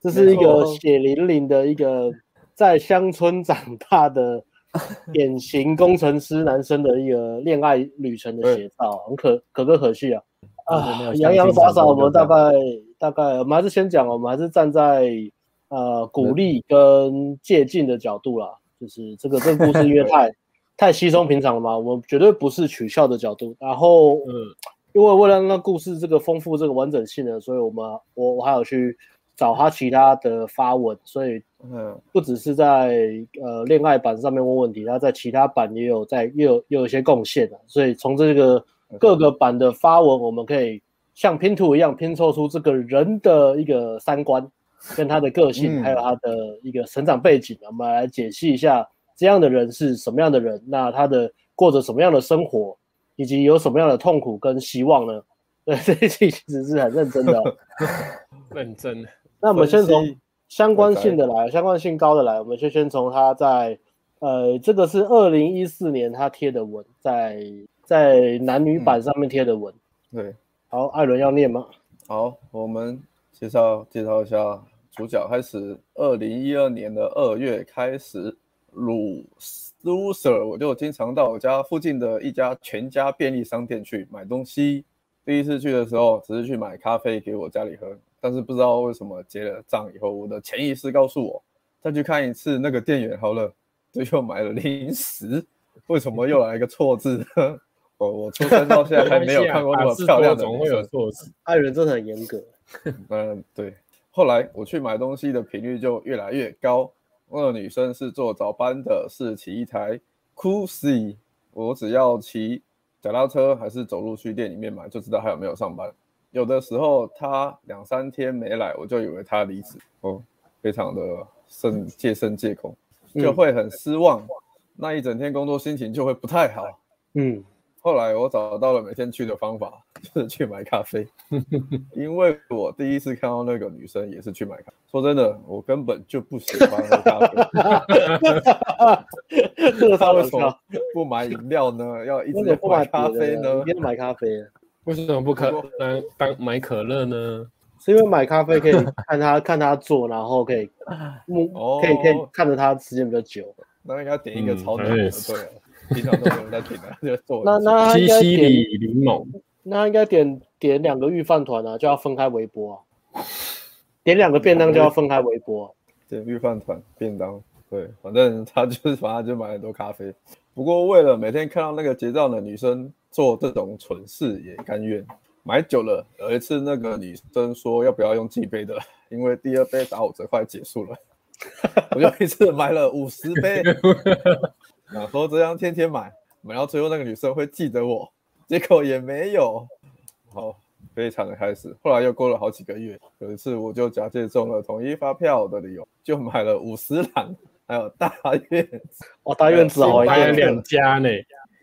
这是一个血淋淋的一个在乡村长大的典型工程师男生的一个恋爱旅程的写照，很可可歌可泣啊！真的没啊有，洋相洋信洒长洒，多我们久大概大概，我们还是先讲，我们还是站在呃嗯鼓励跟借鉴的角度啦，就是这个这个故事因为 太太稀松平常了嘛，我们绝对不是取笑的角度。然后，嗯，因为为了让故事这个丰富这个完整性呢，所以我们我我还有去找他其他的发文，所以嗯，不只是在呃恋爱版上面问问题，他在其他版也有在也有也有一些贡献的、啊所以从这个各个版的发文，我们可以像拼图一样拼凑出这个人的一个三观，跟他的个性，嗯还有他的一个成长背景。我们来解析一下这样的人是什么样的人，那他的过着什么样的生活，以及有什么样的痛苦跟希望呢？ 对，这一期其实是很认真的哦、 认真的，那我们先从相关性的我来，相关性高的来，我们就先从他在呃，这个是二零一四年他贴的文，在在男女版上面贴的文。对，好，艾伦要念吗？好，我们介绍介绍一下主角，开始，二零一二年的二月开始，鲁苏 Sir 我就经常到我家附近的一家全家便利商店去买东西。第一次去的时候，只是去买咖啡给我家里喝，但是不知道为什么结了账以后，我的潜意识告诉我， 再去看一次那个店员好了，就又买了零食。为什么又来一个错字 呢？我我出生到现在还没啊有看过 那么漂亮的总女会有生措施。艾伦真的很严格，嗯，对。后来我去买东西的频率就越来越高。那个女生是做早班的，是骑一台 c u s i 我只要骑脚踏车还是走路去店里面买，就知道她有没有上班。有的时候她两三天没来，我就以为她离职哦，非常的慎戒慎戒恐，就嗯会很失望。那一整天工作心情就会不太好。嗯，后来我找到了每天去的方法，就是去买咖啡， 因为我第一次看到那个女生也是去买咖啡。说真的，我根本就不喜欢喝咖啡，这个那超搞为什笑 么。不买饮料呢？要一为直什么不买买别的咖啡呢一？定要买咖啡，为什么不可能当买可乐呢？是因为买咖啡可以看他看他做，然后可以目哦可以可以看着他时间比较久。那应该点一个嗯超哎奶的，对啊，平常都没有在点的， 就做那那他应西该西点，里柠檬，那他应该点点两个预饭团啊，就要分开微波啊。点两个便当就要分开微波啊、简约饭团便当，对，反正他就是 反正就买很多咖啡。不过为了每天看到那个结账的女生做这种蠢事也甘愿。买酒了，有一次那个女生说要不要用寄杯的，因为第二杯打五折快结束了， 我就一次买了五十杯，想说这样天天买，买到最后那个女生会记得我，结果也没有。好，非常的开始。后来又过了好几个月，有一次我就假借中了统一发票的理由，就买了五十朗，还有大院子。哦，大院子好一买了点，两家呢。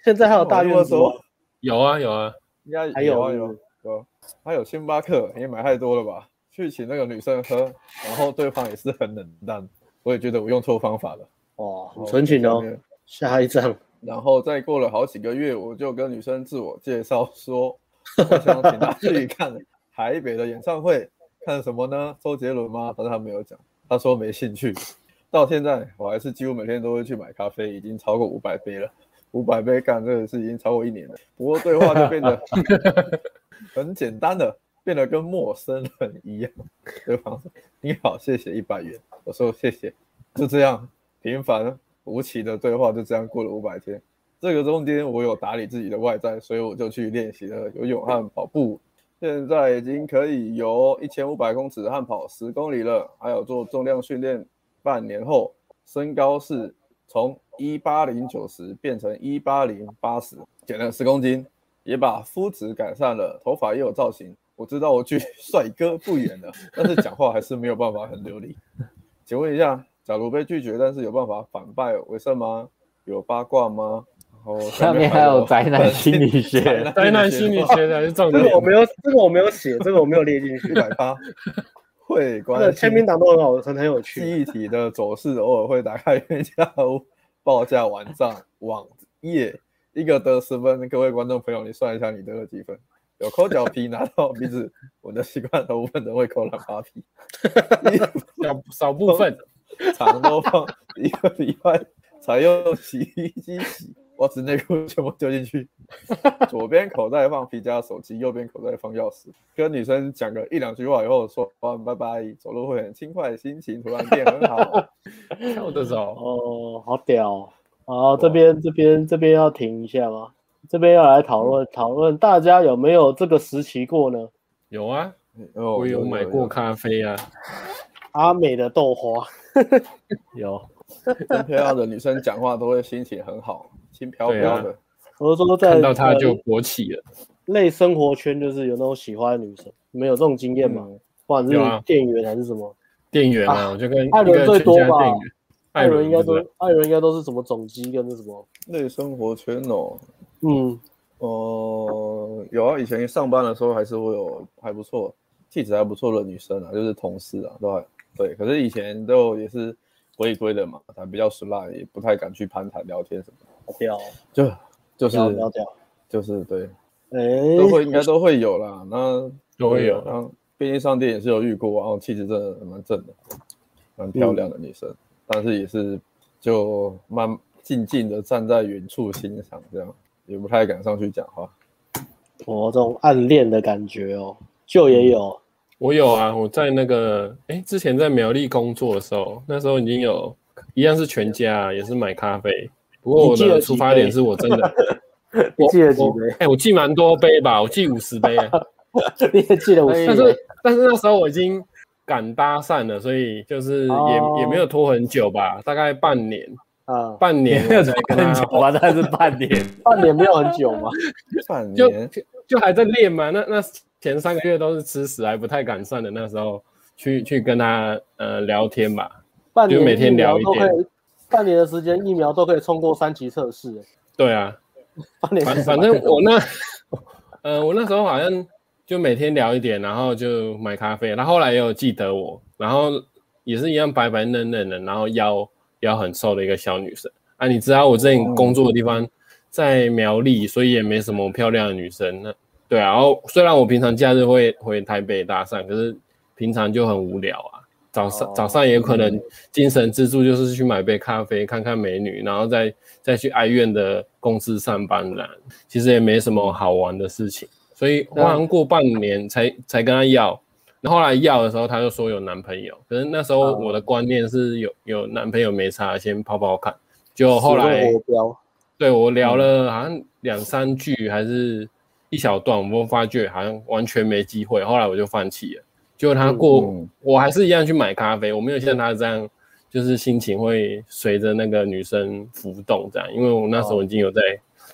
现在还有大我院就子哦说吗，有啊有啊，应该还有啊有有有，还有星巴克，你也买太多了吧？去请那个女生喝，然后对方也是很冷淡，我也觉得我用错方法了。哦，纯情哦。下一张，然后再过了好几个月，我就跟女生自我介绍说，我想请她去看台北的演唱会，看什么呢？周杰伦吗？但是她没有讲，她说没兴趣。到现在，我还是几乎每天都会去买咖啡，已经超过五百杯了。五百杯干这个是已经超过一年了，不过对话就变得很简单了，变得跟陌生人一样。对方说：“你好，谢谢一百元。”我说：“谢谢。”就这样，平凡无奇的对话就这样过了五百天。这个中间我有打理自己的外在，所以我就去练习了游泳和跑步。现在已经可以游一千五百公尺和跑十公里了，还有做重量训练。半年后，身高是从一八零九十变成一八零八十，减了十公斤，也把肤质改善了，头发也有造型。我知道我距帅哥不远了， 但是讲话还是没有办法很流利。请问一下，假如被拒绝，但是有办法反败为胜吗？有八卦吗？然后上面还有宅男心理 学，宅男心理学才是重这点个。 我没有，这个我没有写，这个我没有列进去 一。百八会这关个心签名档都很好，很很有趣。记忆体的走势偶尔会打开原价屋报价网站网页，一个得十分，各位观众朋友，你算一下你得了几分？有抠脚皮拿到鼻子闻的习惯，大部分人会抠懒扒皮，少少部分，常都放一个礼拜才用洗衣机洗，袜子内裤全部丢进去，左边口袋放皮夹手机，右边口袋放钥匙。跟女生讲个一两句话以后，说完拜拜，走路会很轻快，心情突然变很 好。哦跳着走。哦，好屌、哦！好，这边这边这边要停一下吗？这边要来讨论讨论，大家有没有这个时期过呢？有啊，哦我有买过咖啡啊，阿美的豆花 有，跟漂亮的女生讲话都会心情很好，轻飘飘啊的。我是说在看到它呃就勃起了。类生活圈，就是有那种喜欢的女生，你们有这种经验吗？不管有啊是店员还是什么，店员啊，我就跟一艾个伦全最家多吧店员，艾伦应该不啊都知道艾伦应该都是什么总机跟那什么，那生活圈哦，嗯，哦，有啊，以前上班的时候还是会有还不错，气质还不错的女生啊，就是同事啊，都还对。可是以前都也是规规的嘛，她比较俗辣，也不太敢去攀谈聊天什么好屌哦，的，就就是屌屌屌，就是对，哎、都会应该都会有啦。那都会有对啊，便利商店也是有遇过啊，哦气质真的蛮正的，蛮漂亮的女生，但是也是就慢静静的站在远处欣赏这样，也不太敢上去讲话。哦，这种暗恋的感觉哦，就也有，我有啊，我在那个哎，之前在苗栗工作的时候，那时候已经有一样是全家啊，也是买咖啡。不过我你记了的几出发点是我真的， 你记了几我杯？哎，我记蛮多杯吧，我记五十杯啊。 你也记了五十但杯？是但是那时候我已经敢搭讪了，所以就是也、哦也没有拖很久吧，大概半年，啊，半年没有我才才跟跟他你 讲吧，但是半年，半年没有很久嘛，半 就年就就还在练嘛。那那前三个月都是吃屎还不太敢上的，那时候去去跟他呃聊天吧。半年就每天疫苗聊一都可点以，半年的时间疫苗都可以冲过三级测试，欸对啊，半年反反正我那 呃我那时候好像就每天聊一点，然后就买咖啡。他后来也有记得我，然后也是一样白白嫩嫩的，然后腰腰很瘦的一个小女生啊。你知道我之前工作的地方在苗栗，所以也没什么漂亮的女生。那对啊，然后虽然我平常假日会回台北搭讪，可是平常就很无聊啊。早上哦早上也可能精神支柱就是去买杯咖啡，看看美女，然后再再去哀怨的公司上班啦。其实也没什么好玩的事情，所以我好像过半年才才跟他要。然后后来要的时候，他就说有男朋友，可是那时候哦我的观念是有有男朋友没差，先泡泡看。就后来死路活标，对我嗯聊了好像两三句还是一小段，我发觉好像完全没机会，后来我就放弃了。结果他过，嗯我还是一样去买咖啡，我没有像他这样，就是心情会随着那个女生浮动这样，因为我那时哦候已经有在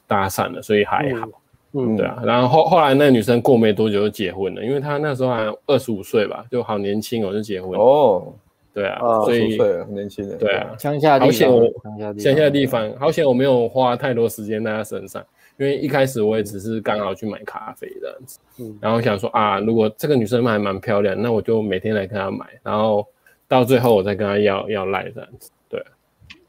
搭讪了，所以还好。嗯，对啊，然后后后来那个女生过没多久就结婚了，因为她那时候还二十五岁吧，就好年轻哦就结婚了。哦，对啊，哦所二十以五岁很年轻人，对啊，乡下地好险方我，乡乡下下地，方，好险我没有花太多时间在他身上，因为一开始我也只是刚好去买咖啡这样子，嗯然后想说啊，如果这个女生还蛮漂亮，那我就每天来跟她买，然后到最后我再跟她要要赖这样子，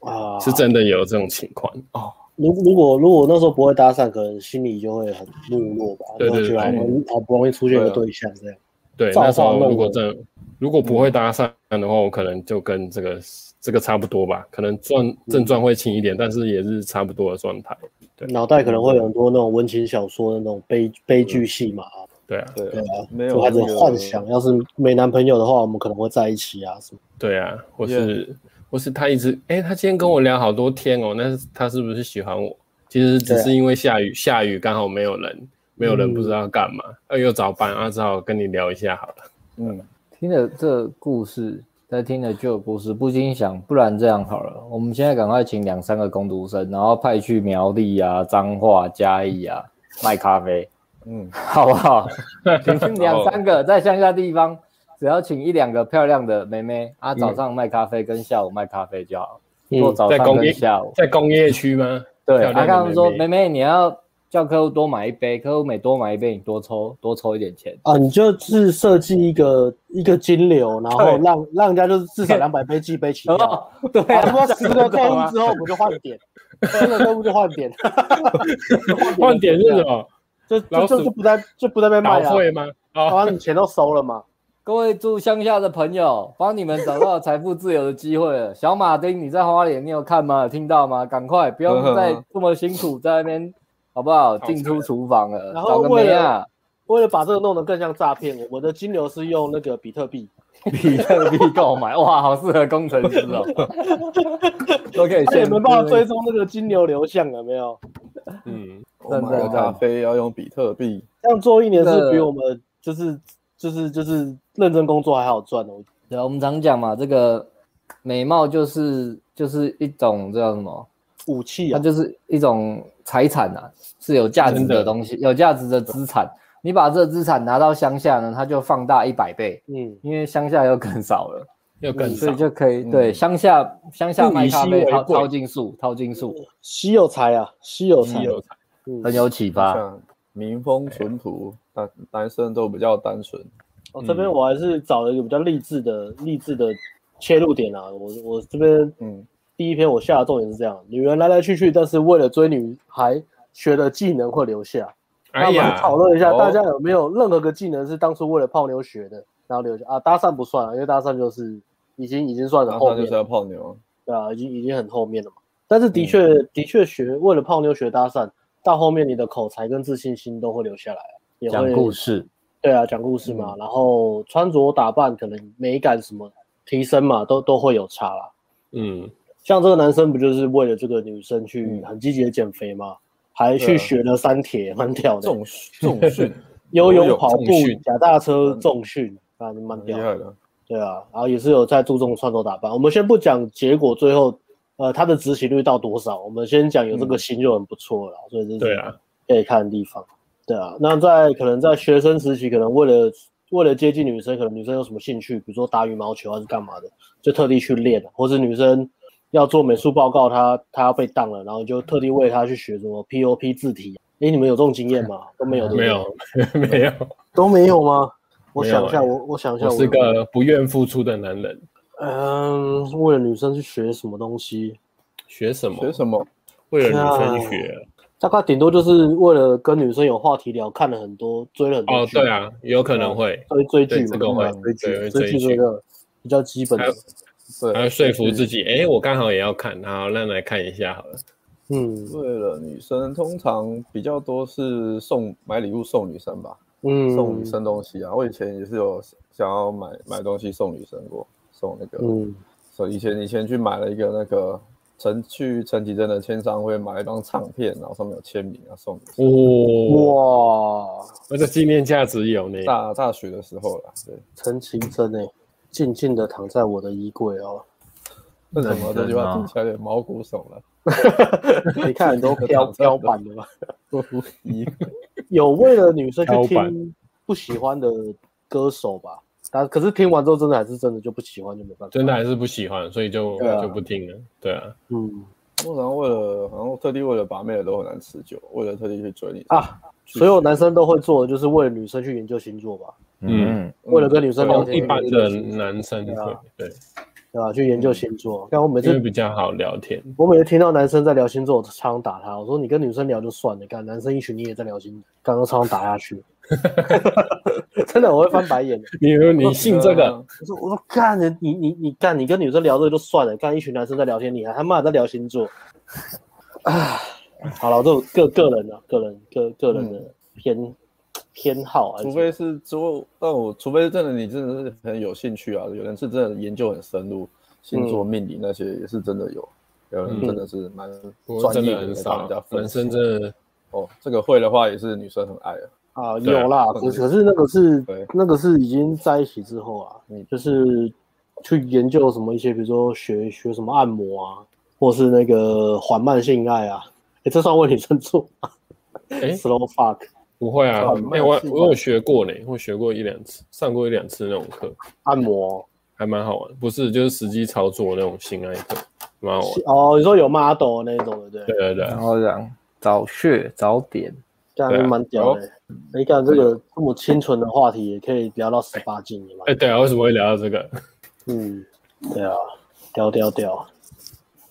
啊，是真的有这种情况哦，如如果如果那时候不会搭讪，可能心里就会很落落吧，对对就会觉得好对不好不容易出现一个对象这样。对，造那时化候弄如果人嗯真的如果不会搭讪的话，我可能就跟这个这个差不多吧，可能嗯赚症状会轻一点，但是也是差不多的状态，对啊脑袋可能会有很多那种温情小说的那种悲悲剧戏嘛，对啊，对对啊，啊，没有就开始那个幻想，要是没男朋友的话，我们可能会在一起啊什么。对啊，或是或是他一直哎、他今天跟我聊好多天哦，那是他是不是喜欢我？其实只啊是因为下雨，下雨刚好没有人，没有嗯人不知道干嘛，呃、又早班啊，只好跟你聊一下好了。嗯，听了这故事，再听了旧故事，不禁想，不然这样好了，我们现在赶快请两三个工读生，然后派去苗栗啊、彰化、嘉义啊卖咖 啡，嗯，好不好？请两三个在乡下地方，只要请一两个漂亮的妹妹啊，早上卖咖啡跟下午卖咖啡就好，做嗯，早在上工业跟下午。 在工业区吗？对，漂亮的他刚刚说，妹妹妹妹你要叫客户多买一杯，客户每多买一杯，你多抽多抽一 点钱。啊，你就是设计一个一个金流，然后对让让人家就是至少两百杯计杯起跳。哦，对啊，啊，不过十个客懂户啊之 后我们就换点，十个客户就换点， 换点是什么？就老就鼠就就不在就不在被卖倒了、会吗？好哦，啊，你钱都收了嘛，各位住乡下的朋友，帮你们找到财富自由的机会了。小马丁，你在花莲，你有看吗？有听到吗？赶快，不用再这么辛苦在那边，好不好？炒菜进出厨房了，然后找个为妹了啊！ 为了把这个弄得更像诈骗，我的金流是用那个比特币，比特币购买，哇，好适合工程师哦，都可以他也先没啊办法追踪那个金流流向，有没有？啊嗯，我买真的的咖啡要用比特币，这样做一年真是的比我们就是就是就是认真工作还好赚哦。对啊，我们常讲嘛，这个美貌就是就是一种叫什么？武器它啊，就是一种财产啊，是有价值真的的东西，有价值的资产。你把这资产拿到乡下呢，它就放大一百倍，嗯，因为乡下又更少了，又更所少以。就可以嗯对乡下乡下物以卖咖稀啡为套贵嗯套进数，套进数稀有财啊，稀有财稀，有才嗯很有启发。像民风淳朴，男男生都比较单纯。哦，这边我还是找了一个比较励志的励志的切入点啊。我我这边嗯，第一篇我下的重点是这样：女人来来去去，但是为了追女孩学的技能会留下。那哎我们呀，讨论一下，哦大家有没有任何个技能是当初为了泡妞学的，然后留下啊？搭讪不算啊，因为搭讪就是已经已经算然很后后就面是要泡妞，对啊，已经已经很后面了嘛。但是的确、的确学为了泡妞学搭讪，到后面你的口才跟自信心都会留下来啊，也讲会故事，对啊，讲故事嘛，然后穿着打扮可能美感什么提升嘛，都都会有差啦。嗯，像这个男生不就是为了这个女生去嗯很积极的减肥嘛，还对啊去学了三铁，蛮屌的，重重训 游游泳、泳跑步重训、脚踏车、重训啊，蛮很厉屌的。害的。对啊，然后也是有在注重穿着打扮。我们先不讲结果，最后呃他的执行率到多少，我们先讲有这个心就很不错了啦，所以这对是啊，可以看的地方。对啊，那在可能在学生时期，可能为了为了接近女生，可能女生有什么兴趣，比如说打羽毛球还是干嘛的，就特地去练，啊或是女生要做美术报告，她她要被当了，然后你就特地为她去学什么 POP 字体。啊诶，你们有这种经验吗？都没有，对不对没，有 没有，都没有吗？我没有想一下，欸我我想一下，我是个不愿付出的男人。嗯，为了女生去学什么东西，学什么？学什么？为了女生学？大概顶多就是为了跟女生有话题聊，看了很多，追了很多哦，剧，对啊，有可嗯能会，追追剧嘛，对这个会嗯追对剧，追剧剧这个比较基本还的有，还对，要说服自己，哎，我刚好也要看，好，那来看一下好了。嗯为了女生，通常比较多是送买礼物送女生吧，嗯，送女生东西啊。我以前也是有想要买买东西送女生过，送那个，嗯，所以以前以前去买了一个那个陈去陈绮贞的签商会买了一张唱片，然后上面有签名啊送女生。哦哇，哇，那个纪念价值有呢。大大学的时候啦，对，陈绮贞诶，静静的躺在我的衣柜哦，为什么这句认真啊话听起来有点毛骨悚然？你看很多 躺标在标版的嘛， 一有为了女生去标版听不喜欢的歌手吧，但可是听完之后真的还是真的就不喜欢，就没办法，真的还是不喜欢，所以就对啊就不听了。对啊，嗯通常为了，好像特地为了把妹的都很难持久，为了特地去追你啊。所有男生都会做的，就是为了女生去研究星座吧，嗯，为了跟女生聊同天，一般去的研究星座男生对会啊对，对吧？去研究星座，但我每因为次比较好聊天。我每次听到男生在聊星座，我常常打他，我说你跟女生聊就算了，干男生一群你也在聊星座，刚刚常常打下 去，真的我会翻白眼的。你你啊信这个？我说我说干你你你你干你跟女生聊这个就算了，干一群男生在聊天，你还他妈的在聊星座，唉，好了，这种个个人的、个人个个人的偏、偏好啊，嗯除非是之后，但我除非真的你真的是很有兴趣啊，有人是真的研究很深入，星座命理那些也是真的有，有人真的是蛮我专嗯真业的很在帮少人家，分男析生真的哦，这个会的话也是女生很爱的，啊，对啊有啦，或可者是可是那个是对那个是已经在一起之后啊，嗯就是去研究什么一些，比如说学学什么按摩啊，或是那个缓慢性爱啊，诶，这算为女生做吗哎？Slow fuck，不会啊哦。哎，我那是我有学过呢，我学过一两次，上过一两次那种课，按哦摩还蛮好玩。不是，就是实际操作那种性爱课，蛮好玩。哦，你说有 model 那种的，对不对啊对，对对然，后讲早穴早点，这对样啊蛮屌的。你看这个这么清纯的话题，也可以聊到十八禁，也蛮哎，对啊，为什么会聊到这个？嗯，对啊，屌屌屌，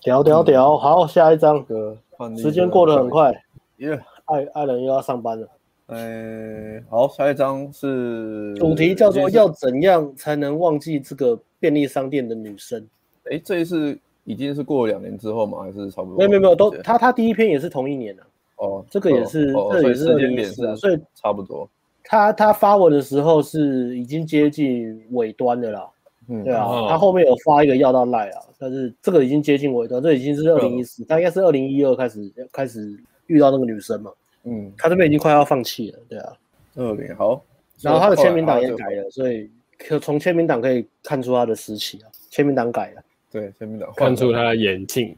屌屌嗯屌，好，下一张，这个时间过得很快，耶，艾艾伦又要上班了。哎，好，下一张嗯是主题叫做已经是要怎样才能忘记这个便利商店的女生？嗯哎，这一次已经是过了两年之后吗？还是差不多？没有没有没有，都他他第一篇也是同一年的、啊，哦，这个也是哦这个哦所也以是时间点2014啊是所以差不多。他他发文的时候是已经接近尾端的啦，嗯，对啊，哦他后面有发一个要到赖啊，但是这个已经接近尾端，这已经是二零一四，他应该是二零一二开始开始遇到那个女生嘛，嗯，他这边已经快要放弃了，对啊，二零好。然后他的所以签名档来啊也他就改了，所以可从签名档可以看出他的时期啊，签名档改了，对，签名档换看出了他的眼镜，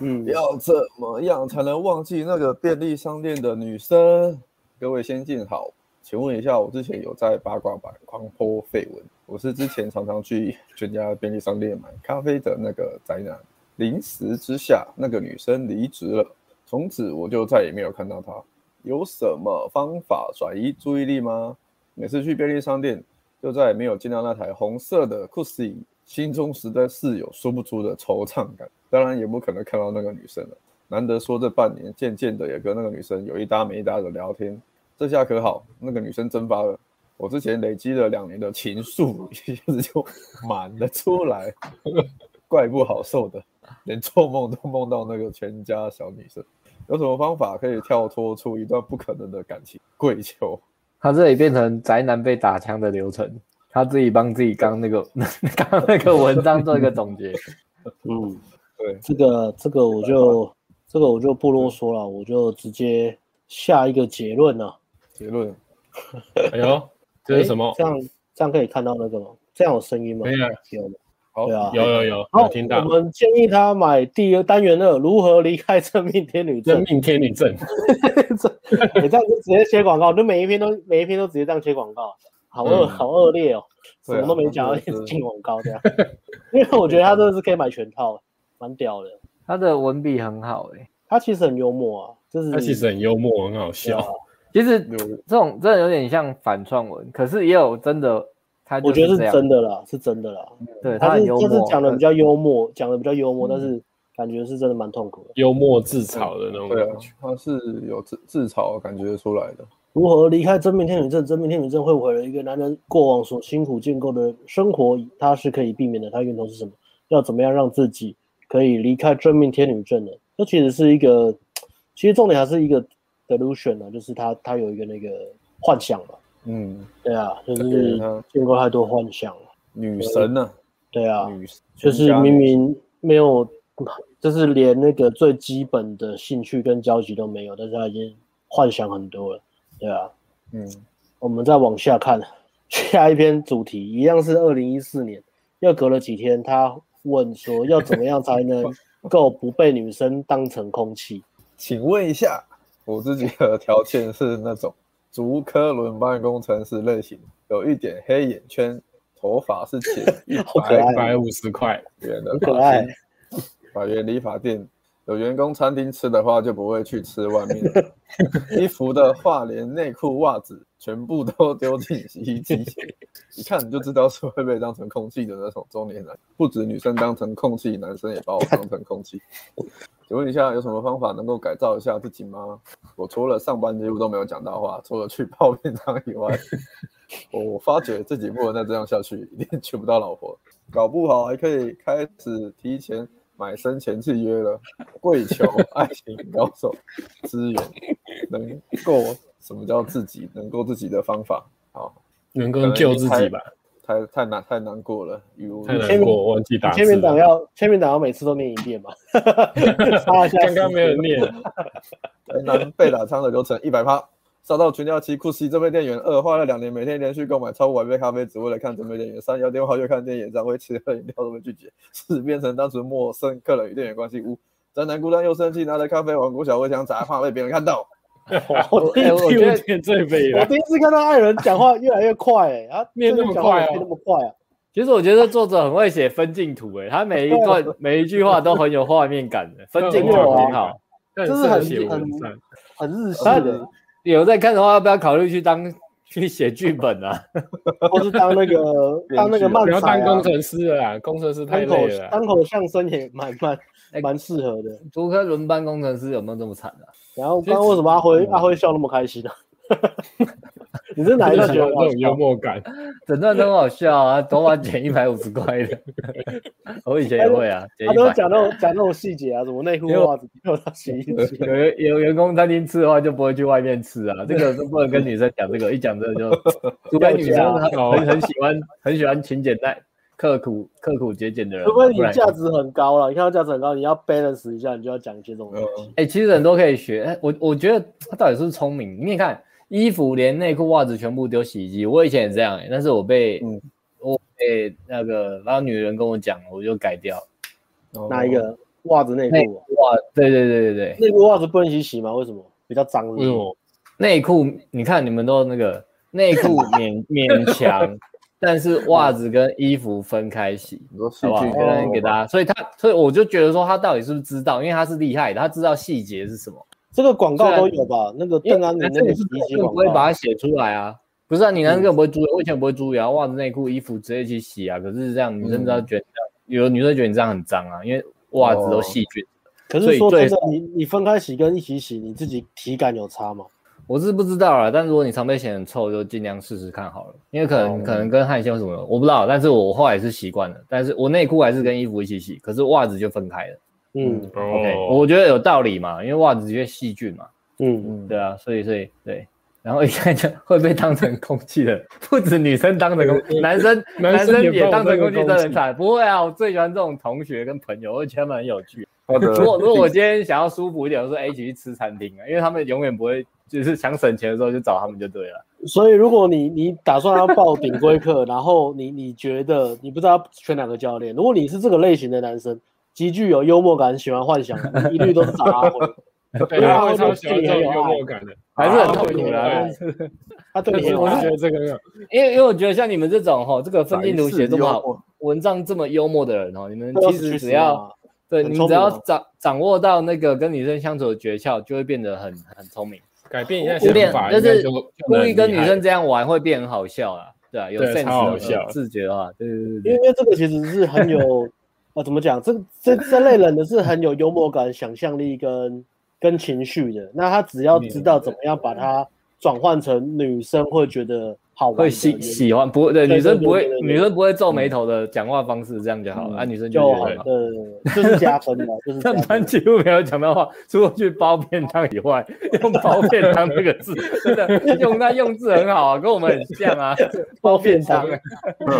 嗯，要怎么样才能忘记那个便利商店的女生？各位先进好，请问一下，我之前有在八卦版狂泼绯闻，我是之前常常去全家便利商店买咖啡的那个宅男，临时之下那个女生离职了，从此我就再也没有看到她。有什么方法转移注意力吗？每次去便利商店，就再也没有见到那台红色的 c u s i 心中实在是有说不出的惆怅感。当然也不可能看到那个女生了。难得说这半年，渐渐的也跟那个女生有一搭没一搭的聊天。这下可好，那个女生蒸发了，我之前累积了两年的情愫， 一下子就满了出来，怪不好受的，连做梦都梦到那个全家小女生。有什么方法可以跳脱出一段不可能的感情？跪求。他这里变成宅男被打枪的流程，他自己帮自己刚那个 刚那个文章做一个 总结。嗯，对，这个这个我就这个我就不啰嗦了，我就直接下一个结论了。结论哎呦，这是什么诶？这样这样可以看到那个吗？这样有声音吗？没有，有吗？好，对啊有有有，哎好有听到我。们建议他买第二单元二，如何离开真命天女真症？命天女症，你这样就直接切广告，就每一篇都每一篇都直接这样切广告，好恶、嗯好恶劣哦，什对啊么都没讲，那一真的直是进广告这样。 因为我觉得他真的是可以买全套，蛮屌的。他的文笔很好欸诶、他其实很幽默啊，就是 他其实很幽默，很好啊笑。其实有这种真的有点像反串文，可是也有真的，他就我觉得这是样，真的啦，是真的啦。对他他很是幽他是默，嗯讲的比较较幽默，讲的比较幽默，但是感觉是真的蛮痛苦的。幽默自嘲的那种对啊感觉，，他是有自自嘲感觉出来的。如何离开真命天女症？真命天女症会毁了一个男人过往所辛苦建构的生活，它是可以避免的。它源头是什么？要怎么样让自己可以离开真命天女症呢？这其实是一个，其实重点还是一个 delusion 啊，就是他他有一个那个幻想嘛，嗯，对啊，就对是他建构太多幻想了，女神呢、对啊，啊？女神就是明明没有， 就是连那个最基本的兴趣跟交集都没有，但是他已经幻想很多了，对啊。嗯，我们再往下看，下一篇主题一样是二零一四年，又隔了几天，他问说要怎么样才能够不被女生当成空气？请问一下，我自己的条件是那种竹科轮班工程师类型，有一点黑眼圈，头发是浅一 好可百爱一百五十块，元的很可发爱型，，百元理发店有员工餐厅吃的话，就不会去吃外面了。衣服的话，连内裤、袜子全部都丢进洗衣机洗，一看你就知道是会被当成空气的那种中年男。不止女生当成空气，男生也把我当成空气。 请问一下，有什么方法能够改造一下自己吗？我除了上班几乎都没有讲到话，除了去泡面汤以外， 我发觉自己不能再这样下去，一定娶不到老婆，搞不好还可以开始提前买生前契约了。 跪求爱情高手资源，能够什么叫自己能够自己的方法？好，能够救自己吧？太太难太难过了，语无太伦难次。过，忘记打字啊签名档了。要签名档要每次都念一遍嘛？ 擦一下时刚间刚没有念，台南被打枪的流程一百趴，杀到群聊期酷西这位店员二，花了两年每天连续购买超过百杯咖啡，只为了看这位店员三，要电话约看店演唱会，吃喝饮料都被拒绝，四变成单纯陌生客人与店员关系五。宅男孤单又生气，拿着咖啡往郭小薇想砸，怕被别人看到。哇我第一哎我次觉第得五天最悲我了。第一次看到爱人讲话越来越快、欸，啊，念那么讲话快哦念那么快啊！其实我觉得作者很会写分镜图诶、他每一 段每一句话都很有画面感的，分镜图很好。但就是是很写文章，很日式他的，有在看的话，要不要考虑去当去写剧本啊？或是当那 个当那个漫不要才当工啊，程师了啦，工程师太单口累了啊啦。单口相声也蛮蛮哎蛮适合的。竹科轮班工程师有没有这么惨啊？然后刚刚为什么阿辉阿辉笑那么开心呢、 你是哪一就个是觉得有很好 这种幽笑？默感。整段都很好笑啊，头发剪一百五十块的， 我以前也会啊，剪他一都百。讲那种讲那种细节啊，什么内裤因为我袜子丢到洗衣机，有有有员工餐厅吃的话，就不会去外面吃啊。这个是不能跟女生讲这个，一讲这 个就，除非女生她啊很很喜欢很喜欢勤俭耐刻苦刻苦节俭的人嘛，啊除非你不然价值很高了，你看到价值很高，你要 balance 一下，你就要讲一些这种哦东西。哎、其实很多可以学。哎我我觉得他到底是不是聪明？你看，衣服连内裤、袜子全部丢洗衣机。我以前也这样、哎，但是我被、嗯我被那个，然后女人跟我讲，我就改掉。哪一？个袜子内内裤啊？哇，对对对对对，内裤袜子不能一起洗吗？为什么？比较脏是不为是什？么？内裤，你看你们都那个内裤勉勉 强，但是袜子跟衣服分开洗。你说戏好不好？剧可能给大哦家家，所以他，所以我就觉得说他到底是不是知道，因为他是厉害的，他知道细节是什么。这个广告都有吧？那个因为邓安宁男啊那生个也洗哎是衣机根本广不会把告，嗯它写出来啊。不是啊，你男生根本不会注意，我以前不会注意啊，袜子、内裤、衣服直接一起洗啊。可是这样，女生知道嗯觉得这样，有的女生觉得你这样很脏啊，因为袜子都细菌。可所是以说真对的，你你分开洗跟一起洗，你自己体感有差吗？我是不知道啦，但如果你常被嫌很臭，就尽量试试看好了，因为可能、哦可能跟汗腺有什么的，我不知道。但是我后来是习惯了，但是我内裤还是跟衣服一起洗，可是袜子就分开了。嗯对，哦，我觉得有道理嘛，因为袜子的确细菌嘛。嗯，对啊，所以所以对，然后一看就会被当成空气的，不止女生当成空气，男生 男男生生也也把我当成当空气，成真的空很气惨。不会啊，我最喜欢这种同学跟朋友，我觉得他们很有趣。好呃的， 如果如果我今天想要舒服一点，我说哎、一起去吃餐厅啊，因为他们永远不会，就是想省钱的时候就找他们就对了。所以如果你你打算要报顶规课， 然后你你觉得你不知道选哪个教练，如果你是这个类型的男生，极具有幽默感，喜欢幻想，一律都是找阿辉，对，他会超喜欢这种幽默感的， 还是很痛的苦 啦、啊但是他对你很有我是爱觉。得这个很好因为因为我觉得像你们这种哈，这个分镜图写哪一次这么幽默好，文章这么幽默的人哦，你们这其都是实趋只势要啊对，很你聪只要明哦掌掌握到那个跟女生相处的诀窍，就会变得很很聪明。改变一下有点想法，就应该是就故意跟女生这样玩会变很好笑啦，对啊，有对 sense 超好的笑自觉的话，对对对 因为对因为这个其实是很有， 呃，怎么讲？这这这类人的是很有幽默感、想象力跟跟情绪的。那他只要知道怎么样把它转换成女生会觉得好玩的会喜元素喜欢，不会对对女生不会对对对对嗯女生不会皱眉头的讲话方式，这样就好了，啊，女生就就觉好得的，就是加分的， 就是加上班分。几乎没有讲到话，除了去包便当以 外，用包便当这个字，真的用那用字很好啊，跟我们很像啊，包便当啊。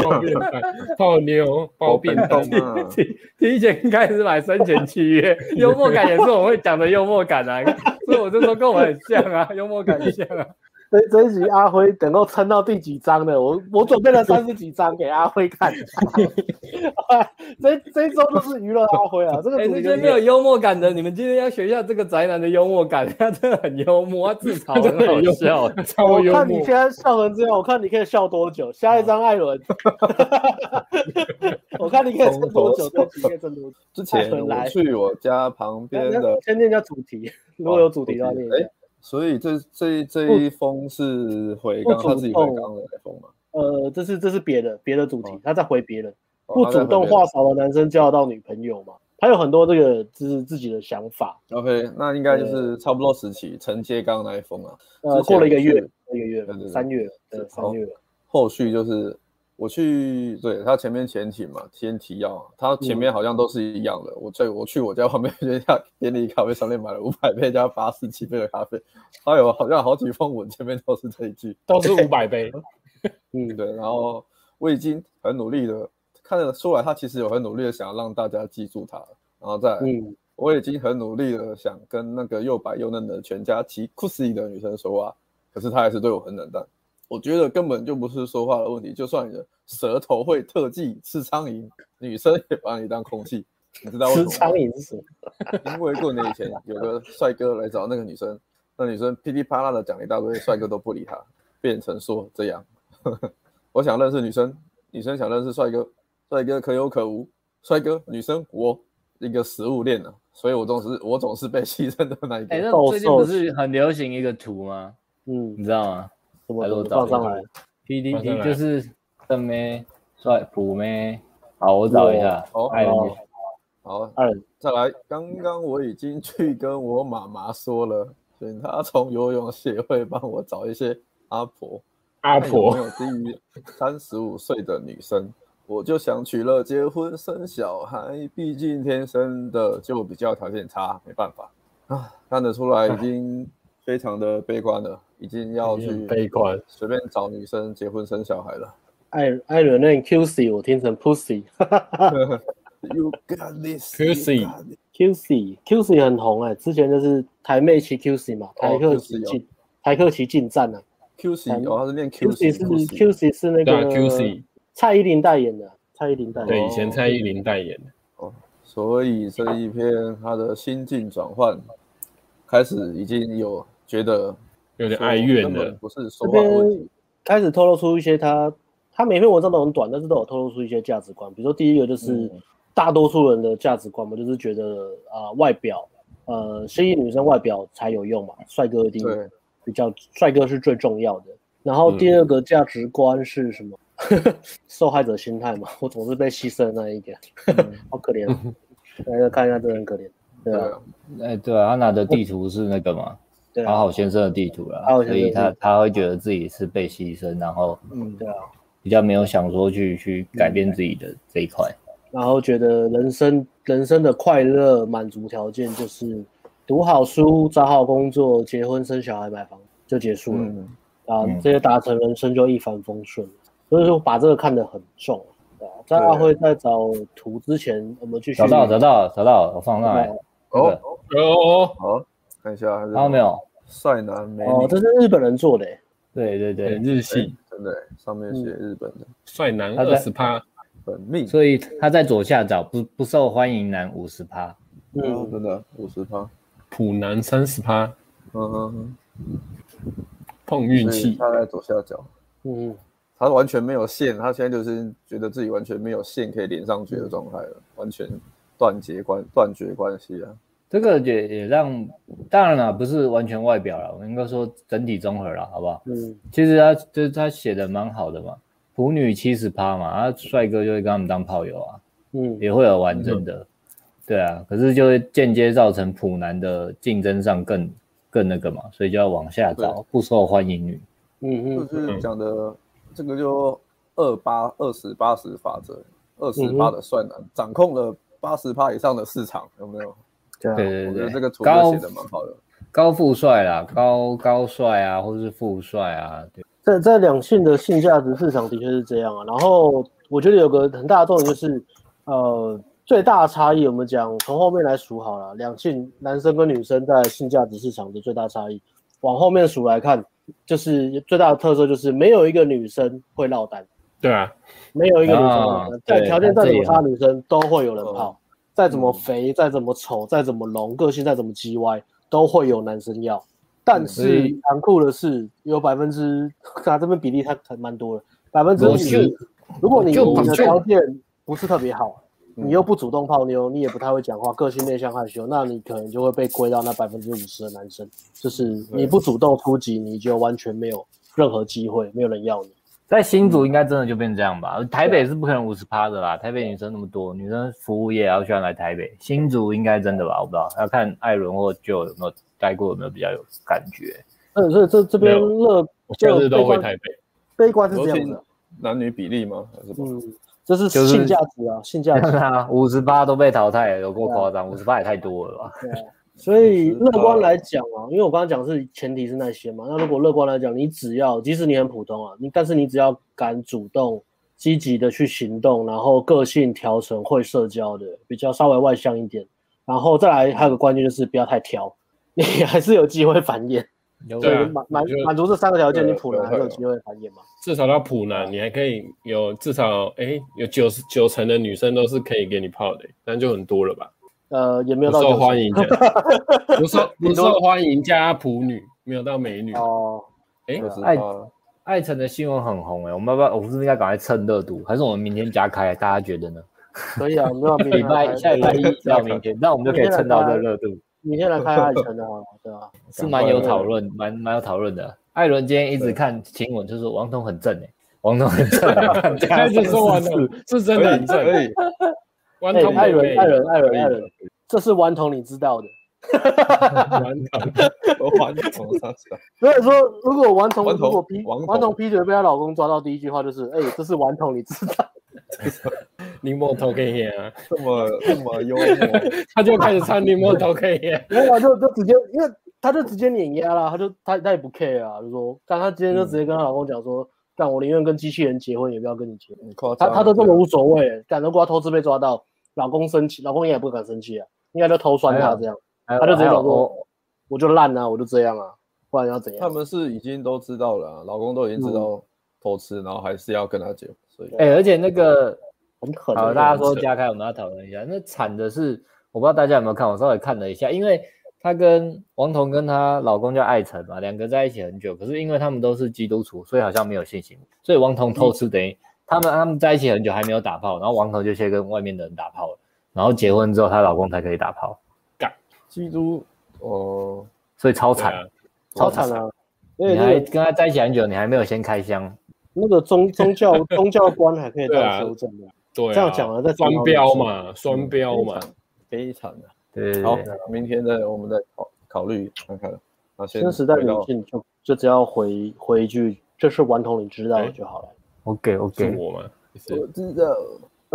泡 便当、泡妞、包便当，啊，提提前开始买生前契 约，幽默感也是我会讲的幽默感 啊，所以我就说跟我很像啊，幽默感很像 啊。这这一集阿辉等够撑到第几章了？我我准备了三十几章给阿辉看。 这这一周都是娱乐阿辉啊，这个哎、主这题些就没有幽默感的，你们今天要学一下这个宅男的幽默感， 他真的很幽默，他自嘲很好笑。超我幽看你默现。在笑成这样，我看你可以笑多久？下一张艾伦， 我看你可以撑多久？这集可以撑多久？ 之前我去我家旁边的，先念一下主题， 如果有主题的话念一下哎。，所以这这这一封是回刚他自己回刚的那封嘛？呃，这是这是别的别的主题哦，他在回别人，哦不主动话少的男生交得到女朋友嘛？他有很多这个就是自己的想法。 OK，那应该就是差不多时期承接刚那一封啊。呃，之前过了一个月是，一个月对对，对三月，对，是哦三月，后续就是我去，对他前面前提嘛，先提要，他前面好像都是一样的。我在我去我家旁边 一家便利咖啡商店买了五百杯加八十七杯的咖啡，还有好像好几封文前面都是这一句。都是五百杯，嗯，对，然后我已经很努力的看得出来，他其实有很努力的想要让大家记住他，然后再来嗯，我已经很努力的想跟那个又白又嫩的全家齐酷死的女生说话，可是她还是对我很冷淡。我觉得根本就不是说话的问题，就算你的舌头会特技吃苍蝇，女生也把你当空气。你知道为什吃么苍吗蝇是什么？ 因为过年以前有个帅哥来找那个女生，那女生噼里啪啦的讲一大堆，帅哥都不理她，变成说这样。 我想认识女生，女生想认识帅哥，帅哥可有可无，帅哥女生我一个食物链啊，所以我总是我总是被牺牲的那一 哎、个。那斗兽最近不是很流行一个图吗？嗯，你知道吗什么来什么我放找上一下来？马上来？PDP 就是正妹、帅、普妹。好，我找一下。哦艾伦哦好，二再来，刚刚我已经去跟我妈妈说了，请他从游泳协会帮我找一些阿婆，哎阿看有没婆有低于三十五岁的女生，我就想娶了结婚生小孩，毕竟天生的就比较条件差，没办法啊，看得出来已经非常的悲观了，已经要已经很去悲观随便找女生结婚生小 孩了。艾艾伦那 QC 我听成 pussy You got this, you Pussy got this QC QC 很红哎、之前就是台妹骑 QC 嘛，台客骑 QC 哦进、台客骑进站啊哎 QC 哦，他是念，QC QC 是 QC QC 是那对啊个，QC 蔡依林代言的，啊蔡依林代言的对以前蔡依林代言的，哦，所以这一篇他的心境转换开始已经有觉得有点说哀怨根本的，不是说话的问这题。开始透露出一些他他每篇文章都很短，但是都有透露出一些价值观。比如说第一个就是嗯大多数人的价值观嘛，就是觉得啊、呃外表呃吸引女生外表才有用嘛，帅哥一定对，比较帅哥是最重要的。然后第二个价值观是什么？ 受害者心态嘛，我总是被牺牲的那一个，好可怜、啊。来看一下，真的很可怜。对嗯对啊，啊，哎、对啊，他拿的地图是那个嘛，对阿啊，好先生的地图啦阿好，先生的所以地图他他会觉得自己是被牺牲，然后嗯对啊。比较没有想说去去改变自己的这一块。然后觉得人生人生的快乐满足条件就是读好书、找好工作、结婚、生小孩、买房就结束了、嗯，啊嗯！这些达成人生就一帆风顺，所以说把这个看得很重。对啊、在对阿辉在找图之前，我们继续找到找到找到，我放上来。那个哦，哦哦，好，看一下，还是看啊哦到没有？塞南美哦，这女，是日本人做的、欸，对对对，很日系，真的耶，上面写日本的帅男他二在十趴，本命，所以他在左下角不不受欢迎男五十趴，嗯哦嗯真的五十趴，普男三十趴，嗯嗯嗯，碰运所以气，他在左下角，嗯，他完全没有线，他现在就是觉得自己完全没有线可以连上去的状态了，完全断绝关断绝关系啊，这个也也让，当然了，不是完全外表了，我应该说整体综合了，好不好？嗯，其实他就是他写的蛮好的嘛，腐女七十趴嘛，啊，帅哥就会跟他们当炮友啊，嗯，也会有完整的，对啊，可是就会间接造成普男的竞争上更更那个嘛，所以就要往下找不受欢迎女，嗯就嗯是讲的这个就二八二十八十法则，二十嗯八哼的帅男掌控了八十趴以上的市场，有没有？对对啊，我觉对对得对，这个图就高写的蛮好的。高富帅啦，高高帅啊，或是富帅啊，对，在在两性的性价值市场的确是这样啊。然后我觉得有个很大的重点就是，呃，最大的差异我们讲从后面来数好了，两性男生跟女生在性价值市场的最大差异，往后面数来看，就是最大的特色就是没有一个女生会落单，对啊，没有一个女生会落单啊，在、对条件再怎么那差，女生都会有人嗯泡，再怎么肥，再怎么丑，再怎么聋，个性再怎么叽歪，都会有男生要。但嗯所是以残酷的是，有百分之，啊，这边比例它还蛮多的，百分之五我就十。如果你就你的就条件不是特别好，嗯你又不主动泡妞，你也不太会讲话，个性内向害羞，那你可能就会被归到那百分之五十的男生，嗯就是你不主动出击，你就完全没有任何机会，没有人要你。在新嗯竹应该真的就变这样吧？台啊北是不可能五十趴的啦，台北女生那么多，女生服务业也要喜欢来台北。新竹应该真的吧？我不知道，要看艾伦或就有没有待过，有没有比较有感觉。 嗯，所以这这边没有乐我假日都悲回观台北，悲观是尤这样其子，啊男女比例吗？还是不？嗯，这是就是性价值啊，性价值。 看啊，五十趴都被淘汰了，有啊够夸张，五十趴也太多了吧？对啊，所以嗯乐观来讲啊，因为我刚刚讲是前提是那些嘛，那如果乐观来讲，你只要即使你很普通啊，你但是你只要敢主动、积极的去行动，然后个性调整、会社交的，比较稍微外向一点，然后再来还有个关键就是不要太挑， 你还是有机会繁衍。对啊满满我觉得满足这三个条件，对你普男还是有机会繁衍嘛？至少到普男，你还可以有至少哎有九十九成的女生都是可以给你泡的，那就很多了吧？呃，也没有不到受欢迎 迎的，不受不受欢迎加普女，没有到美 女，哦，哎二十哎趴，艾城的新闻很红哎、我们要不要？我们是不是应该赶快趁热度？还是我们明天加开？大家觉得呢？可以啊，没有明 礼天来拜开下礼拜一到明天，那我们就可以蹭到这热度。明天来开爱城的好了，对吧、啊是蛮有讨论，蛮蛮有讨论的。艾伦今天一直看新闻，就说王彤很正哎、王彤很 正、啊，开始说完了，是真的可很以正。可以，弯哎头，艾美伦，味艾，伦，艾伦，以艾伦，这是顽童你知道的，哎顽童我玩从啊上次所以说，如果顽童顽如童果劈顽童顽童劈腿被她老公抓到，第一句话就是：“哎、这是顽童，你知道。柠檬头可以演啊，这么这么幽默，他就开始唱柠檬头可以演？”没有啊，就就直接，因为她就直接碾压啦，她就她她也不 care 啊，就说，但她今天就直接跟她老公讲说：“但、我宁愿跟机器人结婚，也不要跟你结婚。你夸她张了。她都这么无所谓，但如果她偷吃被抓到，老公生气，老公也不敢生气啊，应该就偷酸她这样，还有她就直接还有讲我说：“我就烂啊，我就这样啊，不然要怎他样们是已经都知道了啊、老公都已经知道偷吃，然后还是要跟他结婚，所以哎、而且那个，？”很狠好，啊。大家说加开，我们要讨论一下。那惨的是，我不知道大家有没有看，我稍微看了一下，因为她跟王彤跟她老公叫艾辰嘛，两个在一起很久，可是因为他们都是基督徒，所以好像没有信心，所以王彤偷吃等于他们他们在一起很久还没有打炮，然后王彤就先跟外面的人打炮了，然后结婚之后她老公才可以打炮，基督哦、所以超惨。对啊超 惨啊！因为你那还个跟他在一起很久，你还没有先开箱，那个 宗宗教宗教观还可以这样修正的，对啊，这样讲了再双标，嘛，双标嘛，非常的、对对好对，。明天再我们再考考虑看看。那先新时代回女到性就就只要回回一句这是顽童，你知道哎就好了。 OK 嗯是 OK，我嘛？我知道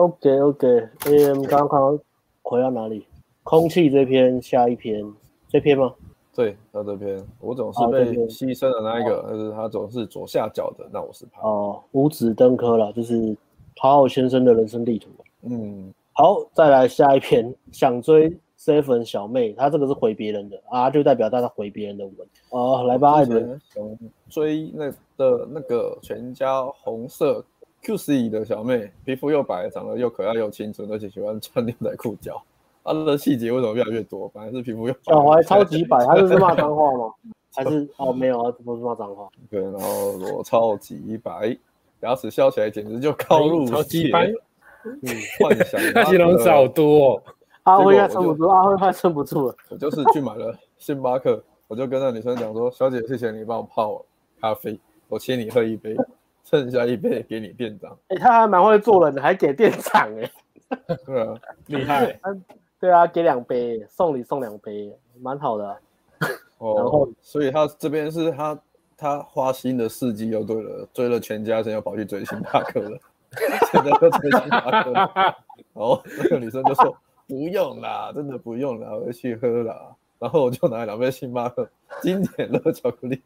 OK OK，AM 刚刚回到哪里？空气这篇，下一篇这篇吗？对他这边，我总是哦被对对牺牲的那一个，但是他总是左下角的，那我是他。哦，五子登科了，就是讨好先生的人生地图。嗯，好，再来下一篇，想追 seven 小妹，她这个是回别人的啊，就代表大家回别人的文哦。来吧，艾之伦，前想追那的那个全家红色 Q C 的小妹，皮肤又白，长得又可爱又清纯，而且喜欢穿牛仔裤脚。她的细节为什么越来越多？反正是皮肤又白小怀超级百，他就是骂脏话吗？还是哦没有啊，不是骂脏话。对，然后我超级白，牙齿笑起来简直就高入超级血 白，嗯，幻想他形容词好多哦。阿辉结果他我撑就不住，阿辉快撑不住了。我就是去买了星巴克，我就跟那女生讲说：“小姐，谢谢你帮我泡咖啡，我请你喝一杯，剩下一杯给你店长。哎、他还蛮会做人的，还给店长哎、”对啊，厉害，对啊，给两杯，送礼送两杯，蛮好的啊、然后哦，所以他这边是他他花心的事迹又对了，追了全家，现在又跑去追星巴克了，现在又追星巴克了。然后那个女生就说：“不用啦，真的不用啦，我就去喝啦。”然后我就拿了两杯星巴克经典的巧克力，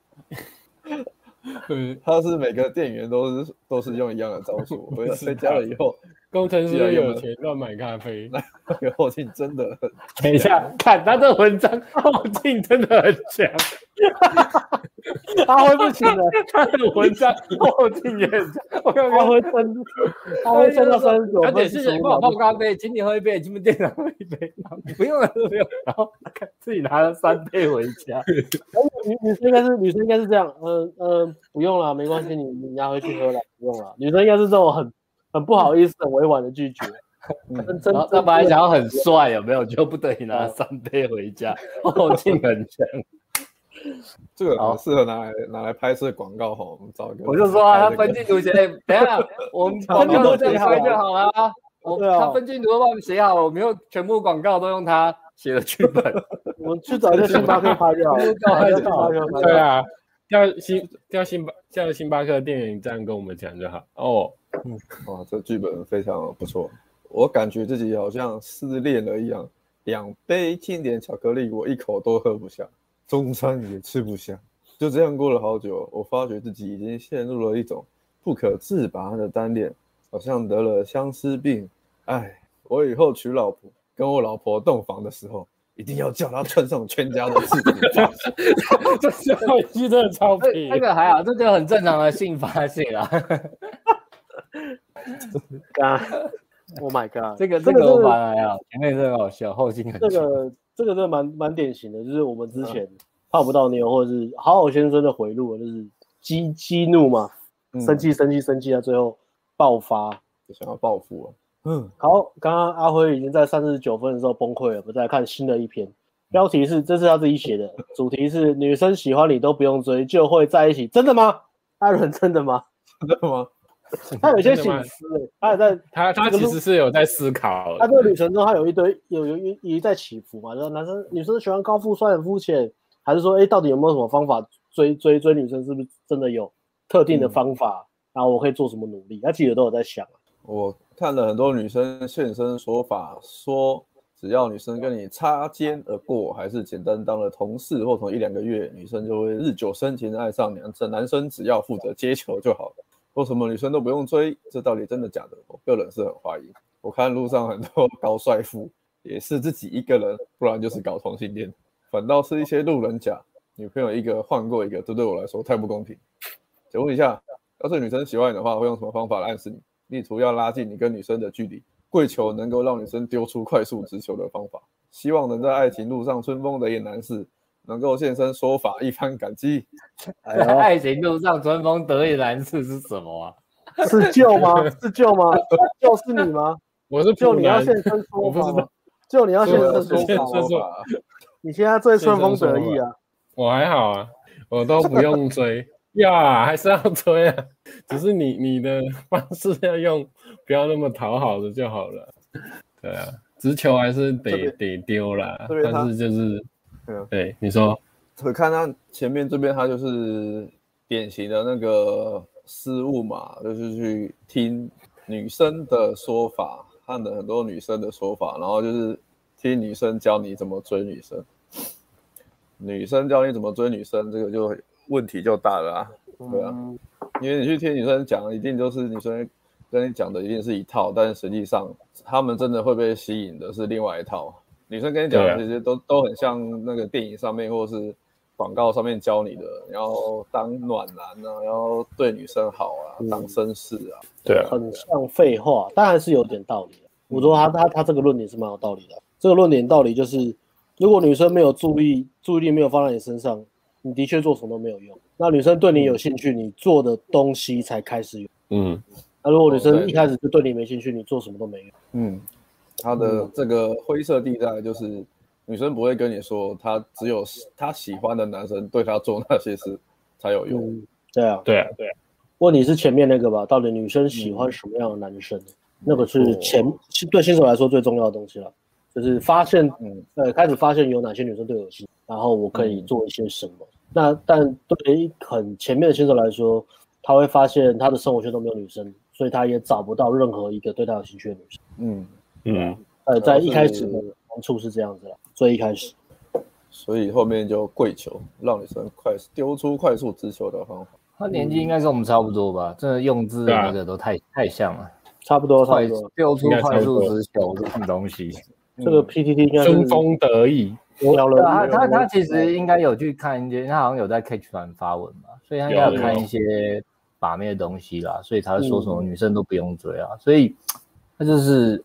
嗯他是每个店员都是都是用一样的招数，回 了回家了以后，工程师又有钱乱买咖啡。那个后劲真的很等一下，看他这文章后劲真的很强，阿辉不行了，他的文章后劲也很强。我刚阿 刚辉撑，阿辉撑到三十九哎小姐，分，谢四谢十你五帮我秒泡咖啡，请你喝一杯，请你店长喝一杯，不用了，不用。然后自己拿了三杯回家，女女生应该是女生应该是这样，嗯、呃、嗯、不用了，没关系，你你拿回去喝了，不用了。女生应该是这种很很不好意思、很委婉的拒绝。嗯真真然后他本来想要很帅，有没有？就不得已拿了三杯回家，后劲很强。这个好很适合拿来拿来拍摄广告哈，我们找一个。 我就说啊，他拍分这个镜图写，哎，等一下，我们好分镜图这样拍就好了啊。我对啊他分镜图都帮我们写好了，我们又全部广告都用他写的剧 本。我们去找一个星巴克拍就好了，找一个星巴克拍就好 对啊，叫星叫星巴叫星巴克店员这样跟我们讲就好。哦，哇，这剧本非常不错，我感觉自己好像失恋了一样，两杯经典巧克力我一口都喝不下，中餐也吃不下，就这样过了好久，我发觉自己已经陷入了一种不可自拔的单恋，好像得了相思病。唉，我以后娶老婆，跟我老婆洞房的时候，一定要叫她穿上全家的制服嗯发型。这是会记得超这皮这。个还好，这就很正常的性发泄啦。啊！Oh my god，这个这这个个我真的反而还好，前面真的很好笑，后劲很这强。个这个真的蛮蛮典型的，就是我们之前泡不到妞，或者是好好先生的回路，啊就是激激怒嘛，嗯生气生气生气啊，最后爆发。就想要报复了。嗯，好，刚刚阿辉已经在三十九分的时候崩溃了，我们再来看新的一篇，标题是这是他自己写的，主题是女生喜欢你都不用追就会在一起，真的吗？艾伦真的吗？真的吗？他有一些真的吗醒思、欸，他也在他他这个其路实是有在思考他，这个旅程中，他有一堆有有一一在起伏嘛，就是男生女生喜欢高富帅很肤浅，还是说，哎，到底有没有什么方法追追追女生？是不是真的有特嗯定的方法？然后我可以做什么努力？他其实都有在想啊。我看了很多女生现身说法，说只要女生跟你擦肩而过，还是简单当了同事或同一两个月，女生就会日久生情爱上男生。男生只要负责接球就好了，说什么女生都不用追，这到底真的假的？我个人是很怀疑。我看路上很多高帅富也是自己一个人，不然就是搞同性恋，反倒是一些路人甲，女朋友一个换过一个，这对我来说太不公平。请问一下，要是女生喜欢你的话，会用什么方法来暗示你？力图要拉近你跟女生的距离。跪求能够让女生丢出快速直球的方法，希望能在爱情路上春风得意男士能够现身说法，一番感激。哎啊在呀，爱情路上春风得意男士是什么啊？ 是救吗？是救吗？就是你 吗？我是就普你要男现身说我不法知吗道？就你要现对身是说法现身吗？说法，你现在最顺风得意啊！我还好啊，我都不用追呀，还是要追啊，只是你你的方式要用，不要那么讨好的就好了。对啊，直球还是特得别得丢啦，特别他但是就是对啊，对你说，我看他前面这边，他就是典型的那个失误嘛，就是去听女生的说法，看了很多女生的说法，然后就是听女生教你怎么追女生，女生教你怎么追女生，这个就问题就大了啊。对啊嗯，因为你去听女生讲，一定就是女生跟你讲的一定是一套，但是实际上他们真的会被吸引的是另外一套。女生跟你讲对的啊这些都、都很像那个电影上面或是广告上面教你的，然后当暖男啊，然后对女生好啊，嗯当绅士啊，对啊，很像废话，但还是有点道理的。我说他嗯他他这个论点是蛮有道理的。这个论点道理就是，如果女生没有注意注意力没有放在你身上，你的确做什么都没有用。那女生对你嗯有兴趣，你做的东西才开始有。嗯，那如果女哦生对一开始就对你没兴趣，你做什么都没用。嗯，他的嗯这个灰色地带就是女生不会跟你说，她只有她喜欢的男生对她做那些事才有用。嗯，对啊。对啊，对啊，问题是前面那个吧，到底女生喜嗯欢什么样的男生？那个是前是对新手来说最重要的东西了，就是发现嗯，呃，开始发现有哪些女生对我有兴趣，然后我可嗯以做一些什么。那但对于很前面的新手来说，他会发现他的生活圈都没有女生，所以他也找不到任何一个对他有兴趣的女生。嗯。嗯，哦呃，在一开始的是难处是这样子了，最一开始，所以后面就跪求，让女生快丢出快速直球的方法。他年纪应该跟我们差不多吧？真的用字的那个都太太像了，差不多差快嗯不多。丢出应该差快不多速直球这种东西。这个 PTT 应该春是风得意，聊了对啊，他他他其实应该有去看一些，他好像有在 Catch 团发文嘛，所以他应该有看一些把妹的东西啦，所以才会说什么女生都不用追啊，所以他就是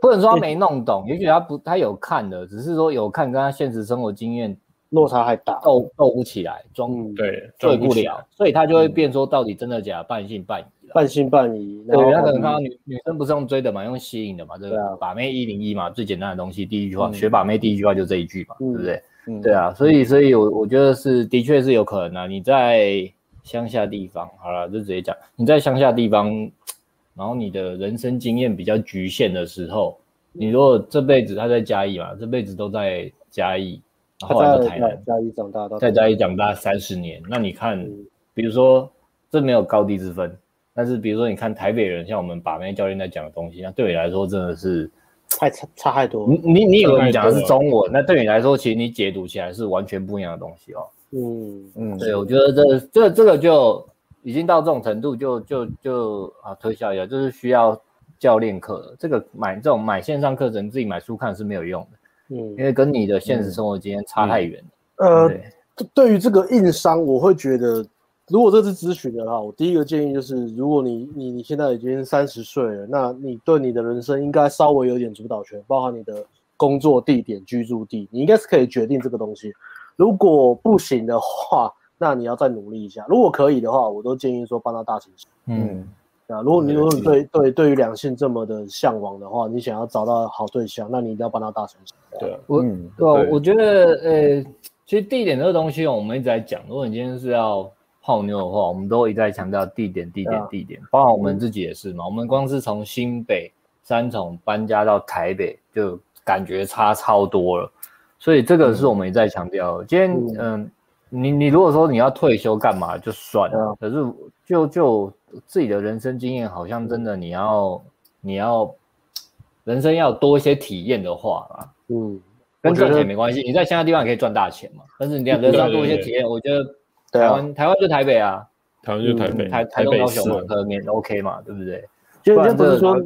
不能说他没弄懂，也许他不他有看的，只是说有看跟他现实生活经验落差还大。斗斗不起来，装嗯，，对，对装不起了，所以他就会变说到底真的假的，半信半疑了。半信半疑，然对，他可后能看到女女生不是用追的嘛，用吸引的嘛，这对啊个把妹一零一嘛，最简单的东西，第一句话，嗯学把妹第一句话就这一句嘛，嗯对不对？嗯对，啊，所以所以我我觉得是的确是有可能啊。你在乡下地方，好了，就直接讲，你在乡下地方，然后你的人生经验比较局限的时候，你如果这辈子他在嘉义嘛，这辈子都在嘉义，然后后来他到在台南，嘉义长大，到在嘉义长大三十年，那你看，比如说这没有高低之分，但是比如说你看台北人，像我们把妹教练在讲的东西，那对你来说真的是。太差差太多你了。你你以为你讲的是太多中文，那对你来说，其实你解读起来是完全不一样的东西哦。嗯，嗯，对，我觉得这这这个就已经到这种程度就，就就啊推销一下，就是需要教练课了。这个买这种买线上课程，自己买书看是没有用的，嗯因，为跟你的现实生活经验差太远了。呃，对，对对于这个硬伤，我会觉得，如果这是咨询的话，我第一个建议就是，如果你你你现在已经三十岁了，那你对你的人生应该稍微有点主导权，包含你的工作地点、居住地，你应该是可以决定这个东西。如果不行的话，那你要再努力一下。如果可以的话，我都建议说搬到大城市。嗯，嗯，啊，如果你对如果你对对对对于两性这么的向往的话，你想要找到好对象，那你一定要搬到大城市。对啊，我嗯对啊，对我觉得呃，其实地点这个东西哦，我们一直在讲，如果你今天是要泡妞的话，我们都一再强调地点、地对点啊、地点，包括我们自己也是嘛。我们光是从新北三重搬家到台北，就感觉差超多了。所以这个是我们一再强调的。今天，嗯、你你如果说你要退休干嘛就算了，可是就就自己的人生经验，好像真的你要你要人生要多一些体验的话啦，嗯，跟我觉赚得钱没关系，你在乡下地方也可以赚大钱嘛。但是你两个人要多一些体验，我觉得对台啊，湾台湾就台北啊，台湾就台北，台台台东北高市雄嘛，啊可能也 OK 嘛，对不对？就不然就不是这说，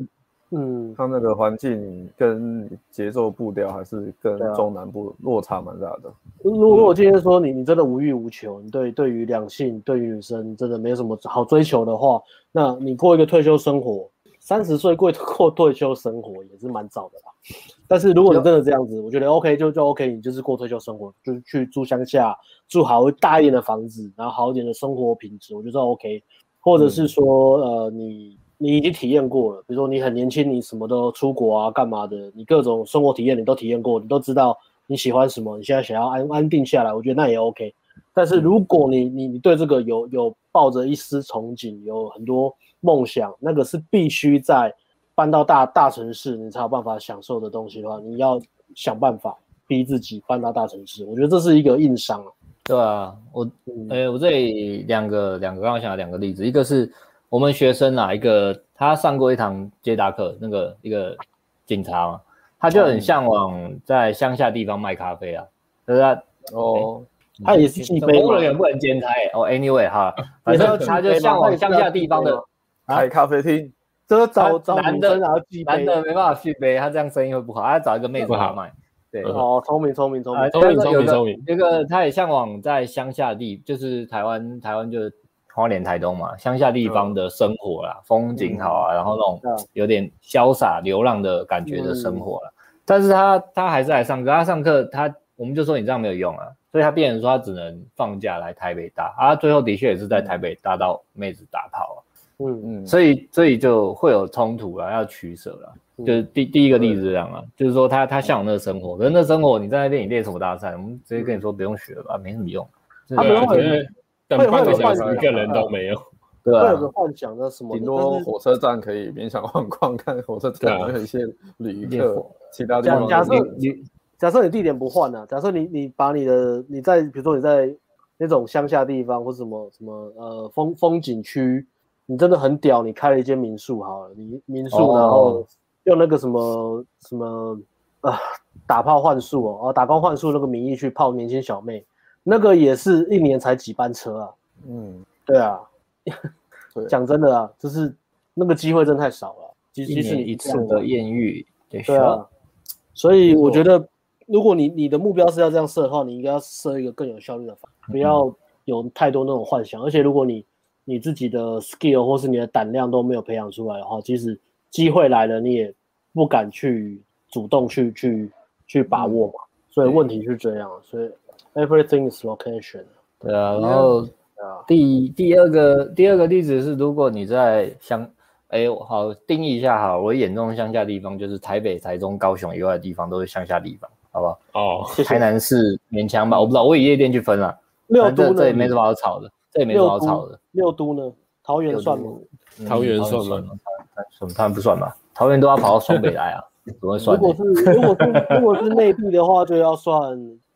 嗯，它那个环境跟节奏步调还是跟对啊中南部落差蛮大的。如如果今天说你你真的无欲无求，你对对于两性对于女生真的没有什么好追求的话，那你过一个退休生活，三十岁过过退休生活也是蛮早的啦。但是如果你真的这样子，我觉得 OK 就就 OK，你就是过退休生活，就是去住乡下，住好大一点的房子，然后好一点的生活品质，我觉得 OK。或者是说，呃，你你已经体验过了，比如说你很年轻，你什么都出国啊，干嘛的，你各种生活体验你都体验过，你都知道你喜欢什么，你现在想要安安定下来，我觉得那也 OK。但是如果你你你对这个有有抱着一丝憧憬，有很多梦想，那个是必须在搬到大大城市你才有办法享受的东西的话，你要想办法逼自己搬到大城市，我觉得这是一个硬伤啊。对啊，我嗯呃，我这里两个两个刚刚想到两个例子，一个是我们学生啊，一个他上过一堂接达课，那个一个警察嘛，他就很向往在乡下地方卖咖啡啊，可是他哦，嗯他也是自卑公务嘛，人员不能兼差欸哦，anyway 哈，反正他就向往乡下地方的啊开咖啡厅，这找找男女的生然后自男的卑，没办法续杯，他这样生意会不好，他找一个妹子不好来卖，对，嗯哦，聪明聪明聪啊明，聪明这个聪有明个聪明这个他也向往在乡下地，就是台湾，台湾就是花莲、台东嘛，乡下地方的生活嗯啦，风景好啊，然后那嗯种有点潇洒流浪的感觉的生活嗯啦。但是他他还是来上课，他上课他我们就说你这样没有用啊，所以他变成说他只能放假来台北搭，啊，最后的确也是在台北搭到妹子打炮啊。嗯嗯，所以所以就会有冲突啊了，要取舍了。嗯就是第第一个例子是这样啊，就是说他他向往那个生活，可是那生活你在那边你练什么搭讪？我们直接跟你说不用学了吧，没什么用。他对们啊，会因为等半个小时一个人都没有，对会有吧个？幻想的什么的，顶但多是火车站可以勉强逛逛，看火车对站啊有一些旅一些客火，其他地假方假都没有设你假设你地点不换呢、啊？假设你你把你的你在比如说你在那种乡下地方或什么什么呃风风景区，你真的很屌，你开了一间民宿好了，你民宿哦然后用那个什么什么呃打炮幻术哦，哦打光幻术那个名义去泡年轻小妹，那个也是一年才几班车啊，嗯，对啊，对讲真的啊，就是那个机会真的太少了，即一即使年你一这次啊样的艳遇，对对啊，所以我觉得，如果你你的目标是要这样设的话，你应该要设一个更有效率的法，嗯不要有太多那种幻想。而且，如果你你自己的 skill 或是你的胆量都没有培养出来的话，即使机会来了，你也不敢去主动去去去把握嘛。嗯所以问题是这样，所以 everything is location 对啊，然后啊，第第二个第二个例子是，如果你在乡，哎，我好定义一下哈，我眼中乡下地方就是台北、台中、高雄以外的地方都是乡下地方，好不好？哦，谢台谢。南市勉强吧，我不知道，我以夜店去分了。六反正都这也没呢什？么好吵的，这也没什嗯么好吵的。六都呢？桃园算吗？嗯桃园算桃吗园算吗？桃园不算吧？桃园都要跑到双北来 啊，怎么会如算果呢？是如果是如果是内地的话，就要算。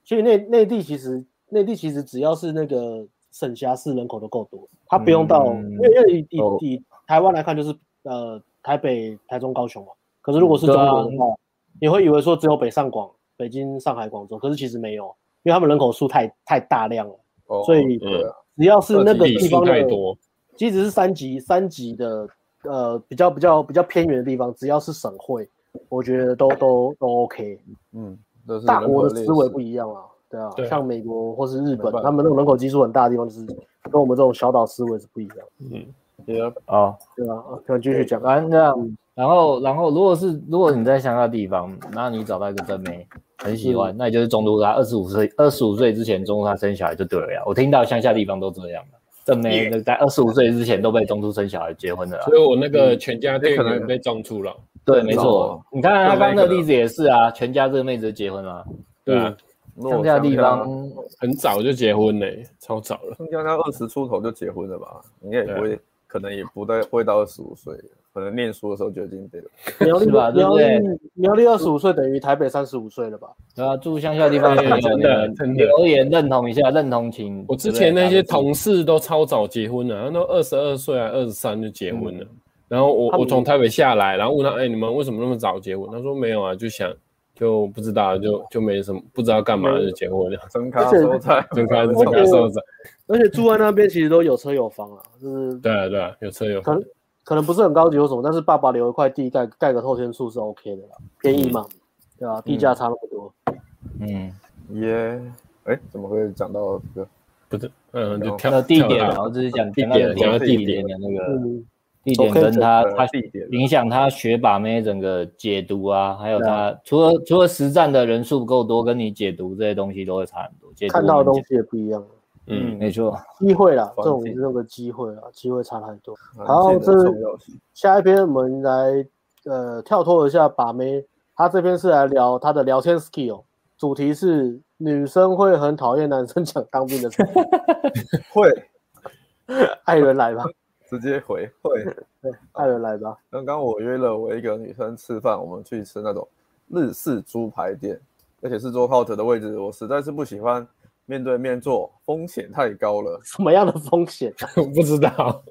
其实内内地其实内地其实只要是那个省辖市人口都够多，它不用到，嗯因为因为以以哦以台湾来看就是呃台北、台中、高雄嘛。可是如果是中国的嗯对啊话，你会以为说只有北上广、北京、上海、广州，可是其实没有，因为他们人口数太太大量了，哦所以对啊，只要是那个里地数方的太多，即使是三级三级的呃比较比较比较偏远的地方，只要是省会，我觉得都都都 OK。嗯，都是大国人口的劣思维势不一样啊，对啊，对啊像美国或是日没本办，法他们那种人口基数很大的地方，就是跟我们这种小岛思维是不一样的， Yep，哦，对啊。啊那继续讲，然这样，然后然后，如果是如果你在乡下地方，那你找到一个真妹，很喜欢，那你就是中途他二十五岁二十五岁之前中途他生小孩就对了啊呀。我听到乡下地方都这样的，正妹那在二十五岁之前都被中途生小孩结婚的啦。啊所以我那个全家店也可可能能被种出了，对，没哦错，你看他正妹刚刚那可个能例子也是啊，全家这个妹子就结婚了。对啊，乡下地方很早就结婚嘞，超早了。应该他二十出头就结婚了吧？应该也不会，可能也不太会到二十五岁，可能念书的时候就已经这个。苗栗是吧对苗不对栗苗栗二十五岁等于台北三十五岁了吧？对啊，住乡下地方的朋友哎真的真的留言认同一下，认同请。我之前那些对不对同事都超早结婚了，他们都二十二岁啊，二十三就结婚了。然后我他们我从台北下来，然后问他，哎，你们为什么那么早结婚？他说没有啊，就想就不知道，啊就就没什么，不知道干嘛就结婚了。真咖收菜，就 开始我这哦个受子，而且住在那边其实都有车有房啊，就是对啊对啊，有车有可房能，可能不是很高级或什么，但是爸爸留一块地盖盖个透天厝是 OK 的啦，便宜嘛，对吧、地价差那么多，嗯，耶！哎，怎么会讲到这个？不是，嗯，就跳那地点啊，跳我只是讲地讲到点讲到地地点点的那个嗯，地点 OK，跟他呃他地点影响他学把妹整个解读啊，还有他除了除了实战的人数不够多，跟你解读这些东西都会差很多。解读看到的我东们西也不一样，嗯，没错，机会啦，这环境种是那个机会啦，机会差太多。环好境这的重要性。下一篇我们来呃跳脱一下把妹，他这边是来聊他的聊天 skill，主题是女生会很讨厌男生讲当兵的事，会艾伦来吧，直接回会。艾伦来吧，刚刚我约了我一个女生吃饭，我们去吃那种日式猪排店，而且是坐靠腿的位置，我实在是不喜欢面对面坐，风险太高了。什么样的风 险？ 不知道，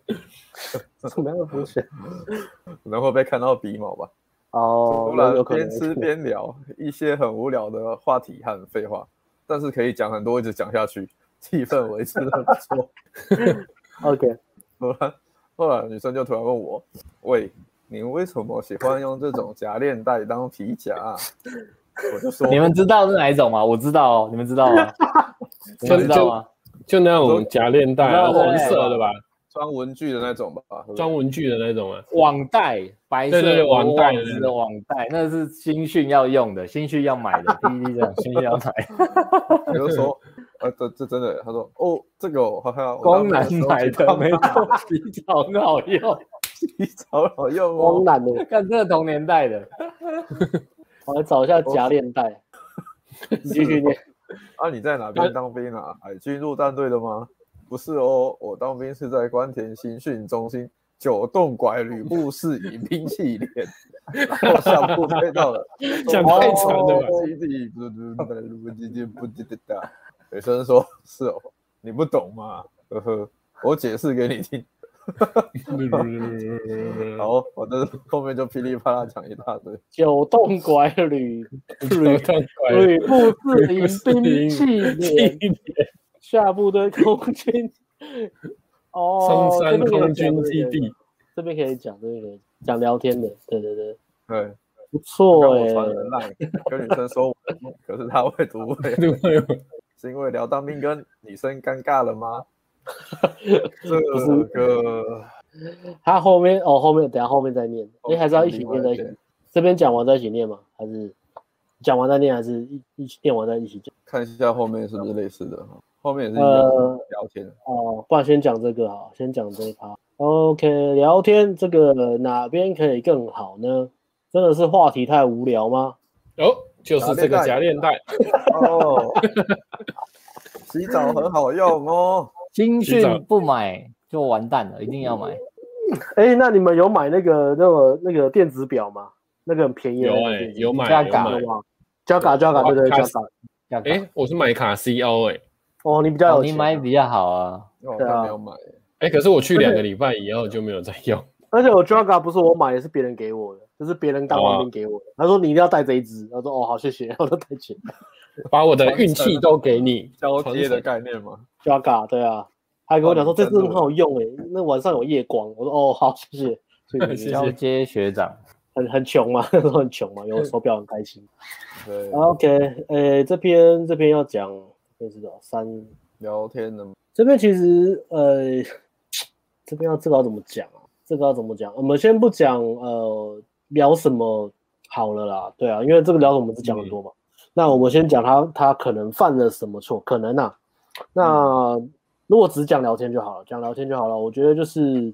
什么样的风险？可能会被看到鼻毛吧。哦除，有了有可边能吃边聊一些很无聊的话题和废话，但是可以讲很多，一直讲下去，气氛维持的不错。 OK，突然，后来女生就突然问我：“喂，你为什么喜欢用这种夹链带当皮夹啊、我就说：“你们知道是哪一种吗？我知道哦，你们知道 吗？你们知道吗？就那种夹链带啊，你知道对黄色的吧，装文具的那种吧，对不对装文具的那种啊，网袋，白色对对对网网袋子的网袋，那是新训要用的，新训要买的，PPT 这种新训要买。我就 说，啊，这这真的，他说，哦，这个我好像光南买的 没错，错，比较很好用，好好用光哦。缆的，看这同年代的，我来找一下夹链 带，你继续念。啊，你在哪边当兵啊？海军陆战队的吗？不是哦，我当兵是在关田新训中心九洞拐吕布市迎兵器连，然后上部队 到了，哦讲太长了吧，基地不不不不基地不基地的，女生说是哦，你不懂嘛，呵呵，我解释给你听。然后我这后面就噼里啪啦讲一大堆。九洞拐旅绿灯吕布 自吕布营自兵营器 连下部队空军。哦，松山这边可空以讲军基，地，这边可以讲这边可以讲，这边可以讲聊天的，对对对，对，不错让我哎、传人赖，跟女生说我， 可是她会读会， 是因为聊当兵跟女生尴尬 了吗？这个他后面哦，后面等一下后面再念，哎，还是要一起念在一起另外一边。这边讲完再一起念吗？还是讲完再念，还是一一起念完再一起讲？看一下后面是不是类似的哈，后面也是一样呃，聊天，哦，不然先讲这个好，先讲这一趴。OK，聊天这个哪边可以更好呢？真的是话题太无聊吗？哦，就是这个夹链带，哦，洗澡很好用哦，新洗澡训不买就完蛋了，一定要买。哎，那你们有买那个那个那个电子表吗？那个很便宜的有那个哎电，子有买加有嘎表买，有吗？加嘎加嘎，对对，卡加斯嘎。要搞哎，我是买卡 CO 哎，哦，你比较哦有你钱买比较好啊。那我对啊哦还没有买，哎，可是我去两个礼拜以后就没有再用，而且我 Jaga 不是我买的，是别人给我的，就是别人当完兵给我的。他说你一定要带这一只，他说哦好谢谢， 我都带去。把我的运气都 给你，交接的概念嘛， Jaga 对啊，他还跟我讲说哦这真只的很好用诶、那晚上有夜光。我说哦好谢 谢，所以谢谢交接学长，很很穷嘛，那 时候很穷嘛，有手表很开 心。啊对， OK，诶、这边这边要讲，这是哦三聊天的嘛，这边其实呃，这边要这个要怎么讲啊？这个要怎么讲？我们先不讲呃聊什么好了啦，对啊，因为这个聊什么是讲很多嘛。那我们先讲他他可能犯了什么错，可能啊。那、如果只讲聊天就好了，讲聊天就好了。我觉得就是，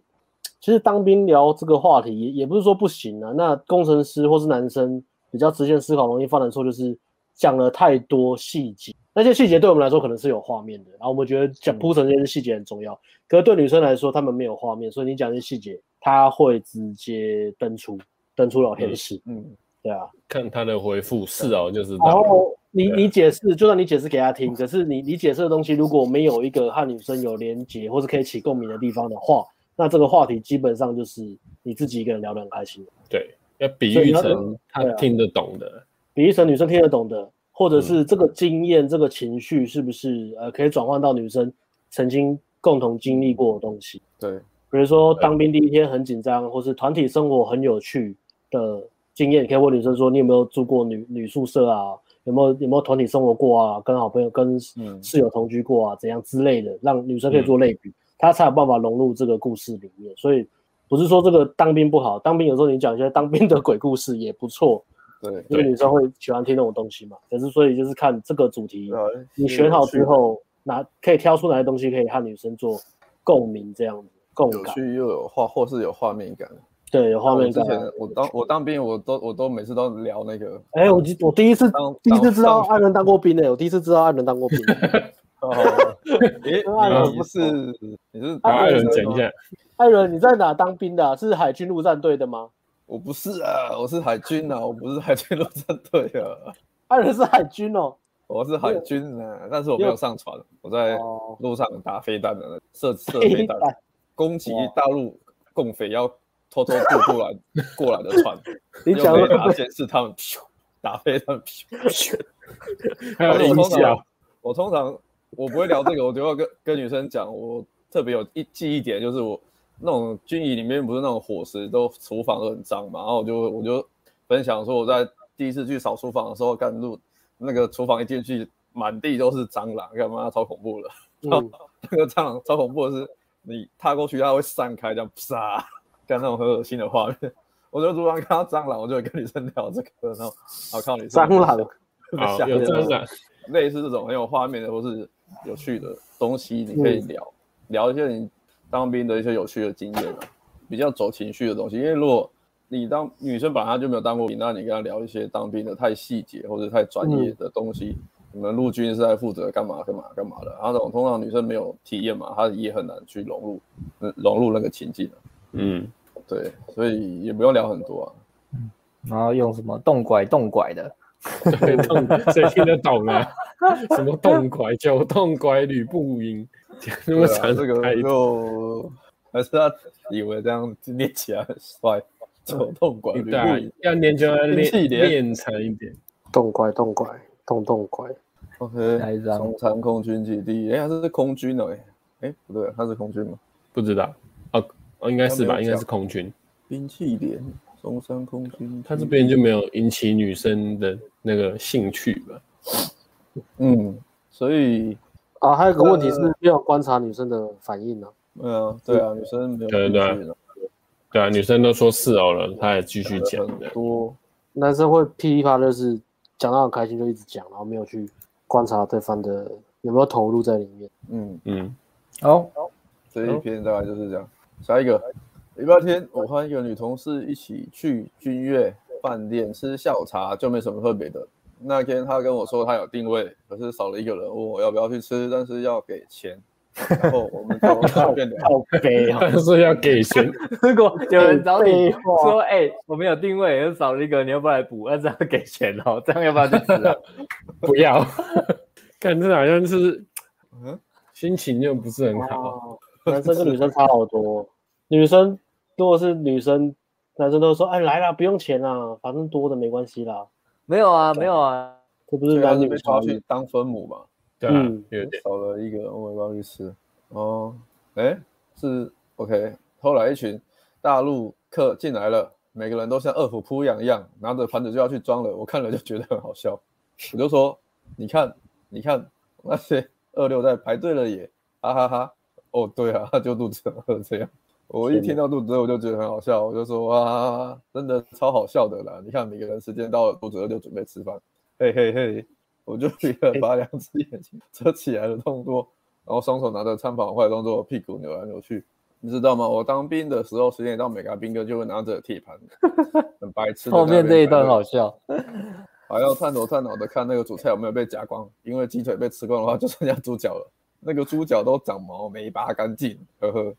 其实当兵聊这个话题也也不是说不行啊。那工程师或是男生比较直线思考容易犯的错就是讲了太多细节，那些细节对我们来说可能是有画面的，然后我们觉得讲嗯铺陈这些细节很重要，可是对女生来说，她们没有画面，所以你讲这些细节，她会直接登出登出聊天室，嗯，对啊。看他的回复是哦，就知然道。后你对啊你解释，就算你解释给她听，可是你你解释的东西如果没有一个和女生有连结或是可以起共鸣的地方的话，那这个话题基本上就是你自己一个人聊得很开心。对，要比所以喻他成他对啊听得懂的。比喻成女生听得懂的，或者是这个经验、这个情绪是不是呃可以转换到女生曾经共同经历过的东西？对，比如说对当兵第一天很紧张，或是团体生活很有趣的经验，你可以问女生说你有没有住过女女宿舍啊？有没有有没有团体生活过啊？跟好朋友、跟嗯室友同居过啊？怎样之类的，让女生可以做类比，她才有办法融入这个故事里面。所以不是说这个当兵不好，当兵有时候你讲一些当兵的鬼故事也不错，对，因为女生会喜欢听那种东西嘛。可是所以就是看这个主题，对啊你选好之，后，拿可以挑出哪些东西可以和女生做共鸣，这样子共有感，趣又有画，或是有画面感。对，有画面感啊我之。前我当我当兵，我都我都每次都聊那个，哎、我记我第一次当第一次知道当爱人当过兵的、欸我第一次知道爱人当过兵、欸哦， 诶，当你是你是哦啊然后艾艾伦伦讲一下，艾伦，你在哪当兵的啊、是海军陆战队的吗？我不是啊，我是海军啊，我不是海军陆战队啊，艾伦是海军哦。我是海军啊，但是我没有上船，我在哦，路上打飞弹的，射射飞飞弹弹，攻击哇大陆共匪要偷偷渡过来过来的船， 你又讲可的以打监视他们，咻打飞弹，咻 还有音效，我通常我不会聊这个，我就要跟跟女生讲，我特别有一记忆点，就是我那种军营里面不是那种伙食都厨房都很脏嘛，然后我就我就分享说我在第一次去扫厨房的时候，干路那个厨房一进去满地都是蟑螂，干嘛超恐怖的。 嗯，那个蟑螂超恐怖的是，你踏过去它会散开，这样啪，干那种很恶心的画面。我就突然看到蟑螂，我就会跟女生聊这个，然后我靠你蟑螂好，吓有人这样啊类似这种很有画面的或是有趣的东西，你可以聊、聊一些你当兵的一些有趣的经验啊，比较走情绪的东西。因为如果你当女生本来她就没有当过兵，那你跟她聊一些当兵的太细节或者太专业的东西，你们陆军是在负责干嘛干嘛干嘛的，然后这种通常女生没有体验嘛，她也很难去融入、嗯融入那个情境、啊、嗯，对，所以也不用聊很多啊。然后用什么动拐动拐的，对，动谁听得懂啊？什么动拐、 九动拐、吕布赢，讲那么对啊长这个开头就还是他以为这样念起来很帅，走动管 理对啊，要练就要兵器练连练长一点。动拐动拐动动拐，哦 OK，下一张中山空军基地，哎，他是空军哦，哎，哎，不对，他是空军吗？不知道，哦哦，应该是他吧，没有应该讲是空军。兵器连中山空军，他这边就没有引起女生的那个兴趣吧？嗯，所以啊，还有个问题是没有观察女生的反应呢、嗯，啊对啊，女生没有对对啊兴趣的对啊，女生都说是哦了，他还继续讲很的。多，男生会噼里啪啦就是讲到很开心就一直讲，然后没有去观察对方的有没有投入在里面。嗯，嗯，哦，这一篇大概就是这样。下一个，礼拜天我和一个女同事一起去君悦饭店吃下午茶，就没什么特别的。那天她跟我说她有定位，可是少了一个人，问我要不要去吃，但是要给钱。然后我们就随便聊，好悲 哦，嗯但是要给钱，如果有人找你废话说，哎、我们有定位，又少了一个，你要不要来补？那这样给钱哦，这样要不要去吃啊？不要。 看这好像是嗯，哦心情就不是很好。哦男生跟女生差好多。女生如果是女生，男生都说：“哎，来啦，不用钱啦，反正多的没关系啦。没有啊，没有啊，”这不是所以她男就女被差抓异去。当分母嘛。对啊嗯，有点少了一个人，我也不知道去吃。哦，哎，是 OK。后来一群大陆客进来了，每个人都像饿虎扑羊一样，拿着盘子就要去装了。我看了就觉得很好笑，我就说：“你看，你看，那些二六在排队了耶！”哈哈哈。哦，对啊，就肚子很饿这样。我一天哪听到肚子饿，我就觉得很好笑，我就说：“哇哈哈哈，真的超好笑的啦！你看，每个人时间到了，肚子饿就准备吃饭，嘿嘿嘿。”我就立刻把两只眼睛遮起来的动作，然后双手拿着餐盘坏的动作，屁股扭来扭去。你知道吗？我当兵的时候，时间一到，每个兵哥就会拿着铁盘，很白痴。后面这一段好，笑。还要探头探脑的看那个主菜有没有被夹光，因为鸡腿被吃光的话，就剩下猪脚了。那个猪脚都长毛，没拔干净，呵呵。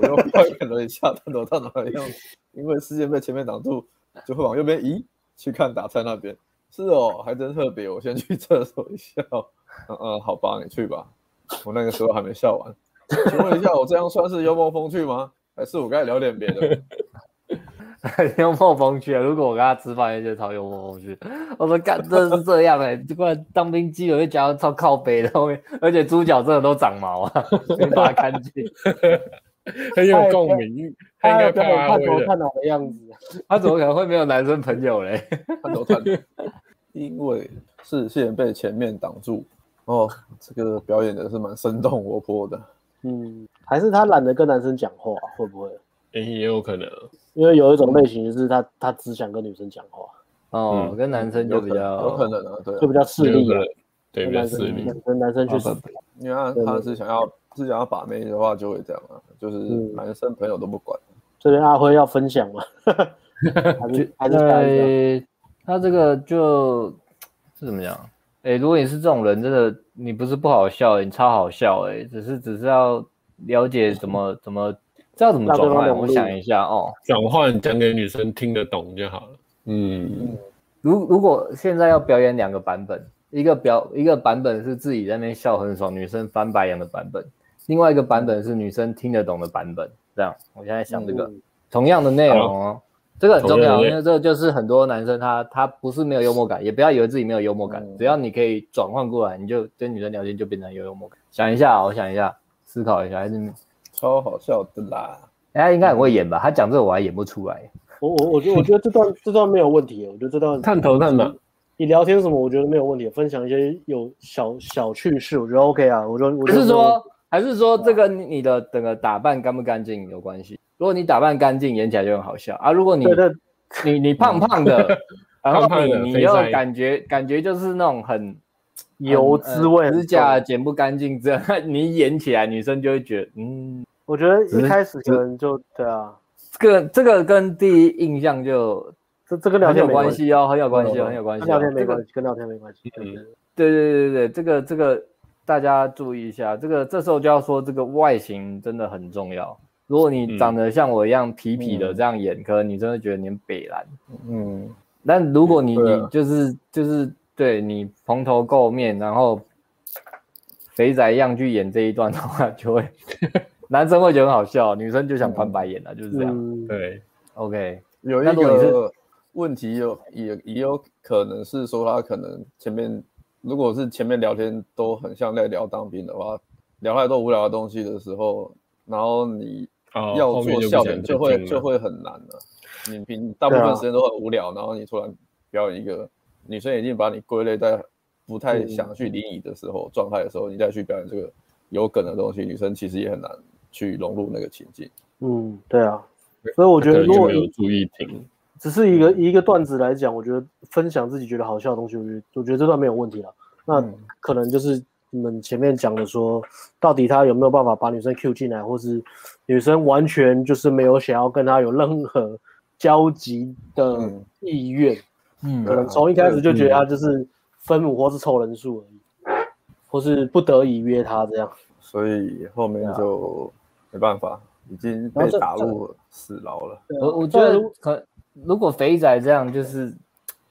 我又表演了一下探头探脑的样子，因为视线被前面挡住，就会往右边移，去看打菜那边。是哦，还真特别。我先去厕所一下哦。嗯嗯，好吧，你去吧。我那个时候还没笑完。请问一下，我这样算是幽默风趣吗？还是我该聊点别的？幽默风趣啊！ 如果我跟他吃饭，也觉得超幽默风趣。我说干，真的是这样哎、欸，这个当兵基友就讲到超靠北的后面，而且猪脚真的都长毛啊，没法干净。很有共鸣，他应他该有表拍演阿探威头的。探脑的样子， 啊他怎么可能会没有男生朋友嘞？探头探脑， 因为视线被前面挡住。哦，这个表演的是蛮生动活泼的。嗯，还是他懒得跟男生讲话，啊会不会？诶也有可能，因为有一种类型就是他他只想跟女生讲话，哦，嗯跟男生就有比可能较有可能啊，对啊就比较势有利可啊能，，对，跟比较男势利生。跟男生去死，因为他他是想要是想要把妹的话，就会这样啊，就是嗯男生朋友都不管。这边阿辉要分享 吗？还是还是下一个对，哎他这个就是怎么讲？哎、如果你是这种人，真的你不是不好笑、欸你超好笑哎、只是只是要了解怎么怎么知道怎么让对转方换。融我入想一下哦，转换讲给女生听得懂就好了。嗯，如如果现在要表演两个版本，一个表一个版本是自己在那边笑很爽，女生翻白眼的版本；另外一个版本是女生听得懂的版本。这样，我现在想这个、嗯同样的内容哦，这个很重同样要，的内因为这就是很多男生他他不是没有幽默感，也不要以为自己没有幽默感，嗯只要你可以转换过来，你就跟女生聊天就变成有幽默感。想一下哦，我想一下，思考一下，还是超好笑的啦！哎，他应该很会演吧？他讲这个我还演不出来。我我我觉得我觉得这段这段没有问题，我觉得这段探头探脑，你聊天什么，我觉得没有问题，分享一些有小小趣事，我觉得 OK 啊，我觉得我觉还得是说，还是说啊这个你你的整个打扮干不干净有关系？如果你打扮干净，演起来就很好笑啊。如果你对对嗯你你胖胖的，然后胖胖的你肥你又宅感觉感觉就是那种很油滋味很很呃重指甲剪不干净，这样 你演起来女生就会觉得，嗯，我觉得一开始可能就对啊，这个这个跟第一印象就这这跟聊很天有没关关系，系哦，很有关系嗯哦，很有关系跟哦。聊天没这个关系，跟聊天没关系。对嗯对对对对对对，这个这个大家注意一下，这个这时候就要说这个外形真的很重要。如果你长得像我一样痞痞的嗯这样演，可能你真的觉得你很北蓝。嗯，但如果你、对啊你就是就是对你蓬头垢面，然后肥仔一样去演这一段的话，就会 男生会觉得很好笑，女生就想翻白眼了、就是这样。嗯，对， OK，有一那如果你是个问题有也也有可能是说他可能前面如果是前面聊天都很像在聊当兵的话，聊太多无聊的东西的时候，然后你哦，要后面做就笑不想点再就会听了就会很难了、你平大部对啊分时间都很无聊，然后你突然表演一个女生已经把你归类在不嗯太想去理你的时候状态的时候，你再去表演这个有梗的东西，女生其实也很难去融入那个情境。嗯，对啊。所以我觉得，可能如就果没有你注意听，只是一个一个段子来讲，我觉得分享自己觉得好笑的东西，我觉得我觉得这段没有问题了。那嗯可能就是你们前面讲的说，到底他有没有办法把女生 Q 进来，或是女生完全就是没有想要跟他有任何交集的嗯意愿，嗯可能从一开始就觉得他就是分母或是凑人数而已，或是不得已约他这样。所以后面啊就没办法，已经被打入死牢了。我我觉得如可如果肥仔这样，就是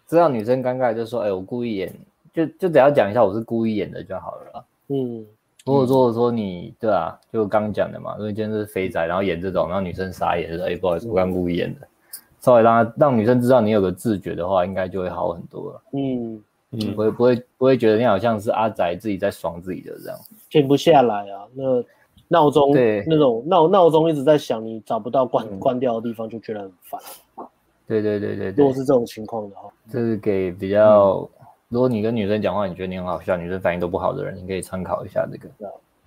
知道女生尴尬，就说：“哎、我故意演，就就只要讲一下我是故意演的就好了啦。嗯，”如果说说你对啊，就刚讲的嘛，因为今天是肥仔，然后演这种，然后女生傻眼，就说：“哎、不好意思，我刚故意演的。”稍微让她让女生知道你有个自觉的话，应该就会好很多了，嗯，嗯不，会不会不会觉得你好像是阿仔自己在爽自己的这样。停不下来啊，那闹钟对那种闹闹钟一直在响，你找不到关关掉的地方，就觉得很烦。对对对对如果对，是这种情况的话，这是给比较，如果你跟女生讲话，你觉得你很好笑，女生反应都不好的人，你可以参考一下这个。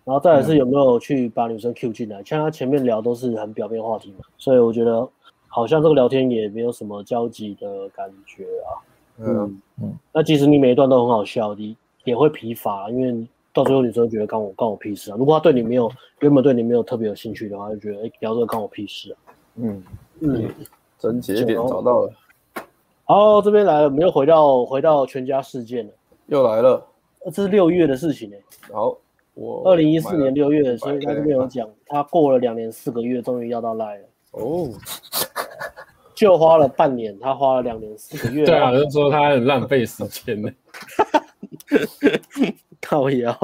然后再来嗯是有没有去把女生 Q 进来，像他前面聊都是很表面话题嘛，所以我觉得好像这个聊天也没有什么交集的感觉啊。嗯，嗯，那其实你每一段都很好笑，你也会疲乏，因为到最后女生觉得干我干我屁事啊。如果她对你没有原本对你没有特别有兴趣的话，就觉得哎、聊这个干我屁事啊。嗯，嗯，症结点然后找到了，哦，这边来了，我们又回到回到全家事件了。又来了，呃这是六月的事情哎、然后我二零一四哦买了年六月，所以买他了这边有讲，他过了两年四个月，终于要到赖了，哦，就花了半年，他花了两年四个月，对啊，就说他很浪费时间 呢。靠腰，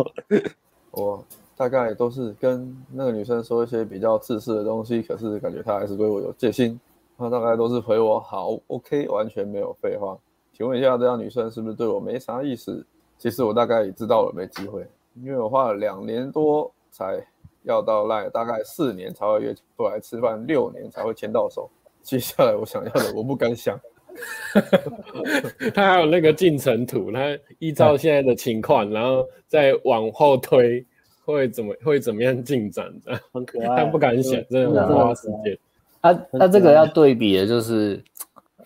我大概都是跟那个女生说一些比较自私的东西，可是感觉她还是对我有戒心。她大概都是回我好，OK，完全没有废话。请问一下，这样女生是不是对我没啥意思？其实我大概也知道了没机会，因为我花了两年多才要到赖，大概四年才会约出来吃饭，六年才会牵到手。接下来我想要的，我不敢想。他还有那个进程图，他依照现在的情况，然后再往后推，会怎么会怎么样进展 的？很可爱。啊他不敢想，真真的的很花时间。他他啊这个要对比的就是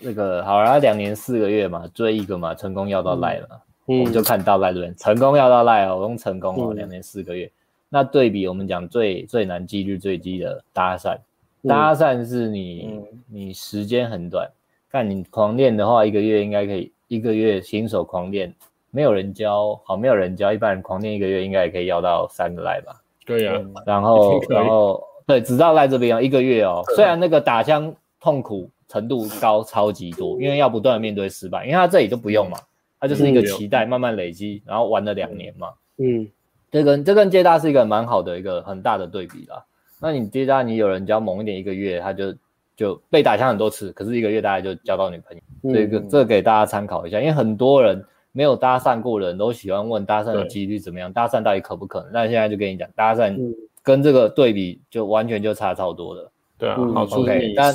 那个好啦，他两年四个月嘛，追一个嘛，成功要到赖嘛，我嗯们就看到赖这边成功要到赖哦，我用成功哦，嗯两年四个月。那对比我们讲最最难几率最低的搭讪，嗯搭讪是你嗯你时间很短，但你狂练的话，一个月应该可以，一个月新手狂练，没有人教，好没有人教，一般人狂练一个月应该也可以要到三个赖吧。对啊嗯呀，嗯然后 已经可以然后对，直到赖这边哦，一个月哦，虽然那个打枪痛苦程度高超级多，因为要不断的面对失败，因为他这里就不用嘛，他就是一个嗯嗯期待，慢慢累积，然后玩了两年嘛，嗯这跟这跟接搭是一个蛮好的一个很大的对比啦。那你接搭你有人教猛一点，一个月他就就被打枪很多次，可是一个月大概就交到女朋友。这个嗯这个给大家参考一下，因为很多人没有搭讪过的人都喜欢问搭讪的对几率怎么样，搭讪到底可不可能？那现在就跟你讲，搭讪嗯跟这个对比就完全就差超多了。对啊，嗯好处是 OK，你但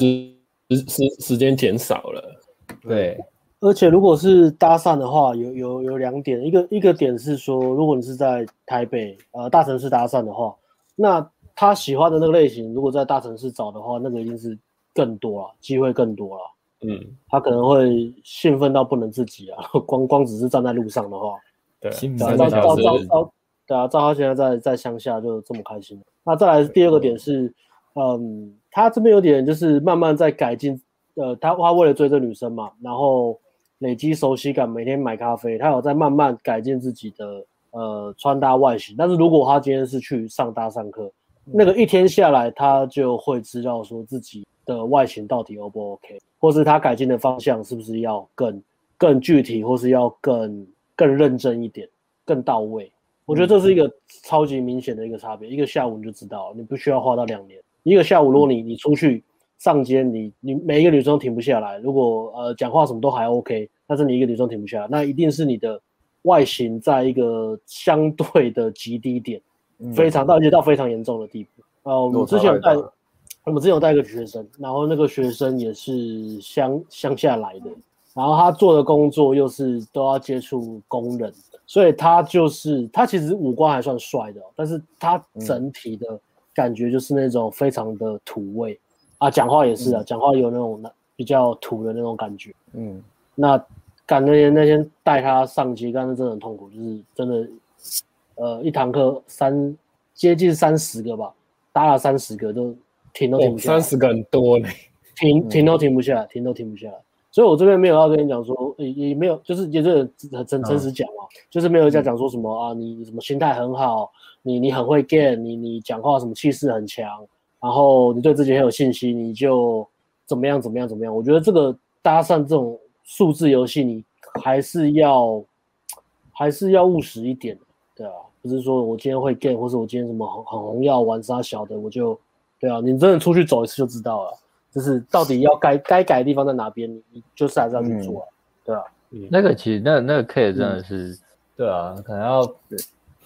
时时时时间减少了，对，而且如果是搭讪的话，有有有两点，一个一个点是说，如果你是在台北呃大城市搭讪的话，那他喜欢的那个类型，如果在大城市找的话，那个一定是更多啊，机会更多了。嗯，他可能会兴奋到不能自己啊， 光光只是站在路上的话，对啊，心对里啊，三面照个照小在时想照照，对啊，照他现在在在乡下就这么开心。那再来第二个点是，嗯，他这边有点就是慢慢在改进，呃，他他为了追这女生嘛，然后累积熟悉感，每天买咖啡，他有在慢慢改进自己的呃穿搭外形。但是如果他今天是去上搭讪课，嗯那个一天下来，他就会知道说自己的外形到底 O 不 OK，或是他改进的方向是不是要更更具体，或是要更更认真一点，更到位。我觉得这是一个超级明显的一个差别，一个下午你就知道了，你不需要花到两年。一个下午，如果你你出去上街，你你每一个女生都停不下来，如果呃讲话什么都还 OK，但是你一个女生停不下来，那一定是你的外形在一个相对的极低点。嗯非常到而且到非常严重的地步。呃，我们落差之前有太带大了，我们之前有带一个学生，然后那个学生也是乡乡下来的，然后他做的工作又是都要接触工人，所以他就是他其实五官还算帅的哦、但是他嗯整体的感觉就是那种非常的土味、啊，讲话也是啊，讲话有那种比较土的那种感觉。嗯，那赶那天那天带他上街，但是真的很痛苦，就是真的，呃，一堂课三接近三十个吧，搭了三十个都停都停哦，不下来，三十嗯个很多嘞，停停都停不下来，停都停不下来。所以我这边没有要跟你讲说，也也没有，就是也是很真嗯真实讲嘛，就是没有在讲说什么啊，你你什么心态很好，你你很会 get，你你讲话什么气势很强，然后你对自己很有信心，你就怎么样怎么样怎么样。我觉得这个搭讪这种数字游戏，你还是要还是要务实一点，对啊，不是说我今天会 get，或者我今天什么很很红药玩杀小的，我就对啊，你真的出去走一次就知道了，就是到底要该该改的地方在哪边，你你就是还是要去做、啊，对啊，那个其实那那个 K 真的是，嗯对啊，可能要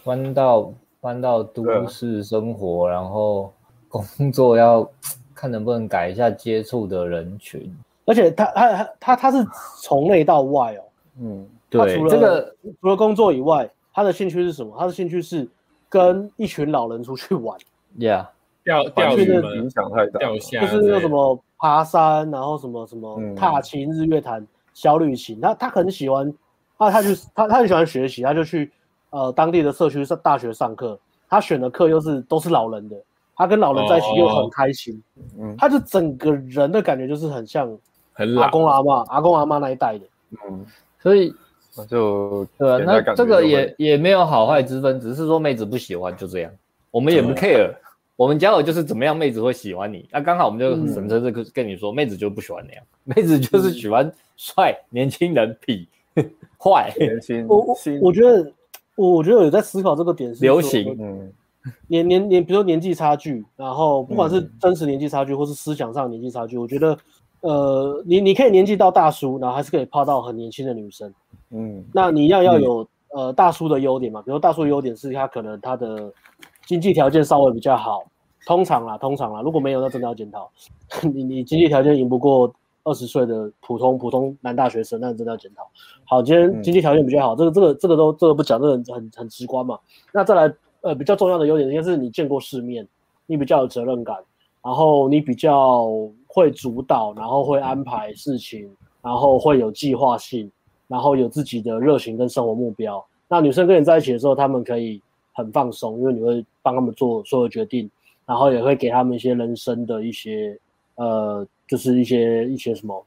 搬到搬到都市生活，然后工作要看能不能改一下接触的人群。而且他他他他他是从内到外哦，嗯，他对除，了这个除了工作以外，他的兴趣是什么？他的兴趣是跟一群老人出去玩，呀，钓钓环鱼境嘛的，影响太大了，钓虾就啊之是类的，那什么爬山，然后什么什么嗯踏青、日月潭、小旅行。他他很喜欢，他他就他他很喜欢学习，他就去呃当地的社区上大学上课。他选的课又是都是老人的，哦他跟老人在一起又很开心，嗯，他就整个人的感觉就是很像很啊阿老，公阿嬷、阿公阿嬷那一代的，嗯，所以那就对啊，现在那感这觉个就会也也没有好坏之分，只是说妹子不喜欢就这样，我们也不啊 care，、我们交友就是怎么样妹子会喜欢你，那刚好我们就嗯神车这个跟你说，妹子就不喜欢那样， 妹子就是喜欢帅、年轻人、痞、 坏、年轻我我新我觉得，我我觉得有在思考这个点是流说行嗯年年年，比如说年纪差距，然后不管是嗯真实年纪差距，或是思想上的年纪差距，我觉得，呃，你你可以年纪到大叔，然后还是可以泡到很年轻的女生。嗯那你一样要有、呃大叔的优点嘛，比如大叔的优点是他可能他的经济条件稍微比较好，通常啦，通常啦，如果没有那真的要检讨， 你你经济条件赢不过二十岁的普通普通男大学生，那真的要检讨。好，今天嗯经济条件比较好，这个这个这个都这个不讲，这个很很很直观嘛。那再来呃比较重要的优点应该是你见过世面，你比较呃有责任感，然后你比较会主导，然后会安排事情，然后会有计划性，然后有自己的热情跟生活目标。那女生跟你在一起的时候，她们可以很放松，因为你会帮她们做所有决定，然后也会给她们一些人生的一些呃，就是一些一些什么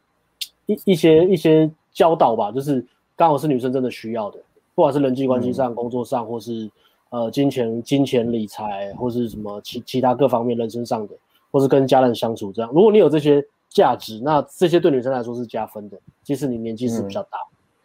一一些一些教导吧，就是刚好是女生真的需要的，不管是人际关系上、工作上，或是呃金钱、金钱理财，或是什么其其他各方面人生上的，或是跟家人相处这样。如果你有这些价值，那这些对女生来说是加分的，即使你年纪是比较大。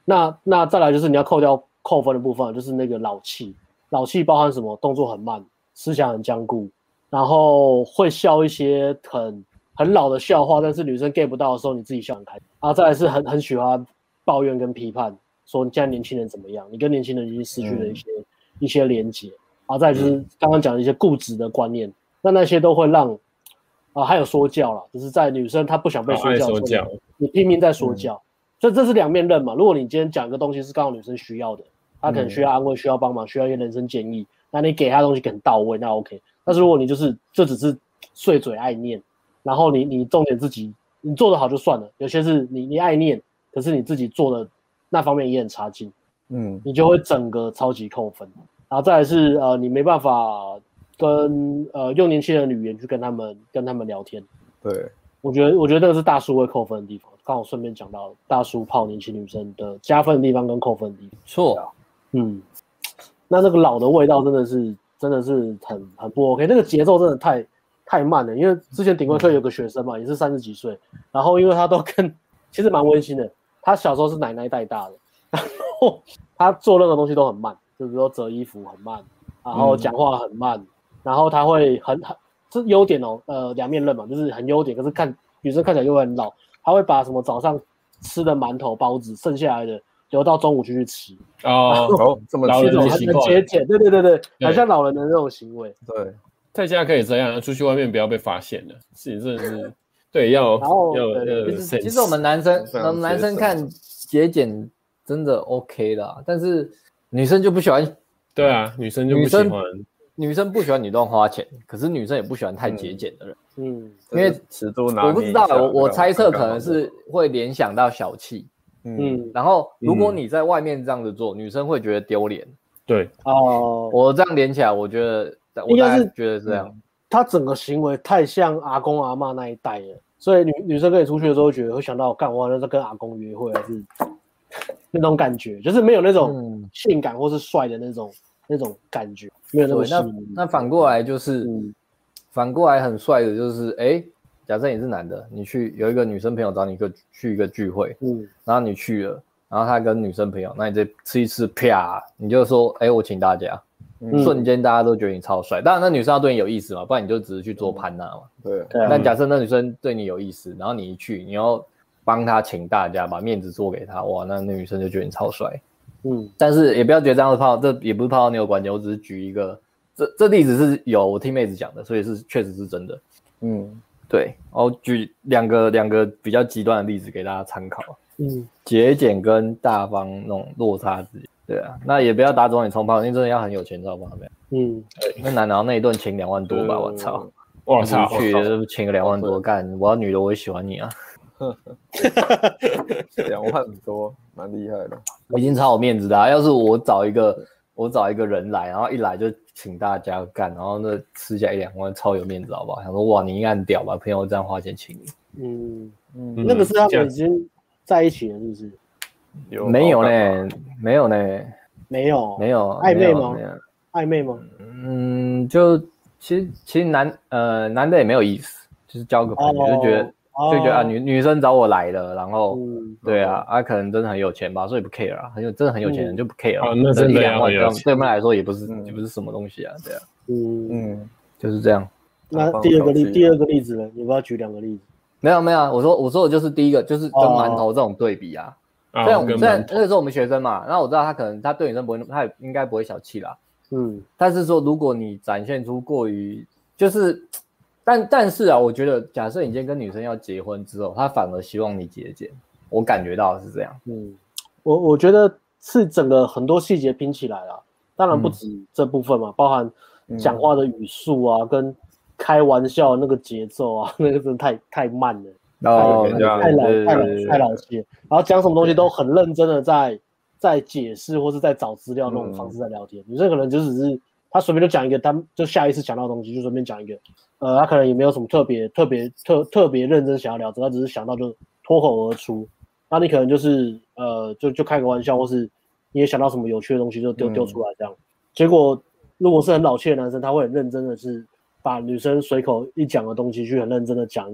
那那再来就是你要扣掉扣分的部分，就是那个老气，老气包含什么？动作很慢，思想很僵固，然后会笑一些很很老的笑话，但是女生 get 不到的时候，你自己笑很开心。啊，再来是很很喜欢抱怨跟批判，说你现在年轻人怎么样？你跟年轻人已经失去了一些、一些连接。啊，再来就是刚刚讲的一些固执的观念，那那些都会让啊，还有说教啦，就是在女生她不想被好说哦爱教的时候，说教，嗯你拼命在说教，所以这是两面刃嘛。如果你今天讲一个东西是刚好女生需要的，她可能需要嗯安慰、需要帮忙、需要一些人生建议，那你给她东西很到位，那 OK。但是如果你就是这只是碎嘴爱念，然后你你重点自己你做的好就算了，有些是你你爱念，可是你自己做的那方面也很差劲，嗯你就会整个超级扣分。然后再来是呃，你没办法跟呃用年轻人的语言去跟他们跟他们聊天。对，我觉得，我觉得那个是大叔会扣分的地方。刚好顺便讲到大叔泡年轻女生的加分的地方跟扣分的地方。错，嗯，那那个老的味道真的是，真的是很很不 OK。那个节奏真的太太慢了。因为之前顶规课有个学生嘛，也是三十几岁，然后因为他都跟， 其实蛮温馨的。他小时候是奶奶带大的， 然后他做任何东西都很慢，就比如说折衣服很慢，然后讲话很慢，然后他会很很这优点哦，呃，两面刃嘛，就是很优点，可是看女生看起来又会很老，他会把什么早上吃的馒头、包子剩下来的留到中午去去吃，哦，哦，这么老激人这种的动很习很惯节俭，对对对对，对很像老人的那种行为。对，在家可以这样，出去外面不要被发现了，自己真的是 对要然后要对要有其实 sense 其实我们男生非常我们男节生省看节俭真的 OK 啦，但是女生就不喜欢，对啊，女生就不女喜生欢，女生不喜欢你乱花钱，可是女生也不喜欢太节俭的人。嗯，因为尺度拿捏一下，我不知道，这我个我猜测可能这个是会联想到小气，嗯嗯然后如果你在外面这样子做，女生会觉得丢脸。对，哦，我这样连起来，我觉得我应该大是概觉得是这样，他整个行为太像阿公阿嬷那一代了，所以女女生跟你出去的时候，觉得会想到，干我好像在跟阿公约会，还是那种感觉，就是没有那种嗯，性感或是帅的那种那种感觉，没有那么对。吸那引力。那反过来就是，嗯反过来很帅的就是，哎，假设你是男的，你去有一个女生朋友找你一个去一个聚会，嗯然后你去了，然后他跟女生朋友，那你再吃一吃，啪，你就说，哎，我请大家，嗯瞬间大家都觉得你超帅。当然，那女生要对你有意思嘛，不然你就只是去嗯做潘娜嘛。对，对啊那假设那女生对你有意思，然后你一去，你要帮她请大家，把面子做给她，哇，那那女生就觉得你超帅。嗯但是也不要觉得这样子泡，这也不是泡到你有关系，我只是举一个，这这例子是有我听妹子讲的，所以是确实是真的。嗯对，我举两个两个比较极端的例子给大家参考，嗯节俭跟大方那种落差之间。对啊，那也不要打肿脸充胖子，因为真的要很有钱，知道吗？嗯，那男的好像那一顿请两万多吧，我操！呃我我操，去请个两万多干，我要女的我也喜欢你啊，两万多，蛮厉害的，我已经超有面子的、啊。要是我找一个我找一个人来，然后一来就请大家干，然后那吃起来一两万，超有面子好不好？想说哇，你应该很屌吧？朋友这样花钱请你，嗯，嗯，那个是他们已经在一起了，是不是？有没有好感吗？嘞，没有嘞，没有，没有暧昧吗？没有没有暧昧吗？嗯，就其实其实男呃男的也没有意思，就是交个朋友、就觉得就觉得啊哦女女生找我来了，然后、嗯对啊啊可能真的很有钱吧，所以不 care 啊，很有真的很有钱人就不 care 啊、哦那真的一两万要对有我钱们对我们来说也不是、嗯也不是什么东西啊，对啊，嗯，嗯，就是这样。那第二个例第二个例子呢？你要不要举两个例子？没有没有啊，我说我说的就是第一个就是跟哦馒头这种对比啊，啊，虽然我我跟虽然馒头那个时候我们学生嘛，那我知道他可能他对女生不会那么，他也应该不会小气啦，嗯但是说，如果你展现出过于就是，但但是啊，我觉得，假设你今天跟女生要结婚之后，她反而希望你节俭，我感觉到是这样。嗯，我我觉得是整个很多细节拼起来了，当然不嗯止这部分嘛，包含嗯讲话的语速啊，跟开玩笑那个节奏啊， 那个真的太太慢了。哦对对啊太老对太老对对太老气了，然后讲什么东西都很认真的在在解释或是在找资料那种方式在聊天。女生可能就只是她随便就讲一个，他们就下一次想到的东西就随便讲一个，呃，她可能也没有什么特别特别特特别认真想要聊，她只是想到就脱口而出。那你可能就是呃，就就开个玩笑，或是你也想到什么有趣的东西就丢嗯丢出来这样。结果如果是很老气的男生，他会很认真的是把女生随口一讲的东西去很认真的讲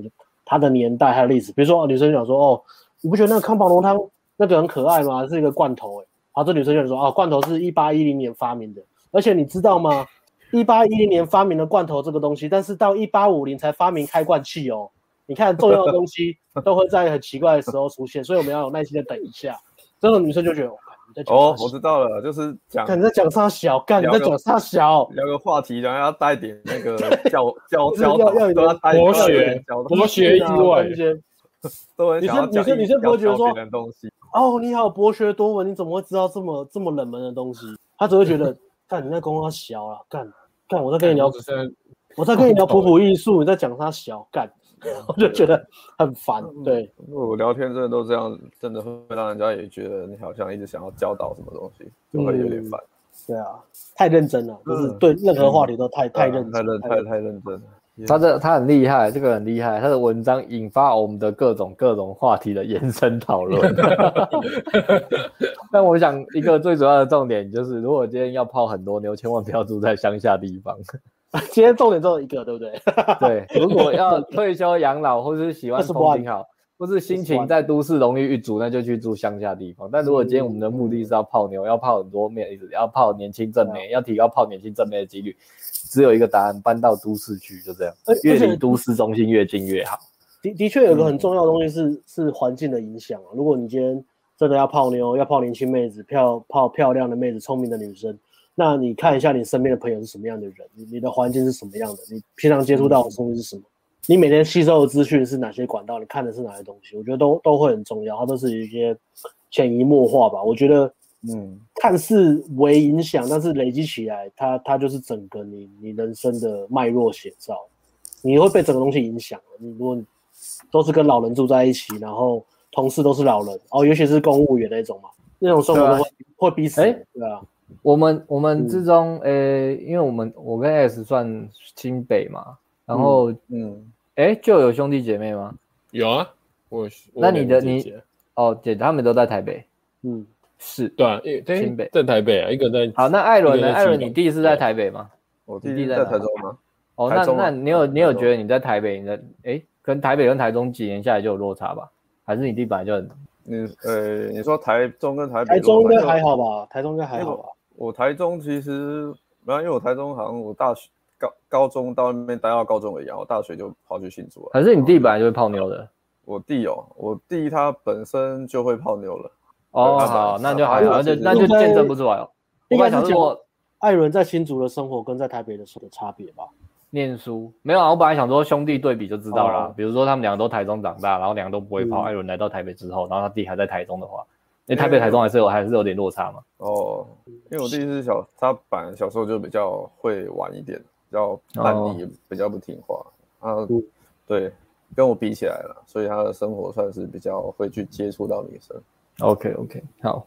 他的年代还有历史。比如说、哦女生想说哦，你不觉得那个康宝浓汤那个很可爱吗？是一个罐头哎、然后这女生就说啊，罐头是一八一零年发明的，而且你知道吗？一八一零年发明了罐头这个东西，但是到一八五零才发明开罐器哦。你看重要的东西都会在很奇怪的时候出现，所以我们要有耐心的等一下。这种女生就觉得，哇你在讲哦，啥我知道了，就是讲干你在讲啥小，干你在讲啥小，聊个话题，然后要带点那 个教教就是教要要有导，都要带博都要有学点教导博学意外对啊对啊都很想要女生讲一女生不会觉得说要教别人东西，哦，你好博学多闻，你怎么会知道这么这么冷门的东西？他只会觉得，干你在公他小了，干干我在跟你聊我，只是我在跟你聊普普艺 术，你在讲他小，干，嗯我就觉得很烦。对，我聊天真的都这样，真的会让人家也觉得你好像一直想要教导什么东西，就会有点烦。对啊，太认真了，就是嗯对任何话题都太太认真，太认太太太认真了。他这他很厉害，这个很厉害，他的文章引发我们的各种各种话题的延伸讨论。 但我想一个最主要的重点就是，如果今天要泡很多妞，千万不要住在乡下地方。 今天重点只有一个，对不 对？对，如果要退休养老，或是喜欢20风景好，或是心情在都市容易遇阻，那就去住乡下地方。但如果今天我们的目的是要泡妞，要泡很多妹子，要泡年轻正啊妹，要提高泡年轻正妹的几率，只有一个答案，搬到都市去，就这样而，越而且离都市中心越近越好。的的确有个很重要的东西是、是环境的影响、啊。如果你今天真的要泡妞，要泡年轻妹子，泡泡漂亮的妹子、聪明的女生，那你看一下你身边的朋友是什么样的人，你你的环境是什么样的，你平常接触到的东西是什么，你每天吸收的资讯是哪些管道，你看的是哪些东西，我觉得都都会很重要，它都是一些潜移默化吧。我觉得嗯，看似为影响，但是累积起来，它它就是整个你你人生的脉络写照。你会被整个东西影响。啊你如果你都是跟老人住在一起，然后同事都是老人，哦，尤其是公务员那种嘛，那种生活都会、会逼死人。哎对啊，我们我们嗯之中，呃、因为我们我跟 S 算新北嘛，然后嗯，哎、就有兄弟姐妹吗？有啊，我我那你的两个姐你姐哦，姐，他们都在台北，嗯，是。对啊，一对新北在台北啊，一个在好，那艾伦一个呢？在艾伦，基隆你弟是在对台北吗？我你弟弟弟在在哪台中吗？哦，台那中啊那你有你有台中觉得你在台北，你在诶，跟台北跟台中几年下来就有落差吧？还是你地板就很你呃，你说台中跟台北，台中应该我还好吧？台中应该还好吧？我台中其实，没有，因为我台中好像我大学高高中到那边待到高中而已啊，我大学就跑去新竹了。还是你地板就会泡妞的？我弟哦，我弟他本身就会泡妞了，哦，对他好，本那他就好，本那就身那就就是见证不出来哦。我应本该来是想讲说艾伦在新竹的生活跟在台北的生活的差别吧？念书没有啊，我本来想说兄弟对比就知道啦哦。比如说他们两个都台中长大，然后两个都不会泡，嗯艾伦来到台北之后，然后他弟还在台中的话，因为台北台中还是有还是有点落差嘛。哦，因为我弟是小，他本来小时候就比较会玩一点，比较叛逆，比较不听话啊嗯，对，跟我比起来了，所以他的生活算是比较会去接触到女生。 OK OK，好，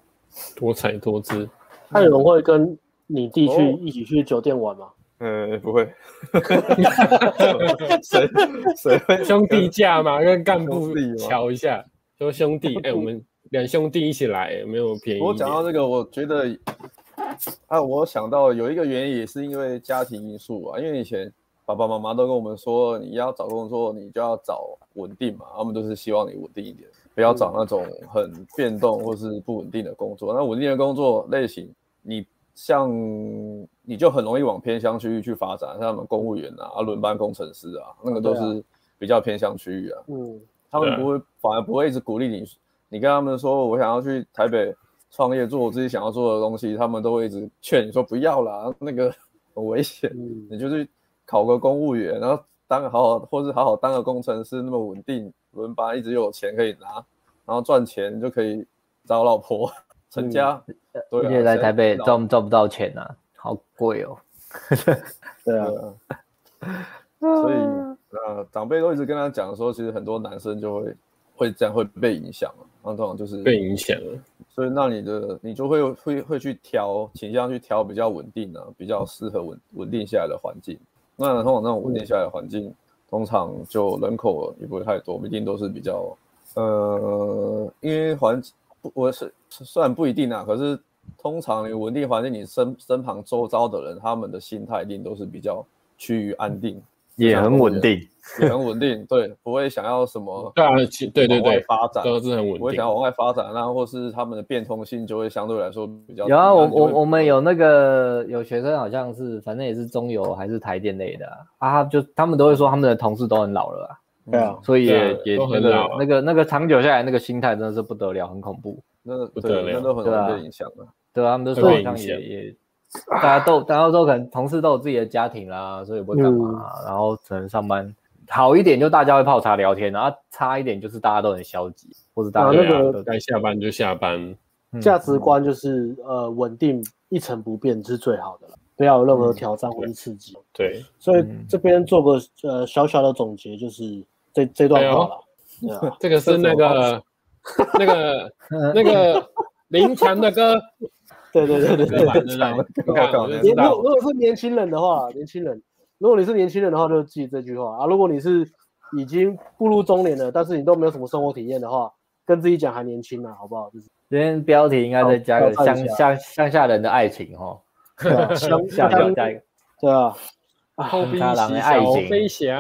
多彩多姿。艾伦会跟你弟去哦一起去酒店玩吗？呃，不会， 谁 谁会兄弟架嘛，跟干部兄弟嘛瞧一下，说兄 弟，哎、我们两兄弟一起来，有没有便宜一点。我讲到这个，我觉得啊，我想到有一个原因也是因为家庭因素啊，因为以前爸爸妈妈都跟我们说，你要找工作，你就要找稳定嘛，他们都是希望你稳定一点，不要找那种很变动或是不稳定的工作。那稳定的工作类型，你像你就很容易往偏乡区域去发展，像他们公务员啊、啊轮班工程师啊，那个都对啊是比较偏乡区域啊。嗯，他对们啊不会，反而不会一直鼓励你。你跟他们说我想要去台北创业，做我自己想要做的东西，他们都会一直劝你说不要啦，那个很危险，嗯你就去考个公务员，然后当个好好，或是好好当个工程师，那么稳定，轮班一直有钱可以拿，然后赚钱你就可以找老婆成家。对、啊，而且嗯来谁台北知道赚赚不到钱啊，好贵哦。对啊，对啊， 所以呃，长辈都一直跟他讲说，其实很多男生就会会这样会被影响嘛，那通常就是被影响了，所以那你的你就会会会去挑倾向去挑比较稳定的、比较适合稳稳定下来的环境。那通常那种嗯稳定下来的环境，通常就人口也不会太多，一定都是比较呃，因为环不我是虽然不一定啊，可是通常你稳定环境，你身身旁周遭的人，他们的心态一定都是比较趋于安定，也很稳定，也很稳定，对，不会想要什么对啊，其 对对往外对，发展，都是很我稳也定想要。往外发展啊，或是他们的变通性就会相对来说比较低。有啊，我我我我们有那个有学生好像是，反正也是中游还是台电类的啊，啊就他们都会说他们的同事都很老了啊，对嗯啊，所以也、对啊也都那很个、老啊那个那个长久下来那个心态真的是不得了，很恐怖。那不对得了那都很对啊容易被影响的。对啊，他们都说会好被像影响也也，大家都大家都可能同事都有自己的家庭啦，所以也不会干嘛嗯啊、然后只能上班。好一点就大家会泡茶聊天，然后差一点就是大家都很消极，或者大家啊那对个啊，该下班就下班，嗯价值观就是呃稳定一成不变是最好的了，不要有任何挑战或是刺激。对，所以嗯这边做个呃小小的总结，就是这这段话了。对啊，这个是那个 那个那个林强的歌，对对对对对对。吧？对不对？你看我就如果知如道，果是年轻人的话， 年轻人，如果你是年轻人的话，就记这句话啊。如果你是已经步入中年了，但是你都没有什么生活体验的话，跟自己讲还年轻啊呢，好不好？就是今天标题应该再加个好乡看一下乡乡下人的爱情哦，对 啊乡下乡人加一个对啊，后壁大郎喜的爱小情飞侠，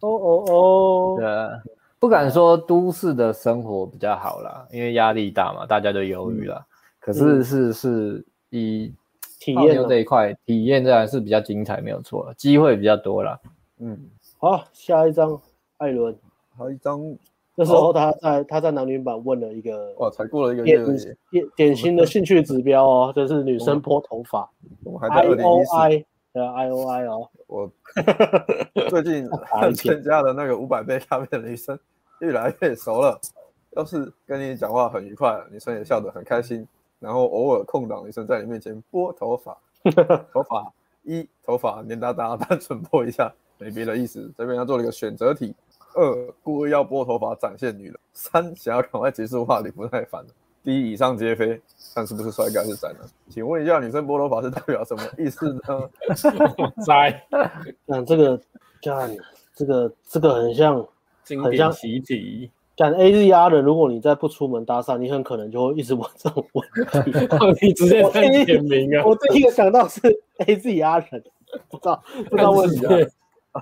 哦哦哦，呃，不敢说都市的生活比较好啦，因为压力大嘛，大家都忧郁啦。可是嗯是是以体泡验妞啊这一块，体验这还是比较精彩，没有错啦，机会比较多啦。嗯，好，下一张艾伦。还有一张那时候他在他在男女版问了一个哇，才过了一个月典而已，典典型的兴趣指标哦，就是女生拨头发我们还在，I 二零 O 一四。 I 的 I O I 哦，我最近打一片参加的那个五百杯咖啡的女生越来越熟了，要是跟你讲话很愉快，女生也笑得很开心，然后偶尔空档，女生在你面前拨头发，头发一头发黏哒哒，单纯拨一下，没别的意思。这边要做了一个选择题：二故意要拨头发展现女人；三想要赶快结束话题，不耐烦了。第一，以上皆非，但是不是帅哥还是宅男？请问一下，女生拨头发是代表什么意思呢？ 我在嗯，这个干这个这个很像经很典像习题，干 A Z R 的，如果你再不出门搭讪，你很可能就会一直往这种问题。 哦，你直接在点名啊，我第一个想到是 A Z R 人，不知道不知道为什么，么？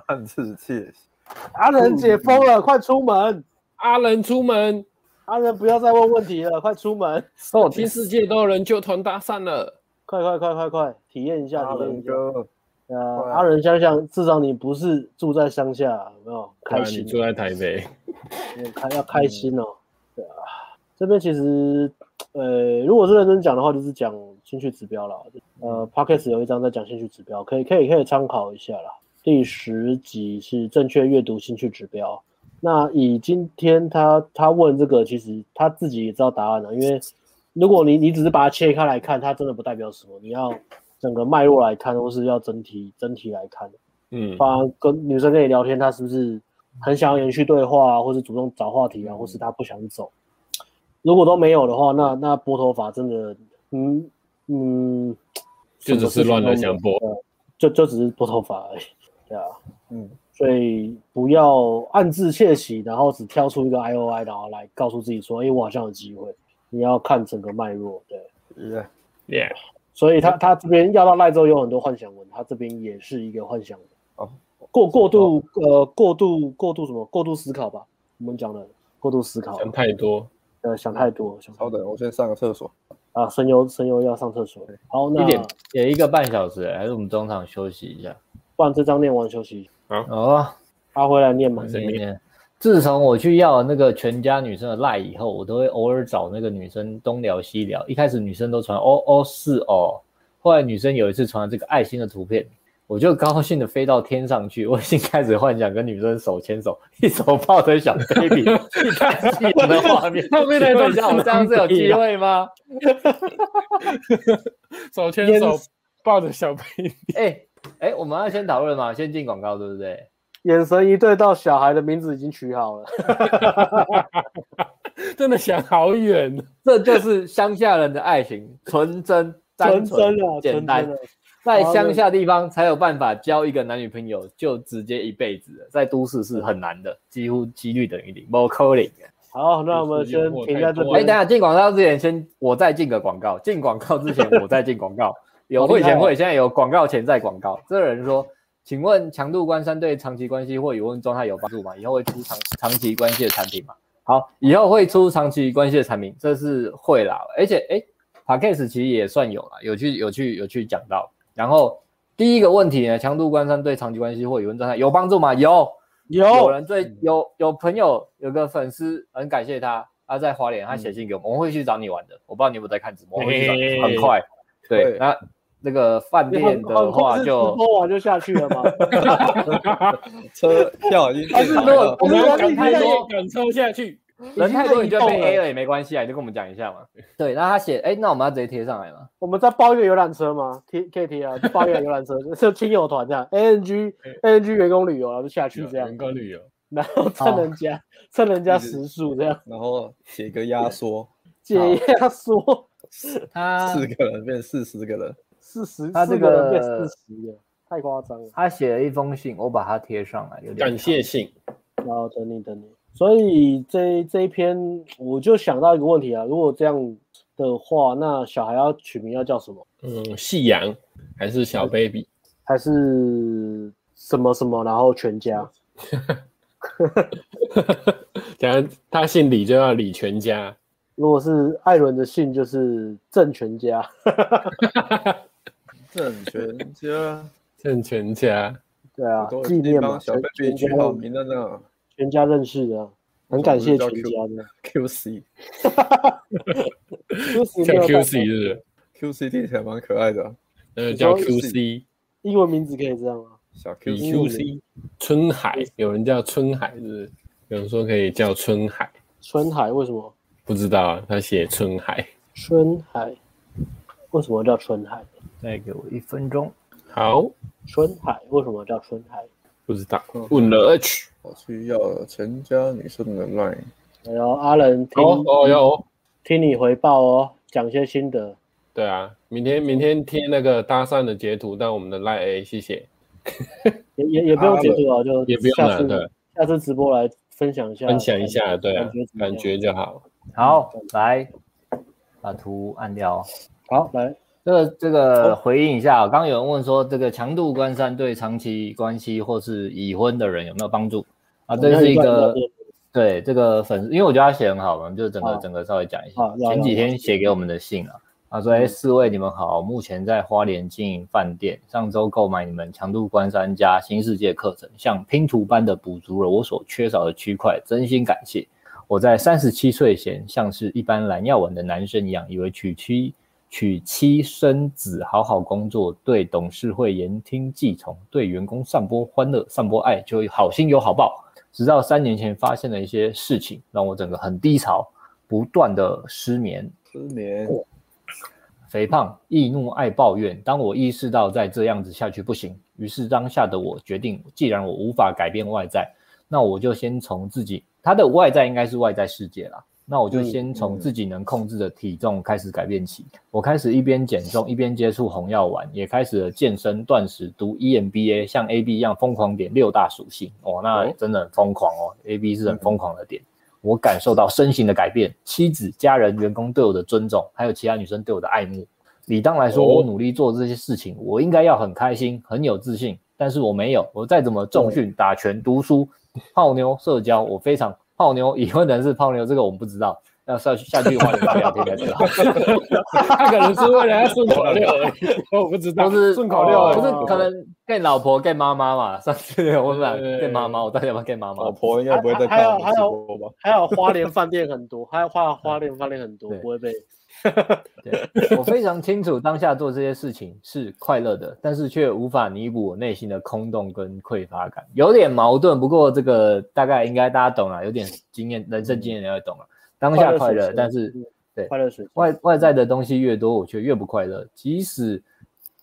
暗自窃喜。阿仁解封了，快出门，阿仁出门，阿仁不要再问问题了，快出门，哦，全世界都有人就团搭讪了，快快快快快快，体验一下，大体验人一下。啊哥，呃，对啊阿仁想想，至少你不是住在乡下，有没有啊不然开你心？啊住在台北，你开要开心哦。对啊，这边其实，呃，如果是认真讲的话，就是讲兴趣指标啦。呃 p o c k e t 有一章在讲兴趣指标，可以可以可以参考一下啦。第十集是正确阅读兴趣指标。那以今天他他问这个，其实他自己也知道答案了，因为如果你你只是把它切开来看，它真的不代表什么。你要整个脉络来看，或是要整体整体来看。嗯，包括跟女生跟你聊天，她是不是很想要延续对话、啊，或是主动找话题啊，或是她不想走？如果都没有的话，那那拨头发真的，嗯嗯，就只是乱什么了事情想拨都没有，就就只是拨头发而已，对啊，嗯，所以不要暗自窃喜，然后只挑出一个 I O I，然后来告诉自己说，哎、我好像有机会。你要看整个脉络，对，耶， ，Yeah，所以他他这边要到赖州有很多幻想文，他这边也是一个幻想文。哦，过过度呃过度过度什么过度思考吧，我们讲的过度思考，想太多，呃想太多，想太稍多等，我先上个厕所。啊，神游神游要上厕所。好，那一点也一个半小时、还是我们中场休息一下？不然这张念完休息，哦，阿辉来念嘛。是念念自从我去要那个全家女生的赖以后，我都会偶尔找那个女生东聊西聊。一开始女生都传哦哦是哦，后来女生有一次传了这个爱心的图片，我就高兴的飞到天上去。 我已经开始幻想跟女生手牵手，一手抱着小 baby，一看夕阳的画面。后面那段请问一下，我这样是有机会吗？手牵手抱着小 baby，哎哎、我们要先讨论嘛，先进广告，对 不对？眼神一对到，小孩的名字已经取好了。真的想好远，这就是乡下人的爱情，纯真、单纯纯真啊，、简纯真单。啊，在乡下地方才有办法交一个男女朋友，就直接一辈子了在都市是很难的，几乎几率等于零，不可能。好，那我们先停在这幽默哎、太边。等一下进广告之前先，我再进个广告。进广告之前，我再进广告。有会前会，现在有广告前在广告。这个人说，请问强度关山对长期关系或疑问状态有帮助吗？以后会出长长期关系的产品吗？好，以后会出长期关系的产品，这是会啦。而且，哎、p a c k a g e 其实也算有啦，有去有去有去讲到。然后第一个问题呢，强度关山对长期关系或疑问状态有帮助吗？有，有有人最有有朋友有个粉丝很感谢他，他在花莲，他写信给我们，我们会去找你玩的。我不知道你有没有在看直播，我会去找你玩，嘿很快。对对，那那个饭店的话就播完就下去了吗？车票 已经还是订好如果了我我们们要要赶赶太太多多，赶超下去，人太多，你就已经在被移动了 A 了也没关系啊，你就跟我们讲一下嘛。对，那他写，哎，那我们要直接贴上来嘛？我们再包一个游览车吗？贴可以贴啊，包一个游览车，是亲友团这样，ANG ANG 员工旅游，然啊后就下去这样员，工旅游，然后蹭哦人家蹭人家时速这样，然后写一个压缩，解压缩啊他四个人变四十个人，四十，他这四个人变四十了，太夸张了。他写了一封信，我把它贴上来，有点感谢信，然后等你等你。所以这这一篇我就想到一个问题啊，如果这样的话，那小孩要取名要叫什么？嗯，夕阳还是嗯小 baby，还是什么什么？然后全家嗯讲他姓李就要李全家，如果是艾伦的姓就是郑全 家，郑全家郑全家，对啊 都，已纪经念嘛，帮小全 baby 取全好家名了呢。全家认识的啊、很感谢全家的。 QC QC 叫没有带 QC 是不是？ QC 听起来蛮可爱的啊，呃，叫你说 QC，英文名字可以这样吗？小 QC 李英文 QC，春海，有人叫春海是不是？有人说可以叫春海，春海为什么？不知道啊他写春海。春海为什么叫春海？再给我一分钟。好，春海为什么叫春海？不知道哦嗯，问了 H。我去要了全家女生的 line，然后阿仁听哦哦哟，哦听你回报哦，讲些心得。对啊，明天明天贴那个搭讪的截图到我们的赖 A，谢谢，也也也不用截图啊，就也不用下了，次对，下次直播来分享一下，分享一下，对啊感觉，怎么样感觉就好。好，来把图按掉哦。好来，这个这个回应一下、哦，刚刚有人问说，这个强度关山对长期关系或是已婚的人有没有帮助啊？这是一个对这个粉丝，因为我觉得他写得很好嘛，我们就整个好整个稍微讲一下好。哦要前几要天写给我们的信啊，他嗯说：“哎，四位你们好，目前在花莲经营饭店，上周购买你们强度关山加新世界课程，像拼图般的补足了我所缺少的区块，真心感谢。我在三十七岁前，像是一般蓝药丸的男生一样，以为娶妻娶妻生子，好好工作，对董事会言听计从，对员工散播欢乐、散播爱，就好心有好报。直到三年前发现了一些事情，让我整个很低潮，不断的失眠，失眠，肥胖、易怒、爱抱怨。当我意识到再这样子下去不行，于是当下的我决定，既然我无法改变外在，那我就先从自己。他的外在应该是外在世界啦，那我就先从自己能控制的体重开始改变起。我开始一边减重，一边接触红药丸，也开始了健身、断食、读 E EMBA，像 AB 一样疯狂点六大属性。哦，那真的很疯狂哦，AB 是很疯狂的点。我感受到身形的改变，妻子、家人、员工对我的尊重，还有其他女生对我的爱慕。理当来说，哦我努力做这些事情，我应该要很开心、很有自信，但是我没有。我再怎么重训、打拳、读书、泡妞、社交，我非常泡妞，已婚人士泡妞这个我们不知道，要下去下去换人聊天才知道。 他可能是为了要顺口溜而已，我不知道，都是顺口溜而哦已，不是可能 gay 老婆 gay 妈妈嘛？上次我们俩对哦 gay 妈妈，我到底要不要 gay 妈妈老？婆应该不会再还看有我们直播吧？ 还有花莲饭店很多，还有花花莲饭店很多嗯对，不会被对我非常清楚当下做这些事情是快乐的，但是却无法弥补我内心的空洞跟匮乏感，有点矛盾。不过这个大概应该大家懂了，有点经验，人生经验也会懂了。当下快乐，但嗯是对嗯快乐水外外在的东西越多，我却越不快乐。即使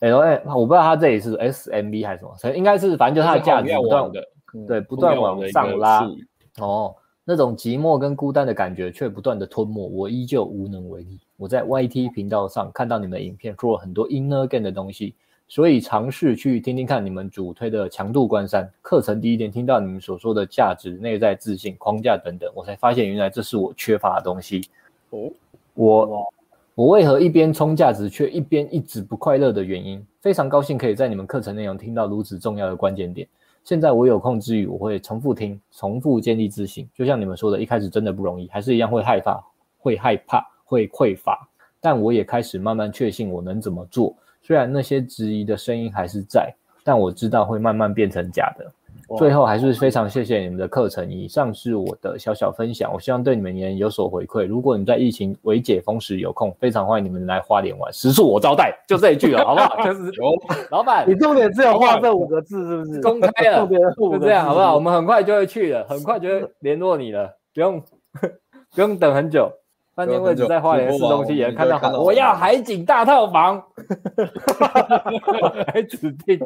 L A，我不知道他这里是 S M B 还是什么，可能应该是反正就它的价值不断网的，对不断往上拉红药丸的一个术语。哦，那种寂寞跟孤单的感觉却不断的吞没，我依旧无能为力。我在 YT 频道上看到你们的影片，说了很多 inner game 的东西，所以尝试去听听看你们主推的强度关山课程。第一天听到你们所说的价值、内在自信、框架等等，我才发现原来这是我缺乏的东西。哦，哇我我为何一边冲价值却一边一直不快乐的原因，非常高兴可以在你们课程内容听到如此重要的关键点。现在我有空之余，我会重复听，重复建立自信。就像你们说的，一开始真的不容易，还是一样会害怕，会害怕，会匮乏。但我也开始慢慢确信我能怎么做。虽然那些质疑的声音还是在，但我知道会慢慢变成假的。哇最后还是非常谢谢你们的课程。以上是我的小小分享，我希望对你们也有所回馈。如果你在疫情未解封时有空，非常欢迎你们来花莲玩，食宿我招待，就这一句了，好不 好？就是有老板你重点只有画这五个字是不是？公开了重，点是五就个字这样好不好？我？们很快就会去了，很快就会联络你了，不用不用等很久。饭店位置在花莲市中心，也能看到不用很久主播网我们就会看到我要海景大套房，来指定。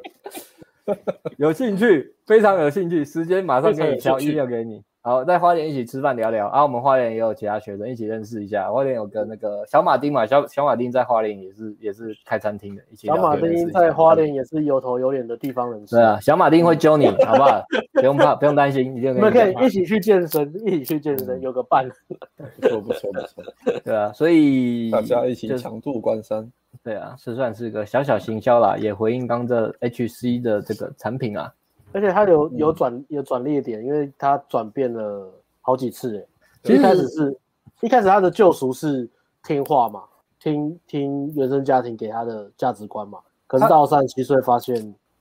有兴趣，非常有兴趣，时间马上给你非常有敲，兴趣一定给你。好，在花莲一起吃饭聊聊啊，我们花莲也有其他学生一起认识一下。花莲有个那个小马丁嘛，小小马丁在花莲也是也是开餐厅的，一起聊小天马认识丁一下在花莲也是有头有脸的地方人士对，啊，小马嗯丁会揪你，好不好？不用怕，不 用担心，一定你会们可跟你以讲。嗯一起去健身，一起去健身，有个伴。不错不错不错， 对啊，所以大家一起就是强度关山。对啊，这算是个小小行销啦，也回应刚这 HC 的这个产品啊。而且他有有转有转捩点，因为他转变了好几次哎。其一开始实是一开始他的救赎是听话嘛，听听原生家庭给他的价值观嘛。可是到三十七岁发现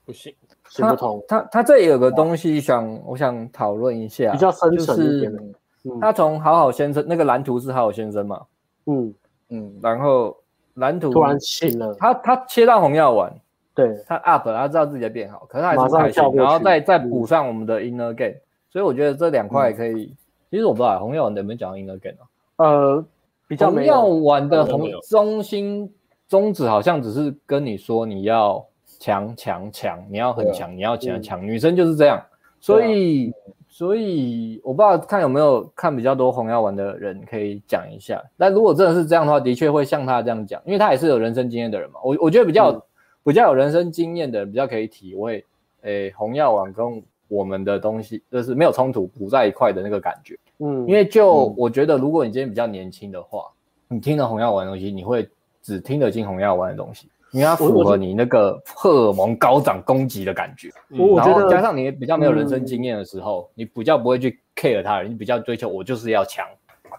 不行，行不通，他他这里有个东西想我想讨论一下，比较深啊就沉一点的是。他嗯从好好先生那个蓝图是好好先生嘛，嗯，嗯，然后蓝图突然醒了，他他切到红药丸，对，他 up，了，他知道自己在变好，可是他还是不马上开跳心，过去然后再再补上我们的 inner game，所以我觉得这两嗯块可以。其实我不知道红药丸有没有讲到 inner game 啊？呃，比较红没药有丸的没红有中心宗旨好像只是跟你说你要强强强，你要很强，你要嗯强啊强，女生就是这样。所以所以我不知道看有没有看比较多红药丸的人可以讲一下。但如果真的是这样的话，的确会像他这样讲，因为他也是有人生经验的人嘛。我我觉得比较、嗯比较有人生经验的人，比较可以体会，诶、红药丸跟我们的东西就是没有冲突，不在一块的那个感觉。嗯，因为就嗯我觉得，如果你今天比较年轻的话，你听了红药丸的东西，你会只听得进红药丸的东西，因为它我符我合你那个荷尔蒙高涨攻击的感觉。我我然觉后加得嗯上你比较没有人生经验的时候，你比较不会去 care 他人，你比较追求我就是要强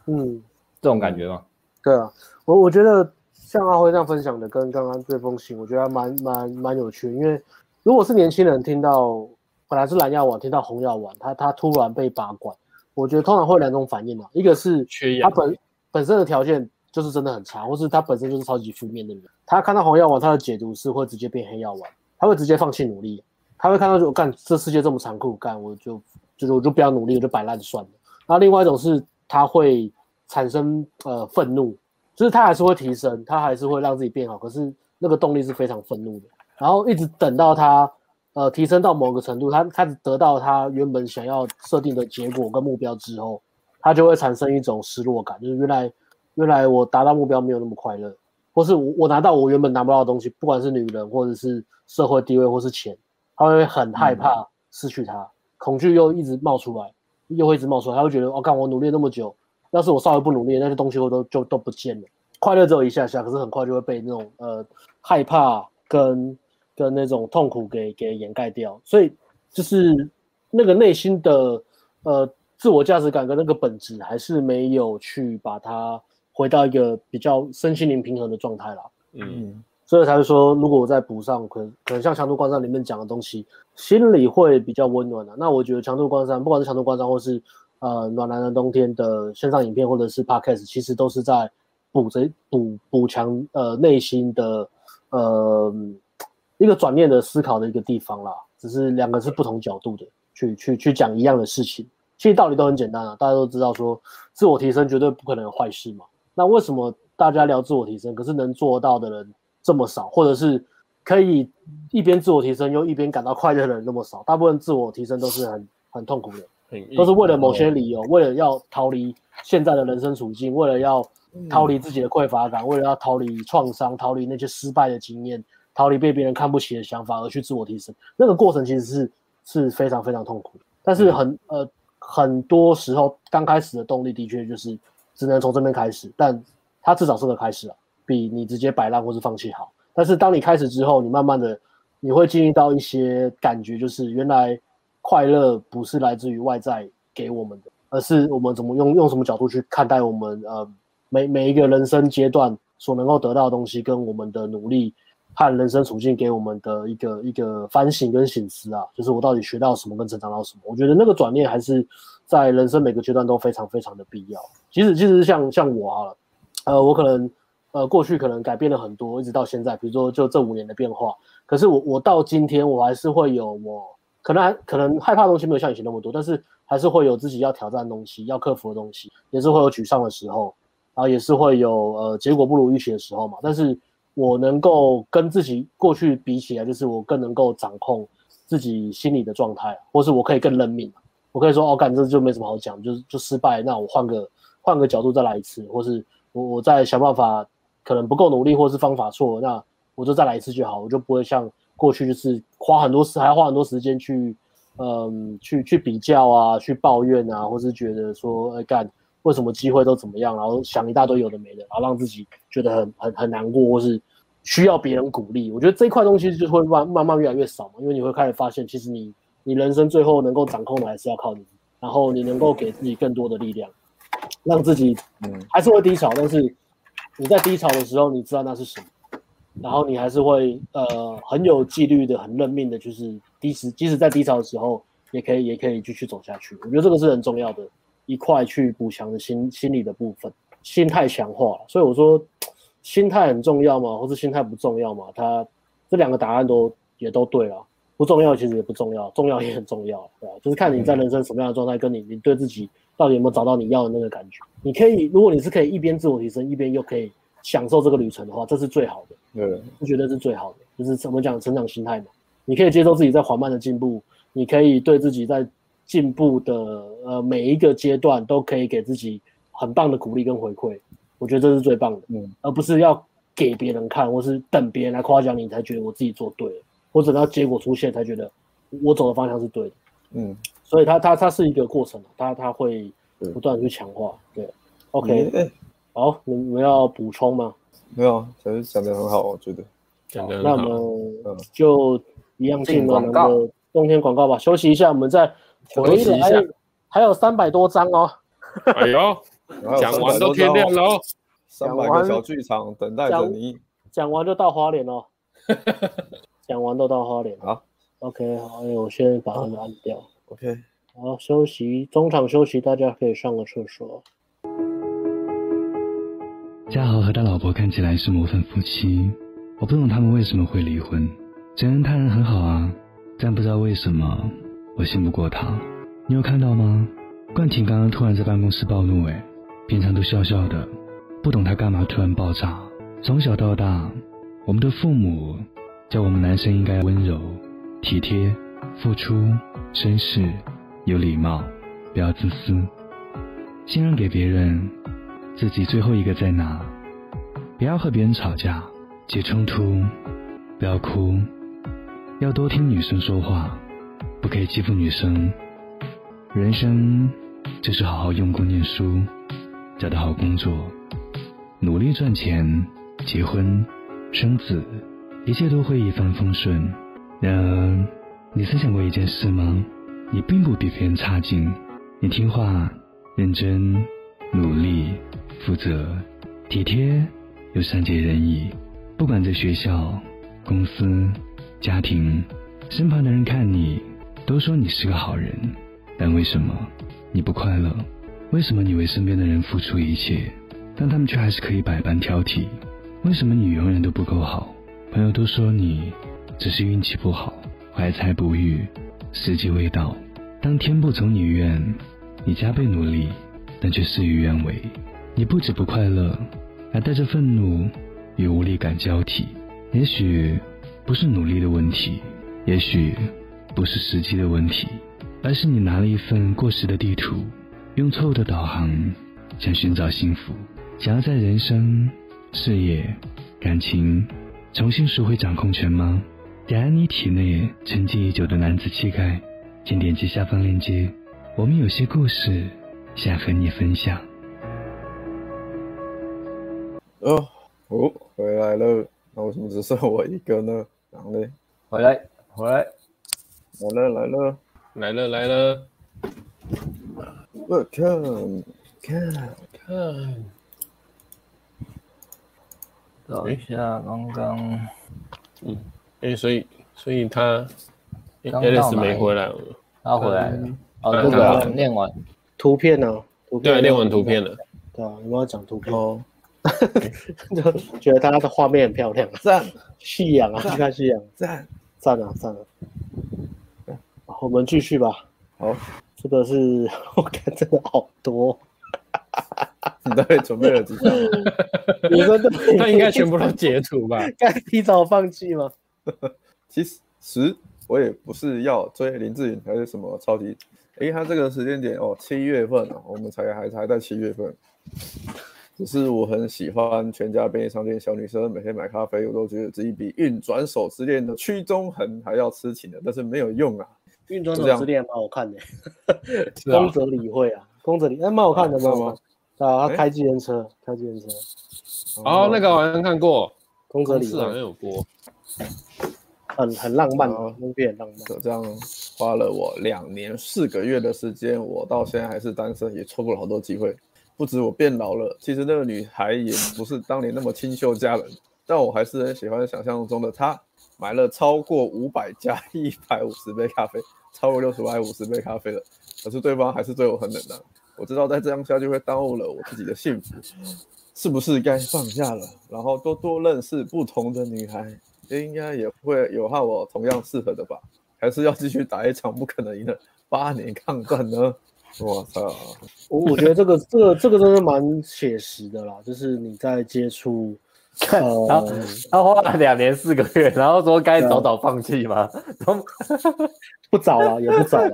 嗯。这种感觉吗？对啊，我我觉得像阿辉这样分享的，跟刚刚这封信，我觉得还蛮蛮蛮有趣的。因为如果是年轻人听到本来是蓝药丸，听到红药丸，他他突然被拔管，我觉得通常会有两种反应啊，一个是缺他氧，本本身的条件就是真的很差，或是他本身就是超级负面的人，他看到红药丸，他的解读是会直接变黑药丸，他会直接放弃努力，他会看到就干这世界这么残酷，干我就就是我就不要努力，我就摆烂算了。那另外一种是他会产生呃愤怒，就是他还是会提升，他还是会让自己变好，可是那个动力是非常愤怒的，然后一直等到他呃提升到某个程度，他他只得到他原本想要设定的结果跟目标之后，他就会产生一种失落感，就是原来原来我达到目标没有那么快乐，或是我我拿到我原本拿不到的东西，不管是女人或者是社会地位或是钱，他会很害怕失去它，恐惧又一直冒出来，又会一直冒出来，他会觉得哦，看我努力了那么久，要是我稍微不努力，那些东西我都就都不见了。快乐只有一下下，可是很快就会被那种呃害怕跟跟那种痛苦给给掩盖掉，所以就是那个内心的呃自我价值感跟那个本质还是没有去把它回到一个比较身心灵平衡的状态啦。嗯，所以才会说，如果我再补上，可能可能像强度关山里面讲的东西，心里会比较温暖的、啊那我觉得强度关山，不管是强度关山，或是呃暖男的冬天的线上影片，或者是 podcast，其实都是在补着补补强呃内心的呃一个转念的思考的一个地方啦。只是两个是不同角度的去去去讲一样的事情，其实道理都很简单啊，大家都知道说自我提升绝对不可能有坏事嘛。那为什么大家聊自我提升，可是能做到的人这么少，或者是可以一边自我提升又一边感到快乐的人那么少？大部分自我提升都是很很痛苦的，很硬都是为了某些理由，为了要逃离现在的人生处境，为了要逃离自己的匮乏感，为了要逃离创伤，逃离那些失败的经验，逃离被别人看不起的想法而去自我提升。那个过程其实是是非常非常痛苦的，但是很、呃很多时候刚开始的动力的确就是只能从这边开始，但它至少是个开始啊，比你直接摆烂或是放弃好。但是当你开始之后，你慢慢的你会经历到一些感觉，就是原来快乐不是来自于外在给我们的，而是我们怎么用用什么角度去看待我们呃每每一个人生阶段所能够得到的东西，跟我们的努力和人生处境给我们的一个一个反省跟醒思啊，就是我到底学到什么跟成长到什么。我觉得那个转念还是在人生每个阶段都非常非常的必要。即使即使是像像我好了，呃，我可能呃过去可能改变了很多，一直到现在，比如说就这五年的变化，可是我我到今天我还是会有我可能还可能害怕的东西没有像以前那么多，但是还是会有自己要挑战的东西，要克服的东西，也是会有沮丧的时候，然后也是会有呃结果不如预期的时候嘛。但是我能够跟自己过去比起来，就是我更能够掌控自己心理的状态，或是我可以更认命。我可以说，哦，干这就没什么好讲，就是就失败，那我换个换个角度再来一次，或是我我再想办法，可能不够努力，或是方法错，那我就再来一次就好，我就不会像过去就是花很多时，还要花很多时间去，嗯，去去比较啊，去抱怨啊，或是觉得说，哎干，为什么机会都怎么样，然后想一大堆有的没的，然后让自己觉得很很很难过，或是需要别人鼓励。我觉得这一块东西就会慢慢慢越来越少嘛，因为你会开始发现，其实你你人生最后能够掌控的还是要靠你，然后你能够给自己更多的力量，让自己嗯还是会低潮，但是你在低潮的时候，你知道那是什么。然后你还是会呃很有纪律的、很认命的，就是低时即使在低潮的时候，也可以也可以继续走下去。我觉得这个是很重要的一块去补强的心心理的部分，心态强化。所以我说心态很重要嘛，或是心态不重要嘛？它这两个答案都也都对了，不重要其实也不重要，重要也很重要，对吧、就是看你在人生什么样的状态，跟你你对自己到底有没有找到你要的那个感觉。你可以，如果你是可以一边自我提升，一边又可以享受这个旅程的话，这是最好的。对，我觉得是最好的，就是怎么讲成长心态嘛。你可以接受自己在缓慢的进步，你可以对自己在进步的呃每一个阶段都可以给自己很棒的鼓励跟回馈，我觉得这是最棒的，嗯，而不是要给别人看，或是等别人来夸奖你才觉得我自己做对了，或者到结果出现才觉得我走的方向是对的。嗯所以它它它是一个过程，它它会嗯不断地去强化。对你，OK，哎，好，你你们要补充吗？没有，啊小实讲的很好，我觉得。讲的那很好，我嗯们就一样进我们进广告的冬天广告吧，休息一下，我们再回休息一来下，还有三百多张哦，哎 呦，讲完都天亮了哦，三百个小剧场等待着你。讲完就到花莲哦， 讲完都到花莲。好，OK，好，哎我先把它们按掉。 OK，好，休息，中场休息，大家可以上个厕所。嘉豪和他老婆看起来是模范夫妻，我不懂他们为什么会离婚。前任他人很好啊，但不知道为什么我信不过他。你有看到吗？冠廷刚刚突然在办公室暴怒，诶，平常都笑笑的，不懂他干嘛突然爆炸。从小到大，我们的父母教我们男生应该温柔、体贴、付出、绅士、有礼貌，不要自私。信任给别人，自己最后一个在哪？不要和别人吵架、起冲突，不要哭，要多听女生说话，不可以欺负女生。人生就是好好用功念书，找到好工作，努力赚钱，结婚，生子，一切都会一帆风顺。然而，你曾想过一件事吗？你并不比别人差劲，你听话。认真、努力、负责、体贴又善解人意，不管在学校、公司、家庭，身旁的人看你都说你是个好人，但为什么你不快乐？为什么你为身边的人付出一切，但他们却还是可以百般挑剔？为什么你永远都不够好？朋友都说你只是运气不好，怀才不遇，时机未到。当天不从你愿，你加倍努力，但却事与愿违。你不止不快乐，还带着愤怒与无力感交替。也许不是努力的问题，也许不是时机的问题，而是你拿了一份过时的地图，用错误的导航想寻找幸福，想要在人生、事业、感情重新赎回掌控权吗？点燃你体内沉寂已久的男子气概，请点击下方链接。我们有些故事想和你分享。哦，哦，回来了，那为什么只剩我一个呢？然后嘞，回来，回来，来了来了来了来了，我看看，看找一下刚刚哎、所以所以他诶刚到哪 Alice 没回来哦，他回来了，嗯哦，这对个啊练完，图片呢？图片啊对，练完图片了，对啊，有没有讲图片？哦，就觉得它的画面很漂亮啊， 赞夕阳啊，去看夕阳，赞， 赞啊赞啊！啊好我们继续吧。好，这个是我看真的好多，你到底准备了几张？你说的 他应该全部都截图 吧？该 提早放弃吗？其实我也不是要追林志颖还是什么超级，因为他这个时间点哦，七月份哦，我们才还还在七月份。只是我很喜欢全家便利商店小女生每天买咖啡，我都觉得自己比运转手之恋的屈中恒还要痴情的，但是没有用啊。运转手就这样之恋蛮好看的，是啊宫，泽理惠啊，宫泽理哎蛮好看的，是吗蛮好看的。啊，他哎开计程车，开计程车，哦，那个我好像看过，宫泽公理司好啊像惠有播，很很浪漫啊哦，那片很浪漫。就这样花了我两年四个月的时间，我到现在还是单身，也错过了好多机会。不止我变老了，其实那个女孩也不是当年那么清秀佳人，但我还是很喜欢想象中的她。买了超过五百加一百五十杯咖啡，超过六十杯五十杯咖啡了，可是对方还是对我很冷淡。我知道再这样下去会耽误了我自己的幸福，是不是该放下了？然后多多认识不同的女孩，应该也会有和我同样适合的吧。还是要继续打一场不可能赢的八年抗战呢？我操！我我觉得这个这个这个真的蛮写实的啦，就是你在接 触，他呃，他花了两年四个月，然后说该早早放弃 吗？从不早啊，也不早啊，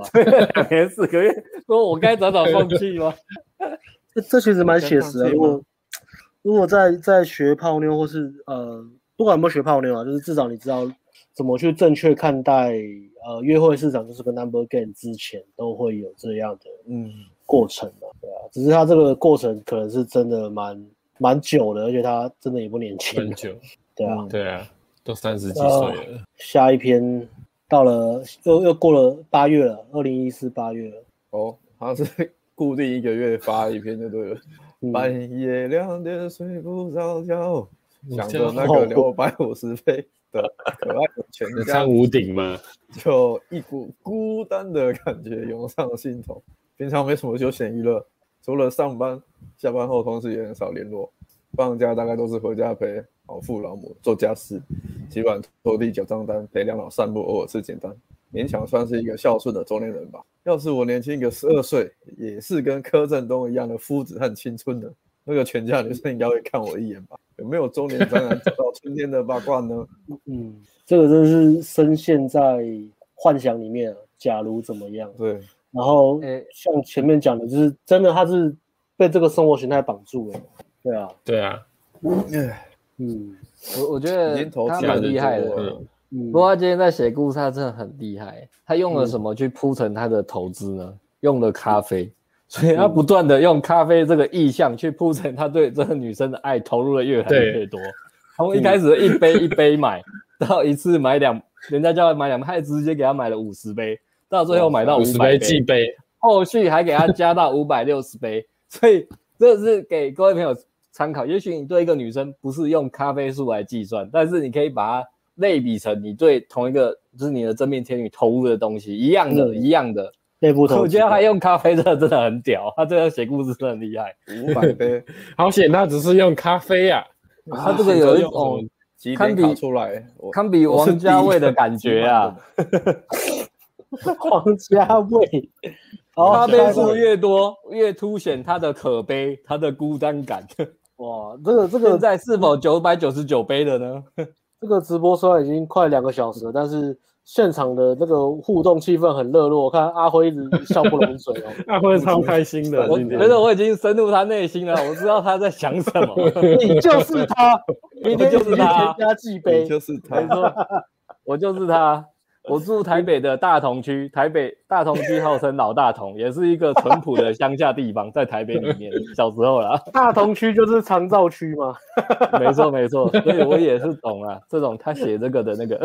两年四个月，说我该早早放弃吗？这这其实蛮写实的。有跟上进吗如果如果在在学泡妞，或是呃，不管有没有学泡妞啊，就是至少你知道怎么去正确看待呃约会市场，就是跟 number game 之前都会有这样的嗯，过程啊，对啊，只是他这个过程可能是真的蛮蛮久的，而且他真的也不年轻很了，久，对啊。对啊，都三十几岁了，下一篇到了又又过了八月了，二零一四八月了，哦，他是固定一个月发一篇就对了。嗯半夜两点睡不着觉，你想嗯这着样哦那个两百五十倍的可爱的全哦能家唱屋顶吗？ 就一股孤单的感觉涌上心头。平常没什么休闲娱乐，除了上班，下班后同事也很少联络。放假大概都是回家陪老父老母做家事，洗碗、拖地、缴账单，陪两老散步，偶尔吃简单，勉强算是一个孝顺的中年人吧。要是我年轻个十二岁，也是跟柯震东一样的夫子和青春的，那个全家女生应该会看我一眼吧？有没有中年宅男找到春天的八卦呢？嗯，这个真是深陷在幻想里面啊。假如怎么样？对， 然后诶像前面讲的，就是真的他是被这个生活形态绑住了。对啊，对啊，哎嗯我我觉得年头他起来蛮就厉害的多。了嗯，嗯，不过他今天在写故事，他真的很厉害。他用了什么去铺成他的投资呢？用了咖啡，所以他不断的用咖啡这个意象去铺成他对这个女生的爱，投入的越来对越多。从一开始的一杯一杯买，到一次买两，人家叫他买两杯，他也直接给他买了五十杯，到最后买到五五十杯杯记杯，后续还给他加 到五百六十杯，所以这是给各位朋友参考。也许你对一个女生不是用咖啡数来计算，但是你可以把它类比成你对同一个就是你的真命天女投入的东西一样的，嗯一样的。内部投资，我觉得他用咖啡真的真的很屌，他这个写故事真的很厉害。五百杯，好险他只是用咖啡啊呀、他这个啊有一哦种几堪点比卡出来？我堪比王家卫的感觉啊！皇家 卫，咖哦，啡下一数位越多，越凸显他的可悲，他的孤单感。哇，这个这现个在是否九百九十九杯的呢？这个直播虽然已经快两个小时了，但是现场的那个互动气氛很热络，我看阿辉一直笑不拢嘴 哦。 那会超开心的我今天觉。得我已经深入他内心了，我知道他在想什 么。你就是他，明天就是他全家祭你杯，就是没他，错，我就是他。我住台北的大同区，台北大同区号称老大同，也是一个淳朴的乡下地方，在台北里面。小时候啦，大同区就是长照区嘛。没错没错，所以我也是懂啊，这种他写这个的那 个，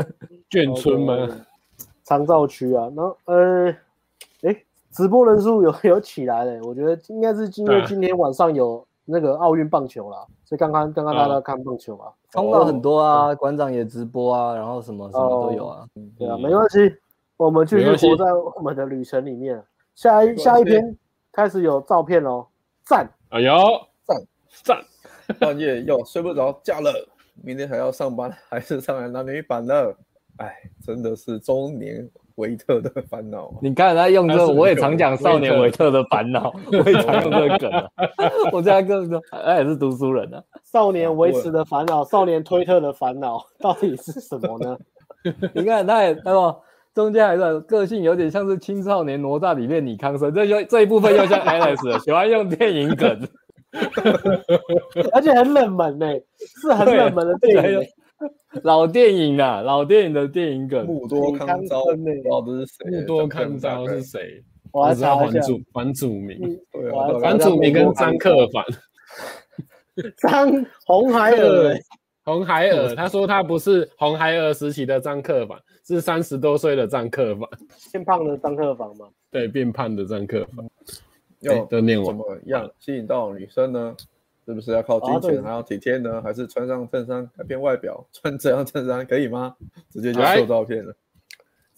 眷村吗？长照区啊，然后呃，哎，直播人数有 有起来了，我觉得应该是因为啊今天晚上有那个奥运棒球啦，所以刚刚刚刚大家都看棒球嘛，哦通道很多啊，馆长也直播啊，然后什么什么都有啊。对啊，嗯没关系，我们继没续关系活在我们的旅程里面。下一没关系下一篇开始有照片哦，赞，哎呦，赞赞！半夜又睡不着觉了，明天还要上班， 还是上来男女版了。哎，真的是中年维特的烦恼啊！你看他用这他个，是我也常讲少年维特的烦恼，我也常用这个梗、啊。 我这样跟你说，他也是读书人啊。少年维持的烦恼，少年推特的烦恼， 到底是什么呢？你看，他也，那么中间还是个性有点像是青少年哪吒里面李康生，这就这一部分又像 Alex 了喜 欢用电影梗，而且很冷门呢、是很对冷门的电影、老电影啊，老电影的电影梗。木多康哦昭，李康不生欸知道这是谁？木多康昭是谁？我来知道查一黄下，祖黄祖明，对我啊，还对啊黄祖明跟张克凡、张红海尔、欸，红孩儿，他说他不是红孩儿时期的张克凡，是三十多岁的张克凡，变胖的张克房嘛，对，变胖的张克凡。要哎都念怎完，么样吸引到女生呢？是不是要靠啊金对钱，还要体贴呢？还是穿上衬衫改变外表？穿这样衬衫可以吗？直接就哎秀照片了。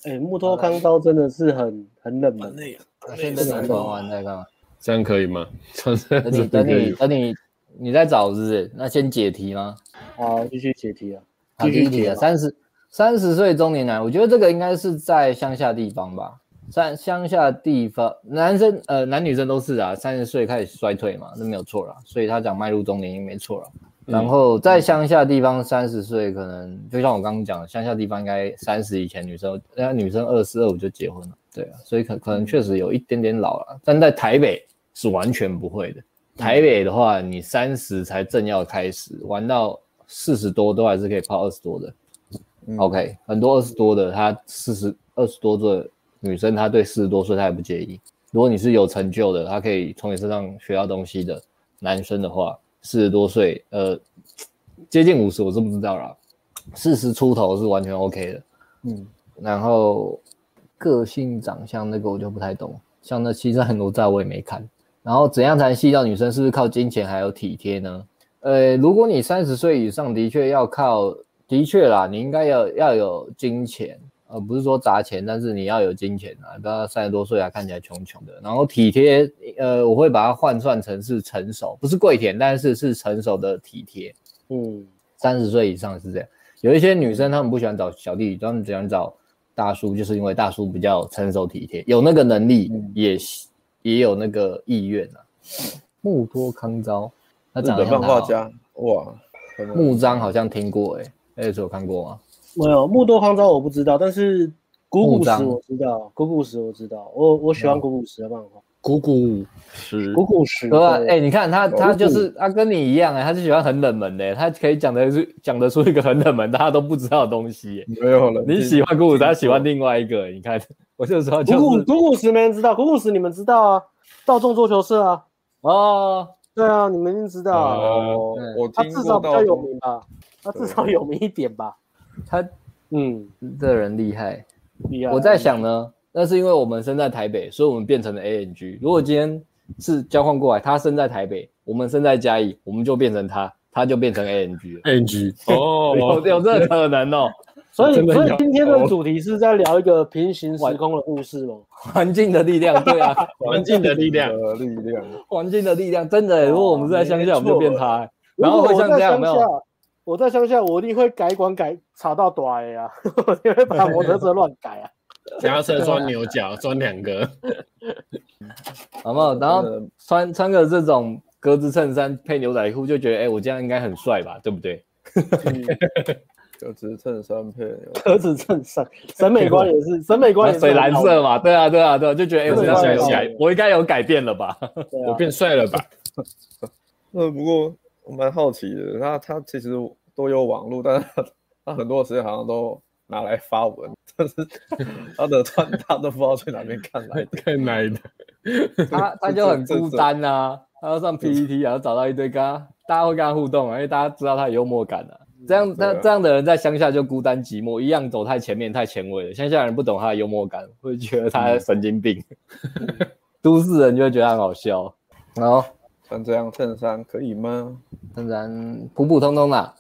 哎、木头康刀真的是很很冷门，累啊！现在男团完在干嘛？这样可以吗？ 穿这等你样等可以你吗等你，你在找是不是？那先解题吗？好，继续解题啊，好，第一题啊，吧三十三十岁中年男，我觉得这个应该是在乡下地方吧，在乡下地方，男生呃男女生都是啊，三十岁开始衰退嘛，这没有错啦，所以他讲迈入中年也没错啦。然后在乡下地方，三十岁可能就像我刚刚讲的，乡下地方应该三十以前女生，人家女生二四二五就结婚了，对啊，所以可可能确实有一点点老了，但在台北是完全不会的。嗯台北的话，你三十才正要开始玩到四十多，都还是可以泡二十多的。嗯 OK，很多二十多的，她四十二十多岁的女生，她对四十多岁她也不介意。如果你是有成就的，她可以从你身上学到东西的男生的话，四十多岁，呃，接近五十我是不知道啦，四十出头是完全 OK 的。嗯，然后个性、长相那个我就不太懂，像那西藏很多照我也没看。然后怎样才能吸引到女生？是不是靠金钱还有体贴呢？呃，如果你三十岁以上，的确要靠，的确啦，你应该要要有金钱，呃，不是说砸钱，但是你要有金钱啊，不要三十多岁还看起来穷穷的。然后体贴，呃，我会把它换算成是成熟，不是跪舔，但是是成熟的体贴。嗯，三十岁以上是这样。有一些女生她们不喜欢找小弟弟，她们喜欢找大叔，就是因为大叔比较成熟体贴，有那个能力，嗯也喜也有那个意愿啊。木多康昭，他日长得本像漫他画哦、家，哇，可能木章好像听过哎、欸，那时候有看过吗？没有木多康招我不知道，但是古古木嗯石章我知道，古古石我知道，我我喜欢古古石的漫画，鼓鼓石，古古石，对吧？哎、对你看哦他，他就是他跟你一样哎、他就喜欢很冷门的、他可以讲的是讲得出一个很冷门大家都不知道的东西、欸没有了。你喜欢古古石，他喜欢另外一个、欸你看，我就说就古古是古古石没人知道，古古石你们知道啊？道众桌球社啊，哦，对啊，你们一定知道啊。哦，我他听至过少比到较有名吧，他至少有名一点吧。他嗯，这人厉害。厉害。我在想呢，那是因为我们身在台北，所以我们变成了 ANG。如果今天是交换过来，他身在台北，我们身在嘉义，我们就变成他，他就变成 ANG 了。 NG 哦 有，有这个可能哦，所以真的所以有今天的主题是在聊一个平行 时空的故事吗？环境的力量，对啊，环境 的力量，的力量，环境的力量，真哎的耶、如果我们是在乡下，我们就变哦他耶、然后如会果像我在这样有乡没下，有？我在乡下，我一定会改管改查到短的 呀，我一定会把摩托车乱改啊。加车钻牛角，钻两个，有没有？然后真的穿穿个这种格子衬衫配牛仔裤，就觉得哎、我这样应该很帅吧，对不对？就只是衬衫配牛仔 车子衬衫，审美观也是，审美观也是水蓝色嘛，对啊，对啊，对啊，就觉得哎、我这样对有改，我应该有改变了吧？对啊我变帅了吧？那不过我蛮好奇的，他他其实都有网络，但是他他很多时间好像都拿来发文， 但是 他的穿搭都不知道去哪边看 来的。太奶的， 他他就很孤单啊，他要上 PPT，然后找到一堆跟他，大家会跟他互动啊，因为大家知道他有幽默感啊。这样对啊那这样的人在乡下就孤单寂寞，一样走太前面太前卫了。乡下人不懂他的幽默感，会觉得嗯他神经病； 都市人就会觉得他很好笑。然后穿这样衬衫可以吗？当然普普通通啦，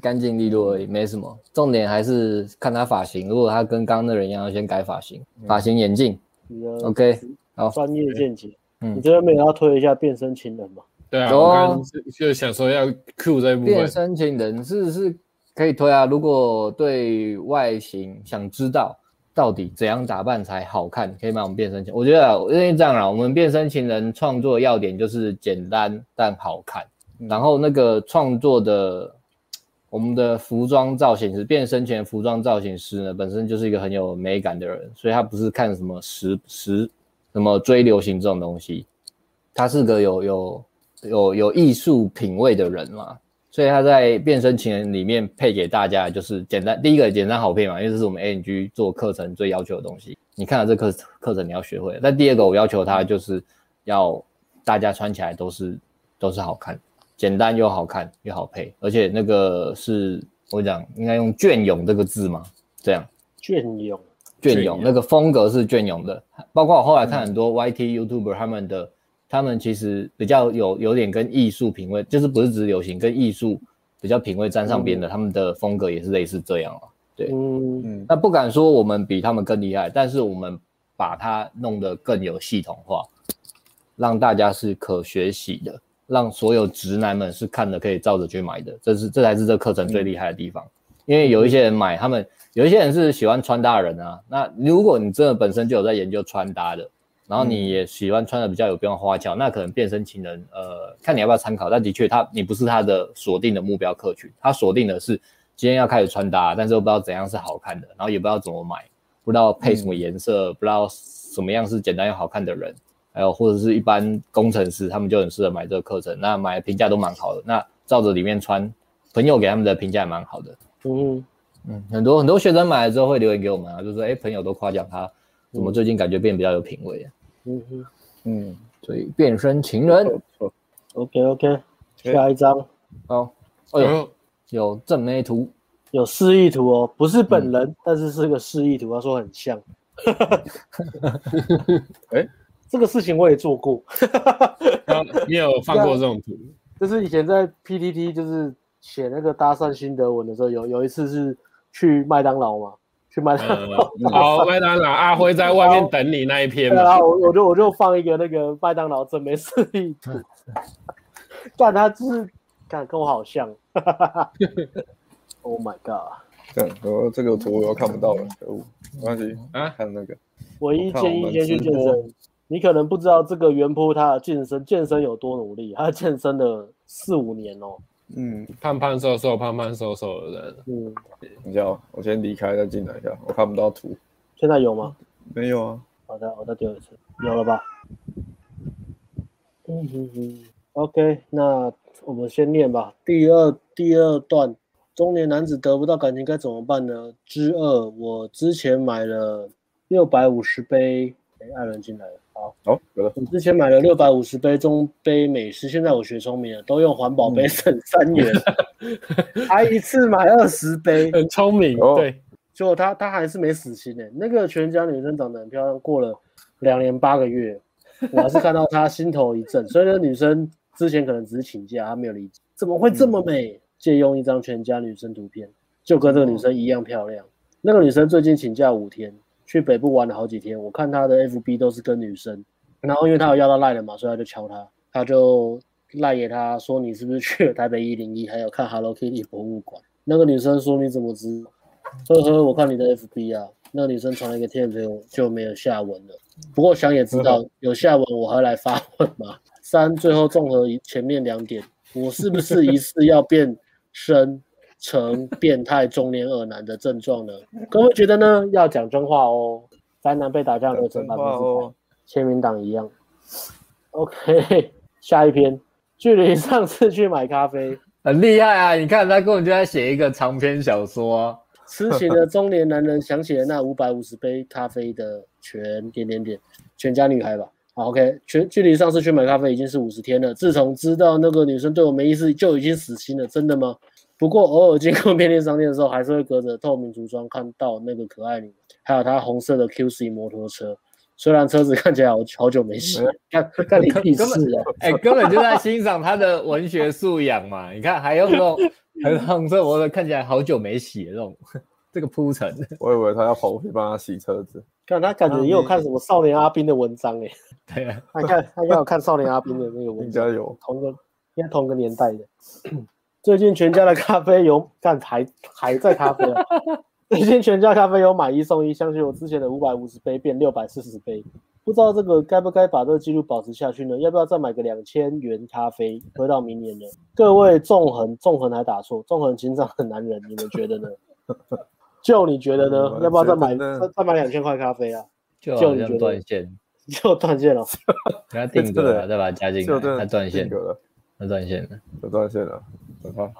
干净利落而已，没什么。重点还是看他发型，如果他跟刚刚那人一样，要先改发型、嗯发型、眼镜。你的 OK，好，专业见解。嗯你这边没有要推一下变身情人吗？对啊，有我啊刚刚就想说要 Q 这一部变分，身情人是是可以推啊，如果对外形想知道到底怎样打扮才好看，可以买我们变身情。我觉得啊我认为这样啦，我们变身情人创作要点就是简单但好看，嗯然后那个创作的。我们的服装造型师，变身前服装造型师呢，本身就是一个很有美感的人，所以他不是看什么时时什么追流行这种东西，他是个有有有有艺术品味的人嘛，所以他在《变身情人》里面配给大家的就是简单，第一个简单好配嘛，因为这是我们 ANG 做课程最要求的东西。你看了这课课程，你要学会。但第二个，我要求他就是要大家穿起来都是都是好看，简单又好看又好配，而且那个是我讲应该用隽永这个字嘛，这样。隽永，隽隽永永那个风格是隽永的，包括我后来看很多 YT YouTuber 他们的，他们其实比较有有点跟艺术品味，就是不是只流行，跟艺术比较品味沾上边的，他们的风格也是类似这样哦。对嗯，嗯，那不敢说我们比他们更厉害，但是我们把它弄得更有系统化，让大家是可学习的，让所有直男们是看了可以照着去买的，这是这才是这课程最厉害的地方。因为有一些人买，他们有一些人是喜欢穿搭的人啊。那如果你真的本身就有在研究穿搭的，然后你也喜欢穿的比较有变花俏，那可能变身情人，呃，看你要不要参考。但的确他，你不是他的锁定的目标客群，他锁定的是今天要开始穿搭，但是又不知道怎样是好看的，然后也不知道怎么买，不知道配什么颜色，不知道什么样是简单又好看的人，还有或者是一般工程师，他们就很适合买这个课程，那买的评价都蛮好的。那照着里面穿，朋友给他们的评价也蛮好的。嗯，嗯，很多很多学生买了之后会留言给我们啊，就说哎、诶朋友都夸奖他，怎么最近感觉变比较有品味、啊，嗯哼嗯，所以变身情嗯人，OK OK， OK 下一张哦，哎呦，哦，有正妹图，有示意图哦，不是本人，但是是个示意图，他说很像。哎这个事情我也做过， 你有放过这种 图？就是以前在 PTT 就是写那个搭讪心得文的时候，有有一次是去麦当劳嘛，去麦当劳。 呃，好，麦当劳阿辉在外面等你那一篇对嘛啊，，我我就我就放一个那个麦当劳正面示意图，但他就是看跟我好像 ，Oh my god！这样，我这个图我又看不到了，可恶，没关系啊看那个，唯一建议先去健我看我身，你可能不知道这个原坡他的健身健身有多努力，他健身了四五年哦，嗯，胖胖瘦瘦，胖胖瘦瘦的人，嗯，等一下哦，我先离开再进来一下，我看不到图，现在有吗？没有啊，好的，我再丢一次，有了吧？嗯哼哼，OK，那我们先念吧。第二第二段，中年男子得不到感情该怎么办呢？之二，我之前买了六百五十杯，哎，艾伦进来了，好，好、有了，我之前买了六百五十杯中杯美式，现在我学聪明了，都用环保杯省三元，还一次买二十杯，很聪明，哦对，结果他他还是没死心呢、那个全家女生长得很漂亮，过了两年八个月，我还是看到她心头一震。所以那女生之前可能只是请假，她没有离职，怎么会这么美？借用一张全家女生图片，就跟这个女生一样漂亮。那个女生最近请假五天，去北部玩了好几天。我看她的 FB 都是跟女生，然后因为她有要到赖了嘛，所以她就敲她，她就赖给她说你是不是去了台北一零一，还有看 Hello Kitty 博物馆。那个女生说你怎么知道？呵呵，我看你的 FB 啊，那个女生传了一个贴给我，就没有下文了。不过想也知道，嗯有下文我还来发问嘛。三，最后综合前面两点，我是不是疑似要变身成变态中年恶男的症状呢？各位觉得呢？要讲真话哦，宅男被打架流程真百话分之百哦。，签名档一样。OK，下 一篇，距离上次去买咖啡，很厉害啊！你看他根本就在写一个长篇小说啊、痴情的中年男人想起了那五百五十杯咖啡的全点点点，全家女孩吧。好，OK，全距离上次去买咖啡已经是五十天了。自从知道那个女生对我没意思，就已经死心了，真的吗？不过偶尔经过便利商店的时候，还是会隔着透明橱窗看到那个可爱女，还有她红色的 QC 摩托车。虽然车子看起来好好久没洗，干干你屁事啊！哎、嗯根本就在欣赏他的文学素养嘛。你看，还用这种 很红色，我看起来好久没洗的这种 这个铺陈， 我以为他要跑回去帮他洗车子，看他感觉也有看什么少年阿兵的文章哎、欸，对啊， 他看他应该有看少年阿兵的那个文应章 该。有。同个应该同个年代的。最近全家的咖啡有 干还还在咖啡、啊，最近全家咖啡有买一送一，相信我之前的五百五十杯变六百四十杯，不知道这个该不该把这个记录保持下去呢？要不要再买个两千元咖啡喝到明年呢？各位纵横纵横还打错，纵横情长很难忍，你们觉得呢？就你觉得呢？我要不要再买觉得呢再再买两千块咖啡啊？就就好你觉像得断线， 就断线 了。给他定格了，再把它加进就来，真他的断线定，格了，他断线了，就断线了，等他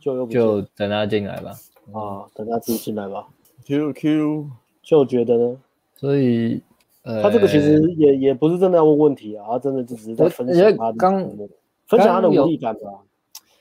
就又不见就等他进来吧。了啊，等他自己进来吧。 Q Q，就觉得呢？所以，呃，他这个其实也也不是真的要问问题啊，他真的就只是在我分我觉享得他的刚分享他的刚有无力感吧。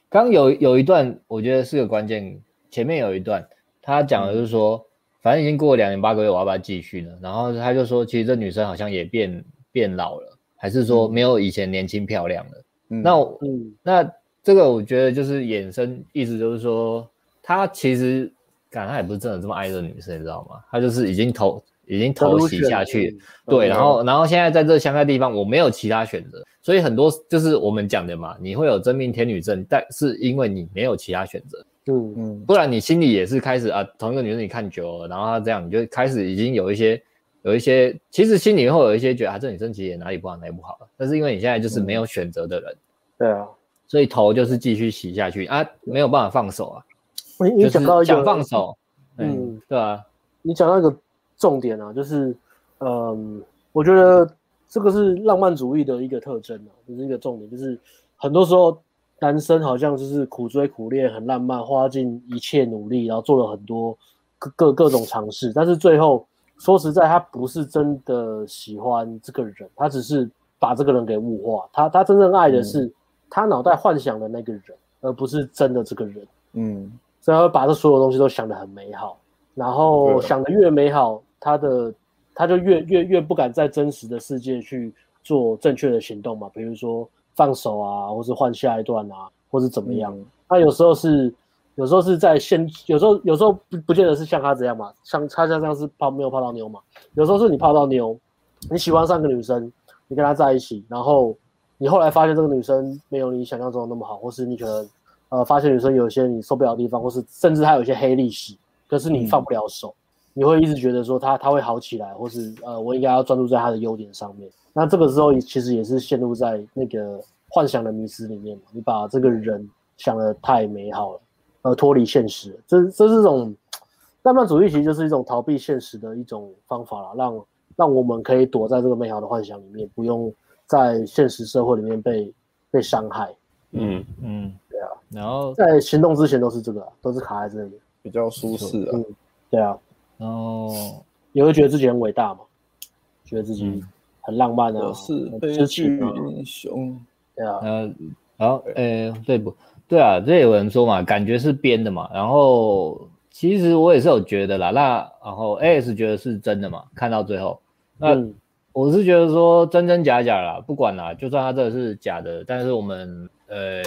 刚有有一段，我觉得是个关键。前面有一段，他讲的就是说，反正已经过了两年八个月，我要不要继续呢？然后他就说，其实这女生好像也变变老了，还是说没有以前年轻漂亮了？嗯那我嗯，那这个我觉得就是衍生，意思就是说，他其实，感他也不是真的这么爱这女生，你知道吗？他就是已经投已经投袭下去，对，嗯然后然后现在在这乡下地方，我没有其他选择，所以很多就是我们讲的嘛，你会有真命天女症，但是因为你没有其他选择，嗯，嗯，不然你心里也是开始啊，同一个女生你看久了，然后她这样，你就开始已经有一些有一些，其实心里会有一些觉得啊，这女生其实也哪里不好哪里不好了，但是因为你现在就是没嗯有选择的人，对啊，所以头就是继续洗下去啊，没有办法放手啊，你就你讲到是一个想放手，嗯嗯，对啊，你讲到一个重点啊，就是，嗯，我觉得这个是浪漫主义的一个特征啊，就是一个重点，就是很多时候男生好像就是苦追苦恋，很浪漫，花尽一切努力，然后做了很多各各各种尝试，但是最后说实在，他不是真的喜欢这个人，他只是把这个人给物化，他他真正爱的是他脑袋幻想的那个人，而不是真的这个人。嗯，所以他会把这所有东西都想得很美好，然后对啊想得越美好，他的他就越越越不敢在真实的世界去做正确的行动嘛，比如说放手啊，或是换下一段啊，或是怎么样。嗯他有时候是有时候是在现，有时候有时候不不见得是像他这样嘛，像他像这样是泡没有泡到妞嘛，有时候是你泡到妞，你喜欢上个女生，你跟她在一起，然后你后来发现这个女生没有你想象中的那么好，或是你可能呃发现女生有一些你受不了的地方，或是甚至她有一些黑历史，可是你放不了手，你会一直觉得说她她会好起来，或是呃我应该要专注在她的优点上面。那这个时候也其实也是陷入在那个幻想的迷失里面嘛，你把这个人想的太美好了，呃脱离现实了，这这是一种浪漫主义，其实就是一种逃避现实的一种方法啦，让让我们可以躲在这个美好的幻想里面，不用在现实社会里面被被伤害，嗯，嗯，对啊，然后在行动之前都是这个啊，都是卡在这里。比较舒适啊。嗯，对啊，然后也会觉得自己很伟大嘛，觉得自己嗯很浪漫啊，我是很悲痴剧情啊，英雄，对啊，呃，然后呃，对不？对啊，这有人说嘛，感觉是编的嘛。然后其实我也是有觉得啦，那然后 A S 觉得是真的嘛，看到最后，那嗯，我是觉得说真真假假啦，不管啦，就算他这个是假的，但是我们呃，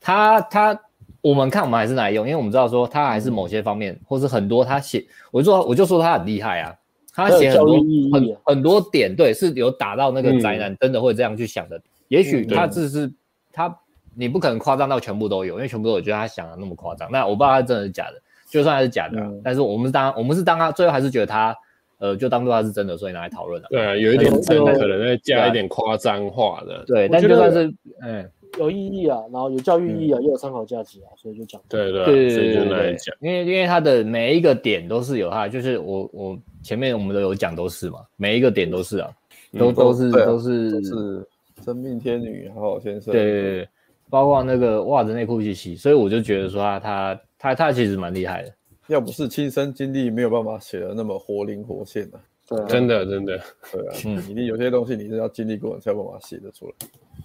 他他我们看我们还是拿来用，因为我们知道说他还是某些方面，或是很多他写，我就说我就说他很厉害啊，他写很很多有教育意义啊很很多点，对，是有打到那个宅男真的会这样去想的。也许嗯对他只是他，你不可能夸张到全部都有，因为全部都有，觉得他想的那么夸张。那我不知道他真的是假的，就算他是假的啊、嗯但是我们是当我们是当他最后还是觉得他。呃，就当做他是真的，所以拿来讨论了。对啊，有一点真的就可能再加一点夸张化的，对，我但觉得就算是，嗯，有意义啊，然后有教育意义啊，也有参考价值啊，所以就讲对对对所以对就对拿来对讲，，因为因为它的每一个点都是有它的，就是我我前面我们都有讲都是嘛，每一个点都是啊，都嗯都是对啊都是都是啊真命天女好好先生。对对对，包括那个袜子内裤去洗，所以我就觉得说他他他他其实蛮厉害的，要不是亲身经历，没有办法写的那么活灵活现的、啊。对啊，真的真的，对啊，嗯一定有些东西你是要经历过，你才有办法写得出来。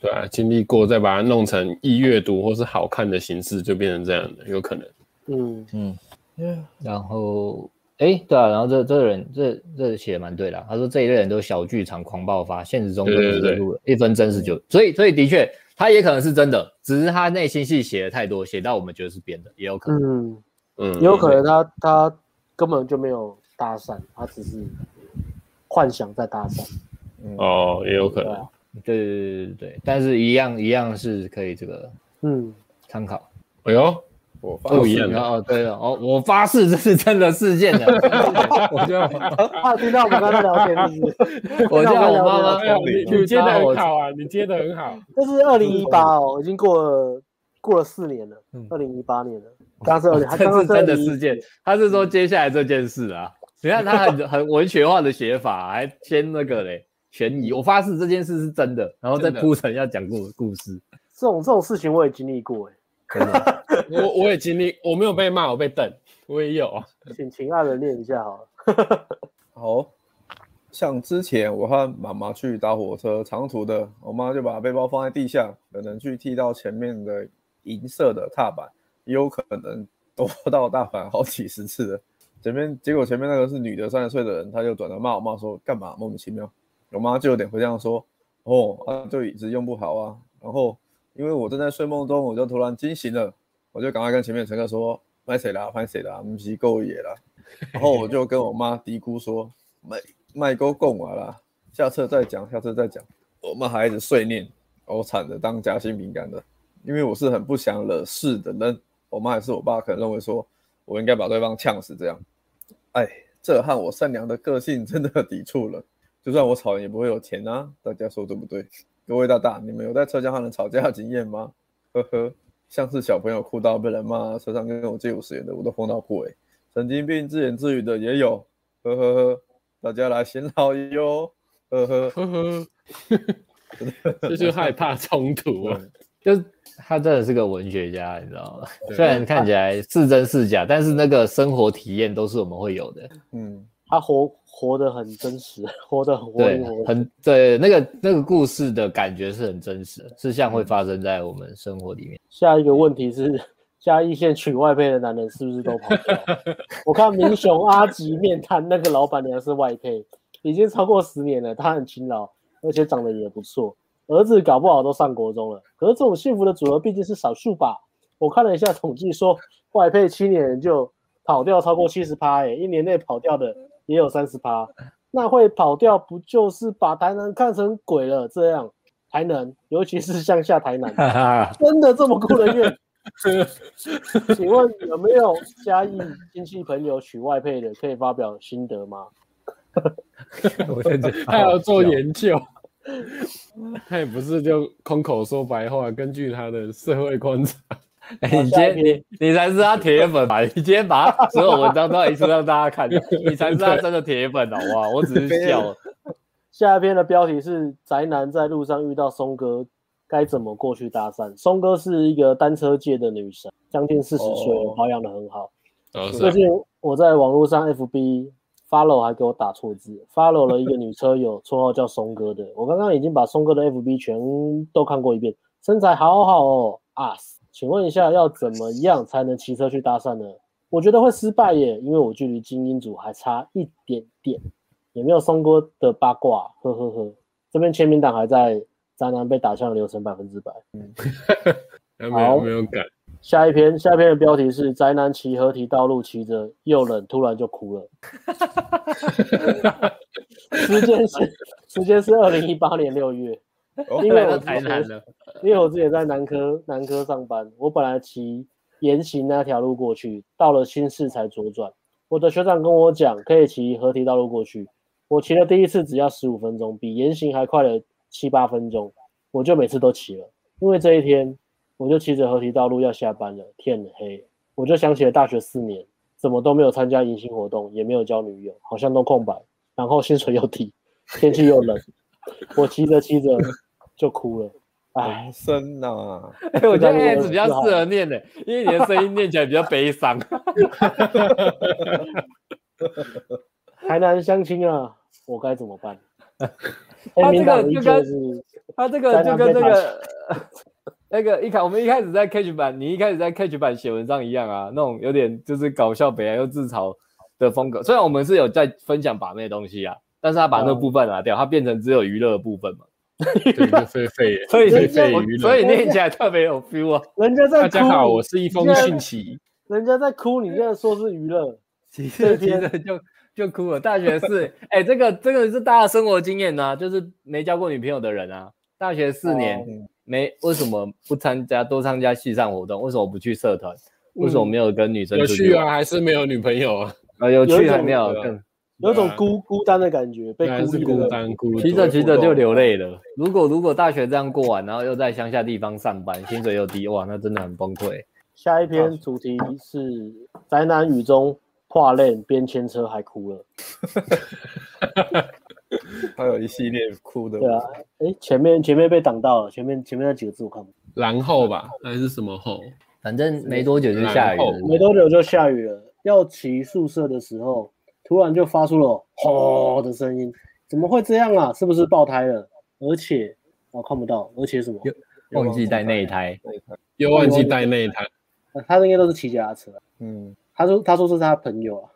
对啊，经历过再把它弄成易阅读或是好看的形式，就变成这样的，有可能。嗯，嗯， Yeah，然后哎对啊，然后这这个人这这写的蛮对的啊、他说这一类人都小剧场狂爆发，现实中对真对实对的路人一分真实就，所以所以的确他也可能是真的，只是他内心戏写的太多，写到我们觉得是编的，也有可能。嗯，嗯，也有可能他他根本就没有搭讪，他只是幻想在搭讪，嗯，哦，也有可对能。啊，对对对对对，但是一样一样是可以这个嗯，参考。哎呦，我发不一誓样的哦，对了，哦，我发誓这是真的事 件的，我就他有啊听到我们跟他聊天，是不是？ 我叫我妈妈 哎哎呦，你你接的很好啊，你接的很好。这是二零一八哦，已经过了过了四年了，二零一八年了，刚刚是二零，他刚刚嗯这是嗯 真的20事件，他是说接下来这件事啊，你看他很 很文学化的写法，还先那个嘞悬疑，我发誓这件事是真的，然后再真的铺成要讲故故事，这种这种事情我也经历过哎、真的， 我我也经历，我没有被骂，我被瞪，我也有啊。请请爱人念一下好了。好像之前我和妈妈去搭火车长途的，我妈就把背包放在地下，可能去踢到前面的银色的踏板，也有可能躲到大阪好几十次的。前面结果前面那个是女的三十岁的人，她就转头骂我妈说干嘛莫名其妙，我妈就有点回这样说，哦啊就椅子用不好啊，然后因为我正在睡梦中，我就突然惊醒了，我就赶快跟前面的乘客说拍谁啦拍谁啦，不是够野啦，然后我就跟我妈嘀咕说：“卖卖够供完啦，下次再讲，下次再讲。”我妈还一直碎念，我惨的当夹心饼干的，因为我是很不想惹事的人。我妈还是我爸可能认为说我应该把对方呛死这样。哎，这和我善良的个性真的抵触了。就算我吵人也不会有钱啊，大家说对不对？各位大大，你们有在车厢和人吵架的经验吗？呵呵，像是小朋友哭到被人骂，车上跟我借五十元的，我都碰到过哎、神经病自言自语的也有，呵呵呵，大家来闲聊哟，呵呵。呵呵，这就是害怕冲突啊。就是他真的是个文学家，你知道吗？对虽然看起来是真是假，但是那个生活体验都是我们会有的。嗯，他活活得很真实，活得很活对灵活，现。很对，那个那个故事的感觉是很真实的，是像会发生在我们生活里面。下一个问题是，嘉义县娶外配的男人是不是都跑掉？我看民雄阿吉面摊那个老板娘是外配，已经超过十年了，她很勤劳，而且长得也不错，儿子搞不好都上国中了。可是这种幸福的组合毕竟是少数吧？我看了一下统计说，外配七年就跑掉超过七十趴，哎、一年内跑掉的也有三十趴，那会跑掉不就是把台南看成鬼了？这样台南，尤其是乡下台南。哈哈，真的这么孤人怨？请问有没有嘉义亲戚朋友娶外配的，可以发表心得吗？ 我在 这他要做研究，他也不是就空口说白话，根据他的社会观察，哎你今天你你才是他铁粉吧？你今天把他所有文章都一次让大家看，你才是他真的铁粉好不好？我只是笑，下一篇的标题是“宅男在路上遇到松哥，该怎么过去搭讪”。松哥是一个单车界的女神，将近四十岁哦，保养的很好。 哦是最啊近我在网络上 FB follow 还给我打错字，follow 了一个女车友，绰号叫松哥的。我刚刚已经把松哥的 FB 全都看过一遍，身材好好哦啊！请问一下，要怎么样才能骑车去搭讪呢？我觉得会失败耶，因为我距离精英组还差一点点，也没有松哥的八卦，呵呵呵。这边签名档还在渣男被打枪的流程百分之百。没有没有改，下一篇，下一篇的标题是“宅男骑合体道路骑着又冷，突然就哭了”。 时间是时间是二零一八年六月，哦因为我之台南前了，因为我之前在南科南科上班，我本来骑沿行那条路过去，到了新市才左转。我的学长跟我讲，可以骑合体道路过去。我骑了第一次只要十五分钟，比沿行还快了七八分钟，我就每次都骑了。因为这一天，我就骑着合体道路要下班了，天黑了，我就想起了大学四年，怎么都没有参加迎新活动，也没有交女友，好像都空白，然后薪水又低，天气又冷， 我骑着骑着就哭了，唉。人生呐，哎， 我觉得这个 S 比较适合念的，因为你的声音念起来比较悲伤。 台南相亲啊，我该怎么办？ 哎他黑这民个党依就旧跟是他这个就跟那个 那个一开我们一开始在 Catch 版，你一开始在 Catch 版写文章一样啊，那种有点就是搞笑北啊又自嘲的风格。虽然我们是有在分享把妹的东西啊，但是他把那个部分拿掉，他变成只有娱乐的部分嘛，对，就废废耶， 所以废废我娱乐。所以念起来特别有 feel 啊。人家在大哭，家好，我是一封讯息。人家在哭，你现在说是娱啊乐，其实其实就就哭了。大学是哎、这个这个是大家生活经验呐、就是没交过女朋友的人啊，大学四年、哦没为什么不参加多参加系上活动？为什么不去社团？为什么没有跟女生嗯有出趣玩？啊，还是没有女朋友啊？呃，有有一趣种还没有对啊更有种对啊孤孤单的感觉，被还孤是立孤的。单孤独。骑着骑着啊互动就流泪了。如果如果大学这样过完，然后又在乡下地方上班，薪水又低，哇，那真的很崩溃。下一篇主题是宅男雨中跨恋，边牵车还哭了。还有一系列哭的，对啊，哎，前面前面被挡到了，前面前面那几个字我看不然后吧，还是什么后？反正没多久就下然雨后了懂，没多久就下雨了。要骑宿舍的时候，突然就发出了吼的声音，怎么会这样啊？是不是爆胎了？而且我、哦看不到，而且什么？忘记带内胎。那一台，又忘记带内胎，呃他应该都是骑脚踏车。啊嗯，他说他说这是他朋友啊，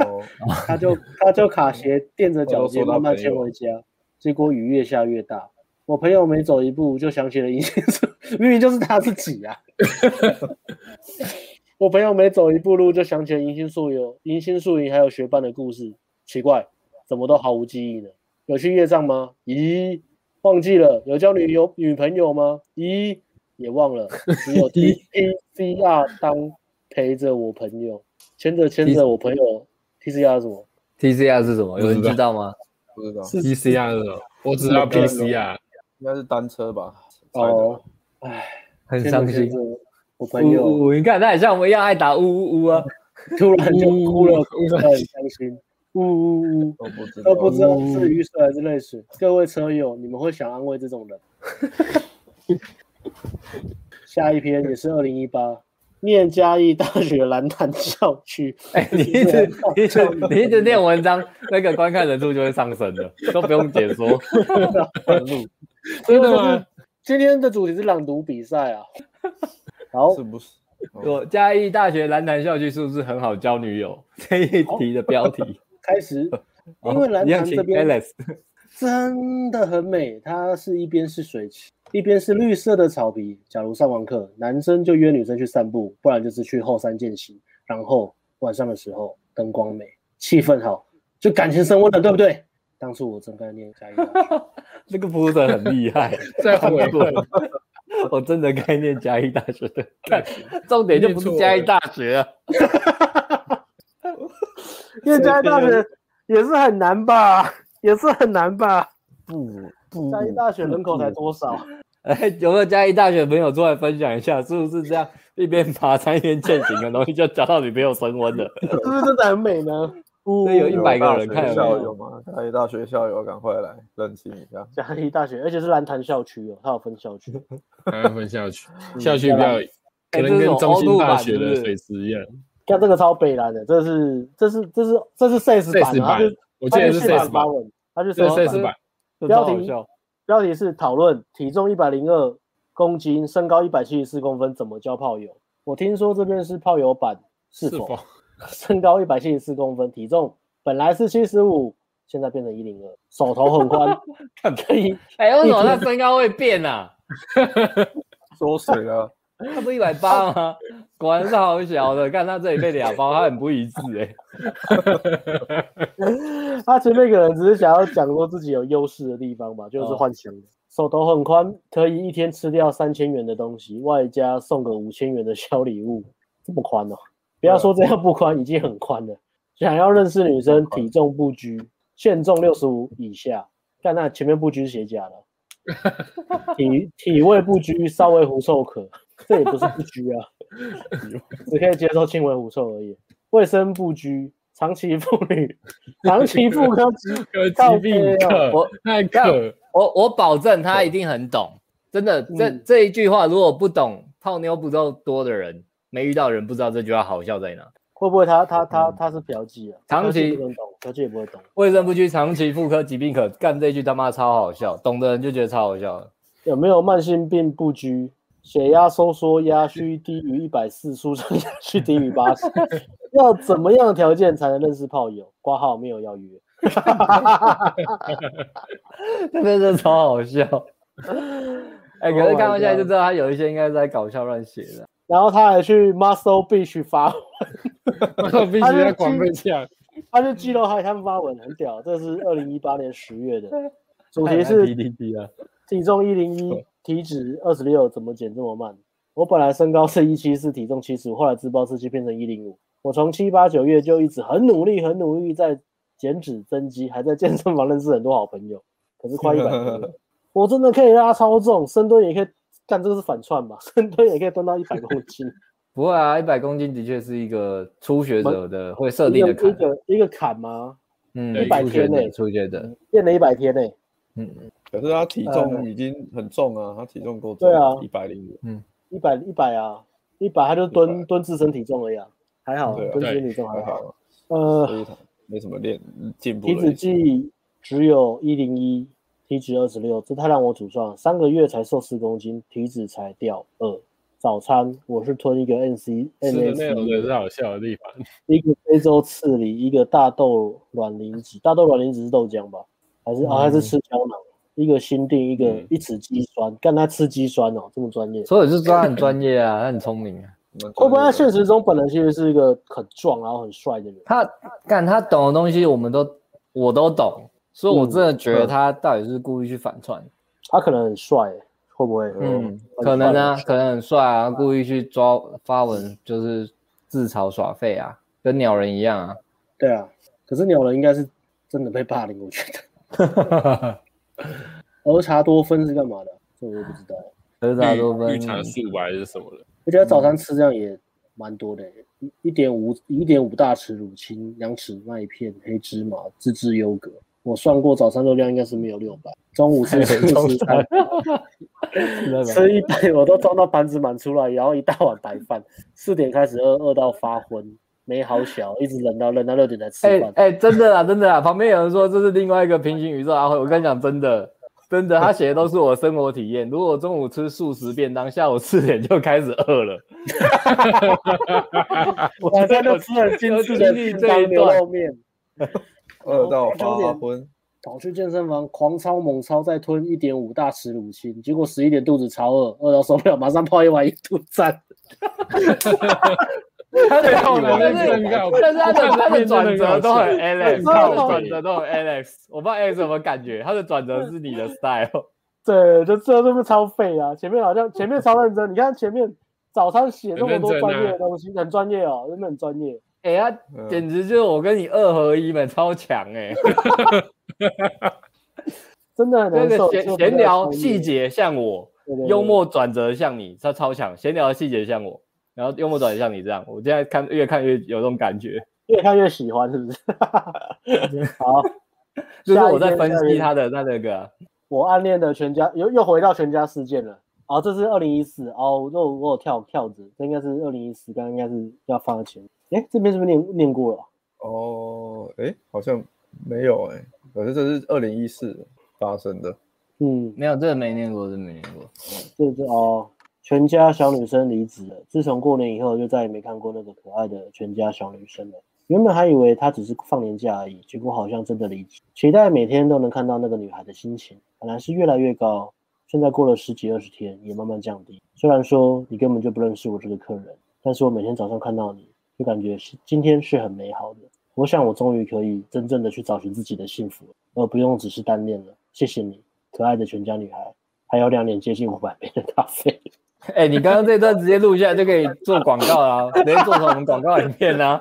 哦，他就他就卡鞋垫着脚尖我都说他慢慢哦朋友牵回家，结果雨越下越大。我朋友每走一步就想起了尹先生，明明就是他自己 啊。我朋友每走一步路就想起了迎新宿友、迎新宿营还有学伴的故事，奇怪，怎么都毫无记忆呢？有去夜唱吗？咦，忘记了。有交女友女朋友吗？咦，也忘了。只有 T P C R 当陪着我朋友，牵着牵着我朋友 T C R 什么？ TCR 是什么？有人不知道知 道吗？不知道，是 PCR 是什么？我只要 PCR，应该是单车吧？哦猜的，很牵伤着牵。心着我朋呜友呜呜！你看，他也像我们一样爱打呜呜呜 啊！突然就哭了，哭得嗯很伤心。呜呜呜！都不知道，都不知道是雨水还是泪水。各位车友，你们会想安慰这种人？下一篇也是二零一八，念嘉义大学蓝潭校区。哎、你一啊直你一直你一直念文章，那个观看人数就会上升的，都不用解 说。真的吗？今天的主题是朗读比赛啊。好是，不是？哦我嘉义大学蓝潭校区是不是很好交女友？ 这一题的标题，哦开始。哦因为蓝呃一样潭请这边 Alice 真的很美，它是一边是水池，一边是绿色的草皮。假如上完课，男生就约女生去散步，不然就是去后山践行。然后晚上的时候，灯光美，气氛好，就感情升温了，对不对？当初我真该念 嘉义大学， 这个铺的很 厉害，再回来。 我真的该念嘉义大学 的。看，重点就不是嘉义大学、啊， 念嘉义大学也是很难吧，也是很难吧。不嘉义大学人口才多少？哎， 有没有嘉义大学的朋友出来分享一下，是不是这样 一边爬山一边践行，很容易就交到女朋友升温了？ 是不是真的很美呢？所以有一百个人有看大学有校没友有？吗？台大学校友赶快来认清一下。嘉义大学，而且是蓝潭校区哦，它有分校区。还要分校区，校区比较可能跟中心大学的水池一样看这个超北蓝的，这是这是这是这是 CS 版的，它，CS 版是，我记得它是是 CS 版发，文，它是这 CS CS 版。版，这超这超好好笑笑。标题是讨论体重一百零二公斤，身高一百七十四公分，怎么交炮友？我听说这边是炮友版，是否？否？ 身高一百七十四公分，体重本来是七十五，现在变成一零二，手头很 宽，可以 哎，为什么他身高会变啊？缩水了， 他不一百八 吗？果然是好小的，看他这里被俩包，他很不一致哎。他前面可能只是想要讲说自己有优势的地方吧，就是幻想的。手头很宽，可以一天吃掉三千元的东西，外加送个五千元的小礼物，这么宽哦！不要说这样不宽，已经很宽了。想要认识女生，体重不拘，限重六十五以下。但那前面不拘是写假 的，体体味不拘，稍微狐臭可，这也不是不拘啊，只可以接受轻微狐臭而已。卫生不拘，长期妇 女，长期妇科疾有疾病课，那课我我保证他一定很懂，真的。这嗯这一句话如果不懂泡妞不够多的人，没遇到的人不知道这句话好笑在哪。会不会他他他他是嫖妓啊？长期嫖妓不能懂，嫖妓也不会懂。卫生不拘，长期妇科疾病可干这句他妈超好笑，懂的人就觉得超好笑了。有没有慢性病不拘？血压收缩压需低于一百四，舒张压需低于八十。要怎么样的条件才能认识炮友？挂号没有要约。这边真的超好 笑。哎、可 Oh 是 my 看到现在就知道他有一些应该是在搞笑乱写的。然后他还去 Muscle Beach 发文，我必须要广被呛，他就记录还他们发文很屌，这是二零一八年十月的，主看题来是 PDD 啊，体重一零一，体脂二十六，怎么减这么慢？我本来身高是一七四，体重七十五，后来自暴自弃变成一零五。我从七八九月就一直很努力，很努力在减脂增肌，还在健身房认识很多好朋友。可是快一百公斤了，我真的可以拉超重，深蹲也可以，干这个是反串吧？ 深蹲也可以蹲到一百公斤，不会啊，一百公斤的确是一个初学者的会设一定个的一坎。个一个坎吗？嗯，对初学100天内者，初学者。练了一百天呢、嗯，可是他体重已经很重啊，他体重够重，对啊一百零五，一百一百啊，一百他就100蹲蹲自身体重而已啊，还好对啊蹲自身对体重还还好。好，呃，所以他没什么练进步体了脂一些。计只有一零一，体脂二十六，这太让我沮丧了。三个月才瘦四公斤，体脂才掉二。早餐我是吞一个 N C 吃 N 的 S 内容的是好笑的地方。一个非洲刺梨，一个大豆卵磷脂，大豆卵磷脂是豆浆吧？还是啊还是吃胶囊？一个心定，一个嗯一匙肌酸，干他吃肌酸哦，这么专业。所以我就知道他很专业啊，他很聪明啊。会不会他是现实中本来其实是一个很壮然后很帅的人？他干他懂的东西，我们都我都懂，所以我真的觉得他到底是故意去反串。他可能很帅、欸会不会？嗯，很可能帅啊，可能很帅啊，故意去抓发文就是自嘲耍废啊，跟鸟人一样啊。对啊，可是鸟人应该是真的被霸凌，我觉得。而茶多酚是干嘛的？这我也不知道。可是大多绿分绿茶素吧还是什么的，我觉得早餐吃这样也蛮多的、一一点五一点五大匙乳清，两匙麦片，黑芝麻，自制优格。我算过早餐热量应该是没有六百，中午吃四十三，吃一百我都装到盘子满出来，然后一大碗白饭，四点开始饿，饿到发昏，没好小，一直忍到忍到六点才吃哎饭。哎，真的啦，真的啦，旁边有人说这是另外一个平行宇宙阿辉，我跟你讲，真的。真的，他写的都是我生活体验。如果我中午吃素食便当，下午四点就开始 饿了。晚上就吃很精致的便当牛肉面，饿到发昏，跑去健身房狂操猛操，再吞一点五大匙乳清，结果十一点肚子超饿，饿到受不了，马上泡一碗一肚赞。他的后来但那个是更搞但是他的他的转折都很真 Alex，的他很搞的笑转折都很 Alex。我不知道 Alex 什么感觉，他的转折是你的 style。 对，就这这么超废啊！前面好像前面超认真，你看前面早餐写这么多专业的东西，很专业哦，真的很专业。哎、呀，嗯简直就是我跟你二合一嘛，超强欸 哎、真的很那难个受。闲闲聊细节像我，对，对对幽默转折像你，他超强。闲聊的细节像我，然后幽默转折像你这样，我现在看越看越有这种感觉。越看越喜欢，是 不是？好，就是下一我在篇分下一析篇他的那那个啊，我暗恋的全家又又回到全家事件了。哦，这是二零一四哦，那我我有跳跳着，这应该是二零一四，刚刚应该是要放在前面。哎，这边是不是念念过了？哦，哎，好像没有哎、可是这是二零一四发生的，嗯，没有，这个没念过，这个没念过。这是哦，全家小女生离职了。自从过年以后，就再也没看过那个可爱的全家小女生了。原本还以为她只是放年假而已，结果好像真的离职。期待每天都能看到那个女孩的心情，本来是越来越高，现在过了十几二十天，也慢慢降低。虽然说你根本就不认识我这个客人，但是我每天早上看到你，就感觉是今天是很美好的。我想我终于可以真正的去找寻自己的幸福了，而不用只是单恋了。谢谢你，可爱的全家女孩。还有两点接近五百倍的咖啡。哎、你刚刚这段直接录下来就可以做广告啦，直接做成我们广告影片 啦。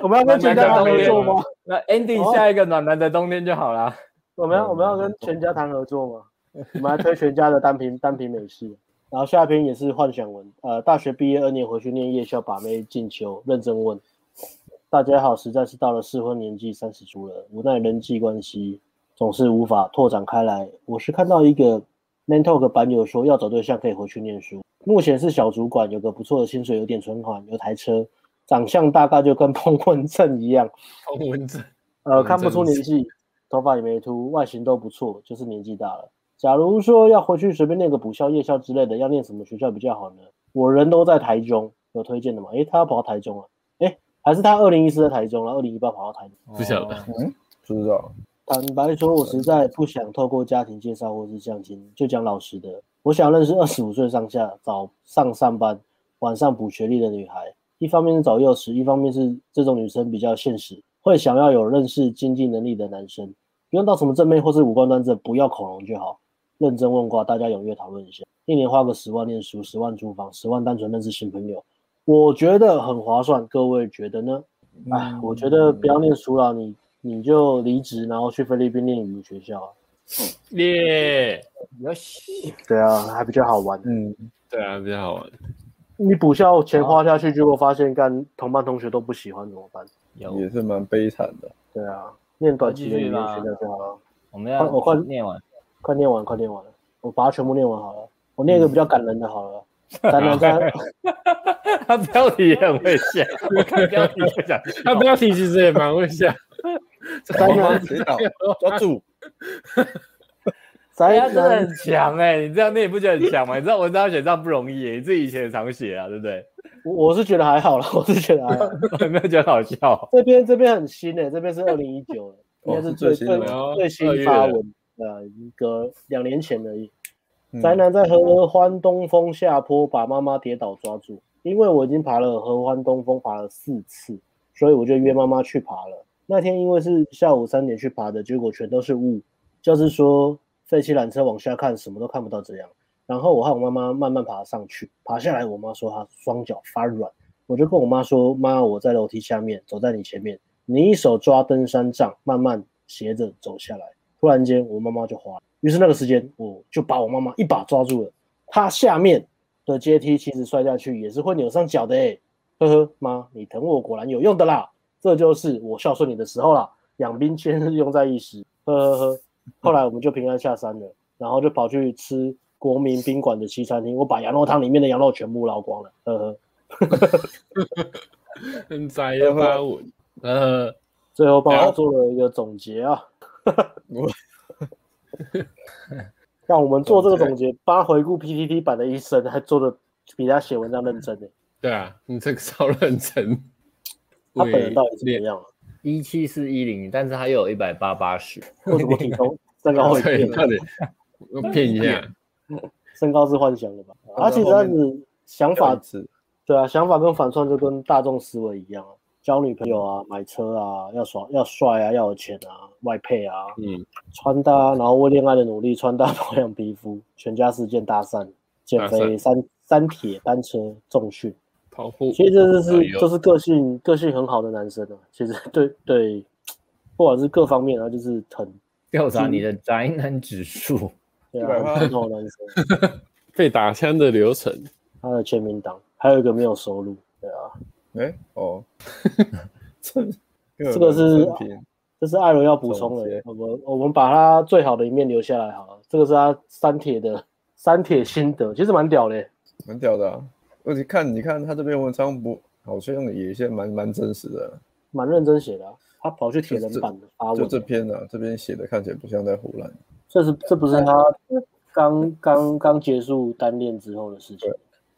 我们要跟全家谈合作吗？那哦 ending 下一个暖男的冬天就好啦。我们要我们要跟全家谈合作吗？我们来推全家的单品单品美式。然后下一篇也是幻想文，呃，大学毕业二年回去念夜校把妹进修，认真问。大家好，实在是到了适婚年纪三十出了，无奈人际关系总是无法拓展开来。我是看到一个 Man Talk 版友说要找对象可以回去念书，目前是小主管，有个不错的薪水，有点存款，有台车，长相大概就跟 彭文正一样，彭文正，呃，嗯看不真出的年纪，头发也没秃，外形都不错，就是年纪大了。假如说要回去随便念个补校、夜校之类的，要念什么学校比较好呢？我人都在台中，有推荐的吗？诶，他要跑到台中了，诶，还是他二零一四在台中了，二零一八跑到台中。哦不晓得不知道。坦啊白说，我实在不想透过家庭介绍或是相亲，就讲老实的，我想认识二十五岁上下、早上上班、晚上补学历的女孩。一方面是找幼师，一方面是这种女生比较现实，会想要有认识经济能力的男生，不用到什么正面或是五官端正，不要恐龙就好。认真问卦，大家踊跃讨论一下。一年花个十万念书，十万租房，十万单纯认识新朋友，我觉得很划算。各位觉得呢？哎，我觉得不要念书了，你你就离职，然后去菲律宾念语言学校啊。耶，有戏对啊，还比较好玩。嗯，对啊，比较好玩。你补校钱花下去，结果发现干同班同学都不喜欢，怎么办？有，也是蛮悲惨的。对啊，念短期的语言学校就好了。我们要我换念完。快念完，快念完了，我把它全部念完好了。我念一个比较感人的好了。展览三，他标题也很会写，我看标题就想笑。他标题其实也蛮会下，当然黄水 岛抓住，哎，他真的咱很强哎、你这样念你不觉得很强吗？你知道文章写这样不容易、欸，你自己以前也常写啊，对不 对？我我是觉得还好了，我是觉得还好。有没有觉得好笑？这边这边很新诶、这边是二零一九，应该哦是是最最最新的哦最二新月发了文，呃，一个两年前而已。嗯宅男在合欢东峰下坡把妈妈跌倒抓住，因为我已经爬了合欢东峰爬了四次，所以我就约妈妈去爬了。那天因为是下午三点去爬的，结果全都是雾，就是说废弃缆车往下看什么都看不到这样。然后我和我妈妈慢慢爬上去，爬下来，我妈说她双脚发软，我就跟我妈说：“妈，我在楼梯下面，走在你前面，你一手抓登山杖，慢慢斜着走下来。”突然间，我妈妈就滑了。于是那个时间，我就把我妈妈一把抓住了。她下面的阶梯其实摔下去也是会扭伤脚的诶、呵呵，妈，你疼我果然有用的啦，这就是我孝顺你的时候啦。养兵千日，用在一时。呵呵呵。后来我们就平安下山了，然后就跑去吃国民宾馆的西餐厅，我把羊肉汤里面的羊肉全部捞光了。呵呵。很宅的发文。呃，最后帮他做了一个总结啊。 我让我们做这个总结，帮他回顾 PPT 版的一生，还做的比他写文章认真呢、欸对啊，你这个超认真。他本人到底怎为么样啊？一七四一零，但是他又有一百八八十，为什么体 重身高会对，变？到底 我骗一下，身高是幻想的吧？他他其实他是想法法，子对啊，想法跟反串就跟大众思维一样啊，交女朋友啊，买车啊，要爽要帅啊，要有钱啊，外配啊，嗯，穿搭，然后为恋爱的努力，穿搭保养皮肤， 全家事件搭讪，减搭肥讪三三铁单车重训。跑步其实这就是哎呦就是个性个性很好的男生啊，其实对对，不管是各方面啊，就是很调查你的宅男指数。对对啊，啊很好的男生。被打枪的流程， 他的签名档还有一个没有收入，对啊，哎哦，这这个是评这是艾伦要补充总结的。我们我们把他最好的一面留下来好了，这个是他三铁的三铁心得，其实蛮屌的、蛮屌的、啊。而且看你看他这篇文章不，好像也是蛮蛮真实的啊、蛮认真写的啊、他跑去铁人版的发就文，这篇啊，这边写的看起来不像在胡乱。这是这不是他刚刚刚结束单练之后的事情。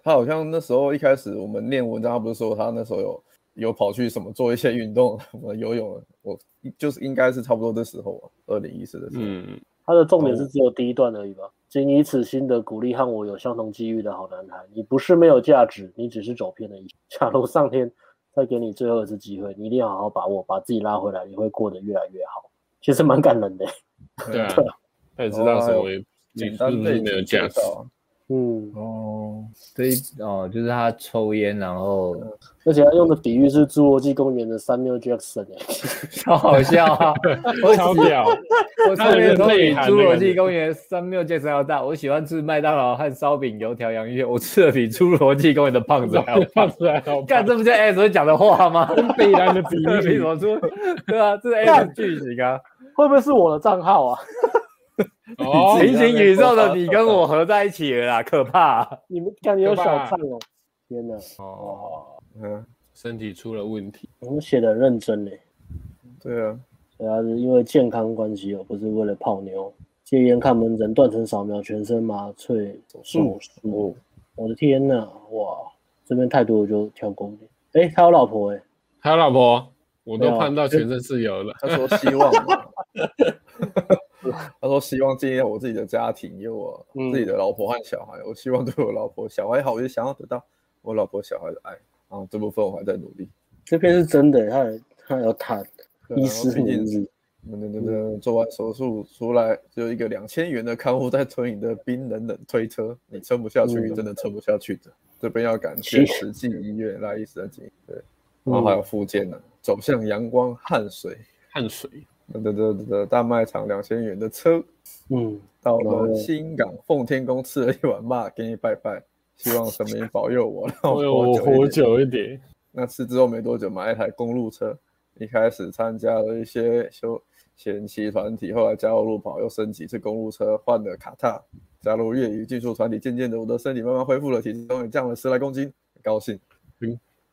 他好像那时候一开始我们念文章，他不是说他那时候有有跑去什么做一些运动， 什么游泳，我就是应该是差不多这时候啊，二零一四的时候。嗯，他的重点是只有第一段而已吧？仅以此心的鼓励和我有相同机遇的好男孩，你不是没有价值，你只是走偏了一步。 假如上天再给你最后一次机会，你一定要好好把握，把自己拉回来，你会过得越来越好。其实蛮感人的、欸对啊，他也知道什么也你简是单不背是景没有价值介，绍啊嗯，哦，所以哦，就是他抽烟，然后而且他用的比喻是《侏罗纪公园》的 Samuel Jackson 哎、 超好笑啊！超 屌， 我他超有觉点得说内比涵侏的罗感觉纪公园三缪健身要大，我喜欢吃麦当劳和烧饼、油条、洋芋片，我吃的比侏罗纪公园的胖子还要 放胖。出来好干，棒，这不叫 S 讲的话吗？ 必然的比这凭例什，么出？对啊，这是 S 剧情啊，会不会是我的账号啊？哦，平行宇宙的你跟我合在一起了 啦，可怕、你们感觉有小对吧账哦、天哪，哦，嗯，身体出了问题，我们写的认真嘞、欸对啊，对啊，是因为健康关系哦，不是为了泡妞。戒烟、看门诊、断层扫描、全身麻醉手术。哦我的天呐，哇，这边太多我就跳过一点。哎、他有老婆哎、还有老婆，我没都有判到全身是有了，他说希望嘛， 他说希望建立我自己的家庭，有我嗯自己的老婆和小孩，我希望对我老婆小孩好，我就想要得到我老婆小孩的爱啊，这部分我还在努力。这篇是真的、欸，他有他有谈对啊医师毕名竟字，噔噔噔噔，做完手术出来，只有一个两千元的看护在推你的冰冷冷推车，你撑不下去，嗯真的撑不下去的。这边要感谢是实际医院赖医师的经营，对，然后还有附件呢、走向阳光汗水，汗水，噔噔噔噔噔，大卖场两千元的车，嗯，到然了后新港奉天宫吃了一碗 嘛，给你拜拜，希望神明保佑我，让为哦哎我我活活久一久一点。点，那次之后没多久买了一台公路车，一开始参加了一些休闲骑团体，后来加入路跑，又升级是公路车，换了卡踏，加入业余技术团体，渐渐的我的身体慢慢恢复了，体重也降了十来公斤，很高兴。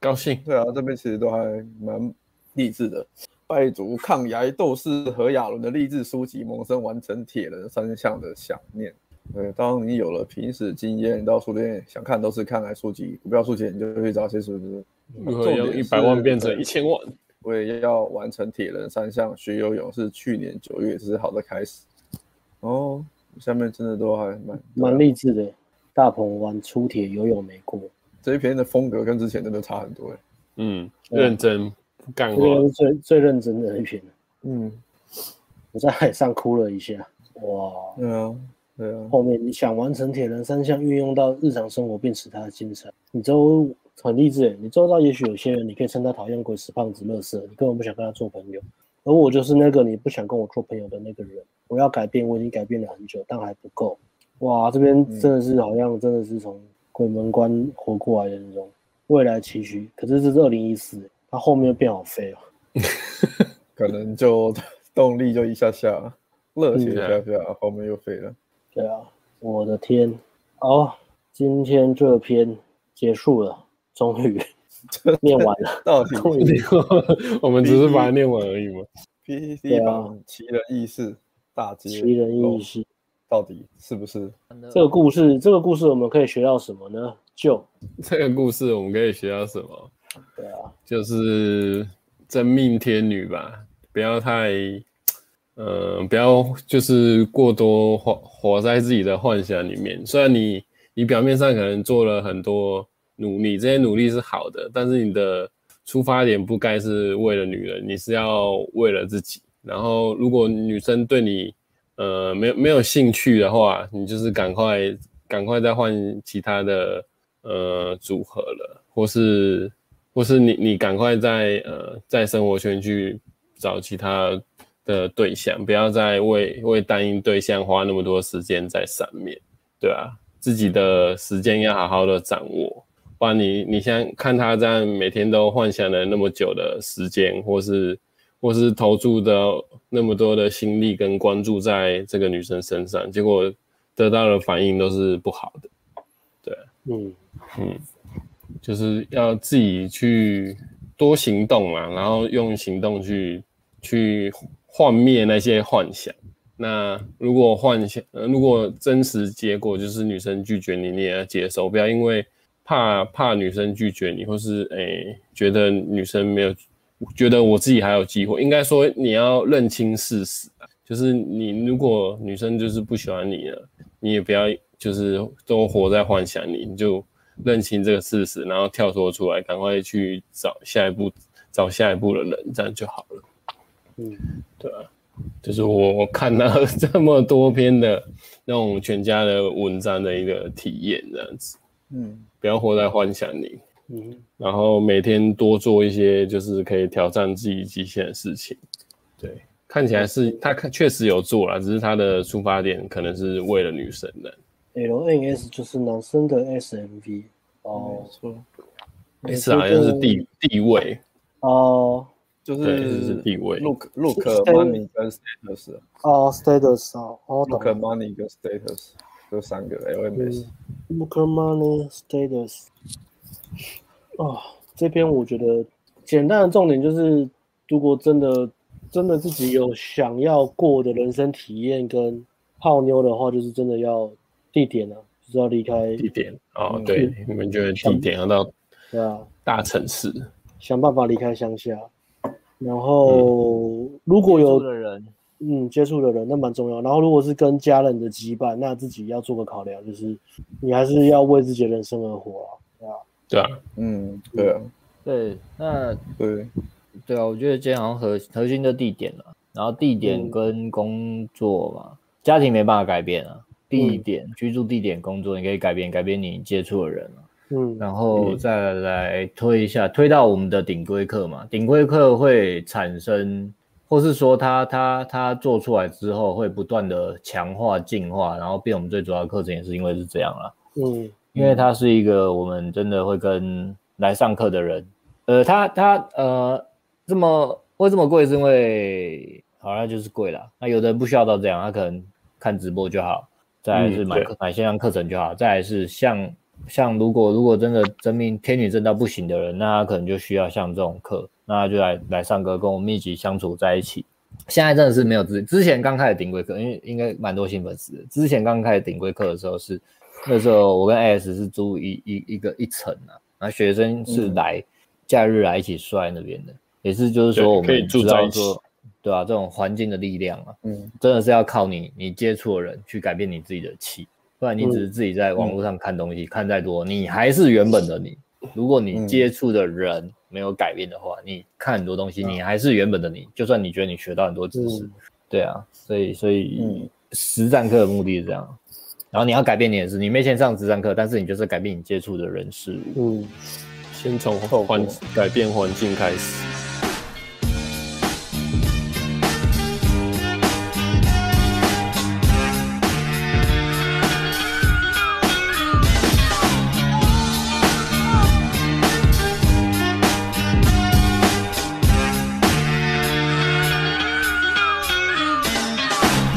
高兴，对啊，这边其实都还蛮励志的。拜读抗癌斗士何亚伦的励志书籍，萌生完成铁人三项的想念。对，当你有了平时经验，到书店想看都是看来书籍、股票书籍，你就去找些书籍。如何重用一点是百万变成一千万？我也要完成铁人三项，学游泳是去年九月，只是好的开始。哦，下面真的都还蛮啊蛮励志的欸、大鹏湾出铁游泳没过，这一篇的风格跟之前真的差很多哎。嗯，认真不干这活个，是最最认真的一篇。嗯，我在海上哭了一下，哇！对啊，对啊，后面你想完成铁人三项，运用到日常生活，并使它精彩。你周很励志耶，你周遭也许有些人，你可以称他讨厌鬼、死胖子、乐色，你根本不想跟他做朋友。而我就是那个你不想跟我做朋友的那个人。我要改变，我已经改变了很久，但还不够。哇，这边真的是好像真的是从鬼门关活过来的那种未来期许。可是这是二零一四，他后面又变好飞哦。可能就 动力就一下下，热血一下啊嗯下，后面又废了。对啊，我的天！哦，今天这篇结束了，终 于念完了。到底终于 啊我们只是把它念完而已 嘛。对 PPT 啊版奇人异事大街奇人异事。到底是不是？这个故事，这个故事我们可以学到什么呢？就这个故事我们可以学到什么？对啊，就是真命天女吧，不要太，呃，不要就是过多活活在自己的幻想里面。虽然你你表面上可能做了很多努力，这些努力是好的，但是你的出发点不该是为了女人，你是要为了自己。然后如果女生对你呃没有没有兴趣的话，你就是赶快赶快再换其他的呃组合了，或是或是你你赶快在呃在生活圈去找其他的对象，不要再为为单一对象花那么多时间在上面，对啊，自己的时间要好好的掌握，不然你你现在看他这样每天都幻想了那么久的时间，或是或是投注的那么多的心力跟关注在这个女生身上，结果得到的反应都是不好的，嗯，就是要自己去多行动嘛，然后用行动去去幻灭那些幻想。那如果幻想，呃如果真实结果就是女生拒绝你，你也要接受，不要因为怕怕女生拒绝你，或是诶、觉得女生没有，觉得我自己还有机会。应该说你要认清事实啊，就是你如果女生就是不喜欢你了，你也不要就是都活在幻想里，你就认清这个事实，然后跳脱出来，赶快去找下一步找下一步的人，这样就好了。嗯，对啊，就是我我看到 这么多篇的那种全家的文章的一个体验，这样子，嗯，不要活在幻想里。嗯，然后每天多做一些就是可以挑战自己极限的事情。对，看起来是他看确实有做啦，只是他的出发点可能是为了女生的。 LNS 就是男生的 SMV 没哦错，也是好像是地地位，哦就对，就是是地位。 look look 是 money 跟 status 啊哦，status 哦，哦懂 look money 跟 status 这三个 LMS， ，look money status 哦，这篇我觉得简单的重点就是，如果真的真的自己有想要过的人生体验跟泡妞的话，就是真的要地点啊，就是要离开，地点哦嗯，对，你们觉得地点要到对啊，大城市，想办法离开乡下。然后如果有住的人嗯，接触的人那蛮重要。然后如果是跟家人的羁绊，那自己要做个考量，就是你还是要为自己的人生而活啊。对啊，对啊，嗯，对啊，对，那对，对啊，我觉得今天好像核核心的地点了，然后地点嗯跟工作嘛，家庭没办法改变啊，地嗯点、居住地点、工作你可以改变，改变你接触的人啊嗯然后嗯再来推一下，推到我们的顶规课嘛，顶规课会产生，或是说它它它做出来之后会不断的强化进化，然后变我们最主要的课程也是因为是这样啦。嗯因为它是一个我们真的会跟来上课的人，呃，他他呃这么会这么贵，是因为好那就是贵啦。那有的人不需要到这样，他可能看直播就好，再来是嗯买课、买线上课程就好，再来是像像如果如果真的真命天女真到不行的人，那他可能就需要像这种课，那他就来来上课，跟我们一起相处在一起。现在真的是没有之之前刚开始顶规课，因为应该蛮多新粉丝的。之前刚开始顶规课的时候是，那时候我跟 AS 是租一一一个一层啊，然后学生嗯是来、假日来一起睡在那边的，也是就是说对我可以们住知在道一起说，对啊，这种环境的力量啊，嗯真的是要靠你你接触的人去改变你自己的气，不然你只是自己在网络上看东西、看再多，你还是原本的你。如果你嗯接触的人没有改变的话，你看很多东西，你还是原本的你。就算你觉得你学到很多知识，嗯对啊，所以所以嗯实战课的目的是这样。然后你要改变你也是，你没钱上实战课，但是你就是改变你接触的人事物。嗯，先从透过环改变环境开始。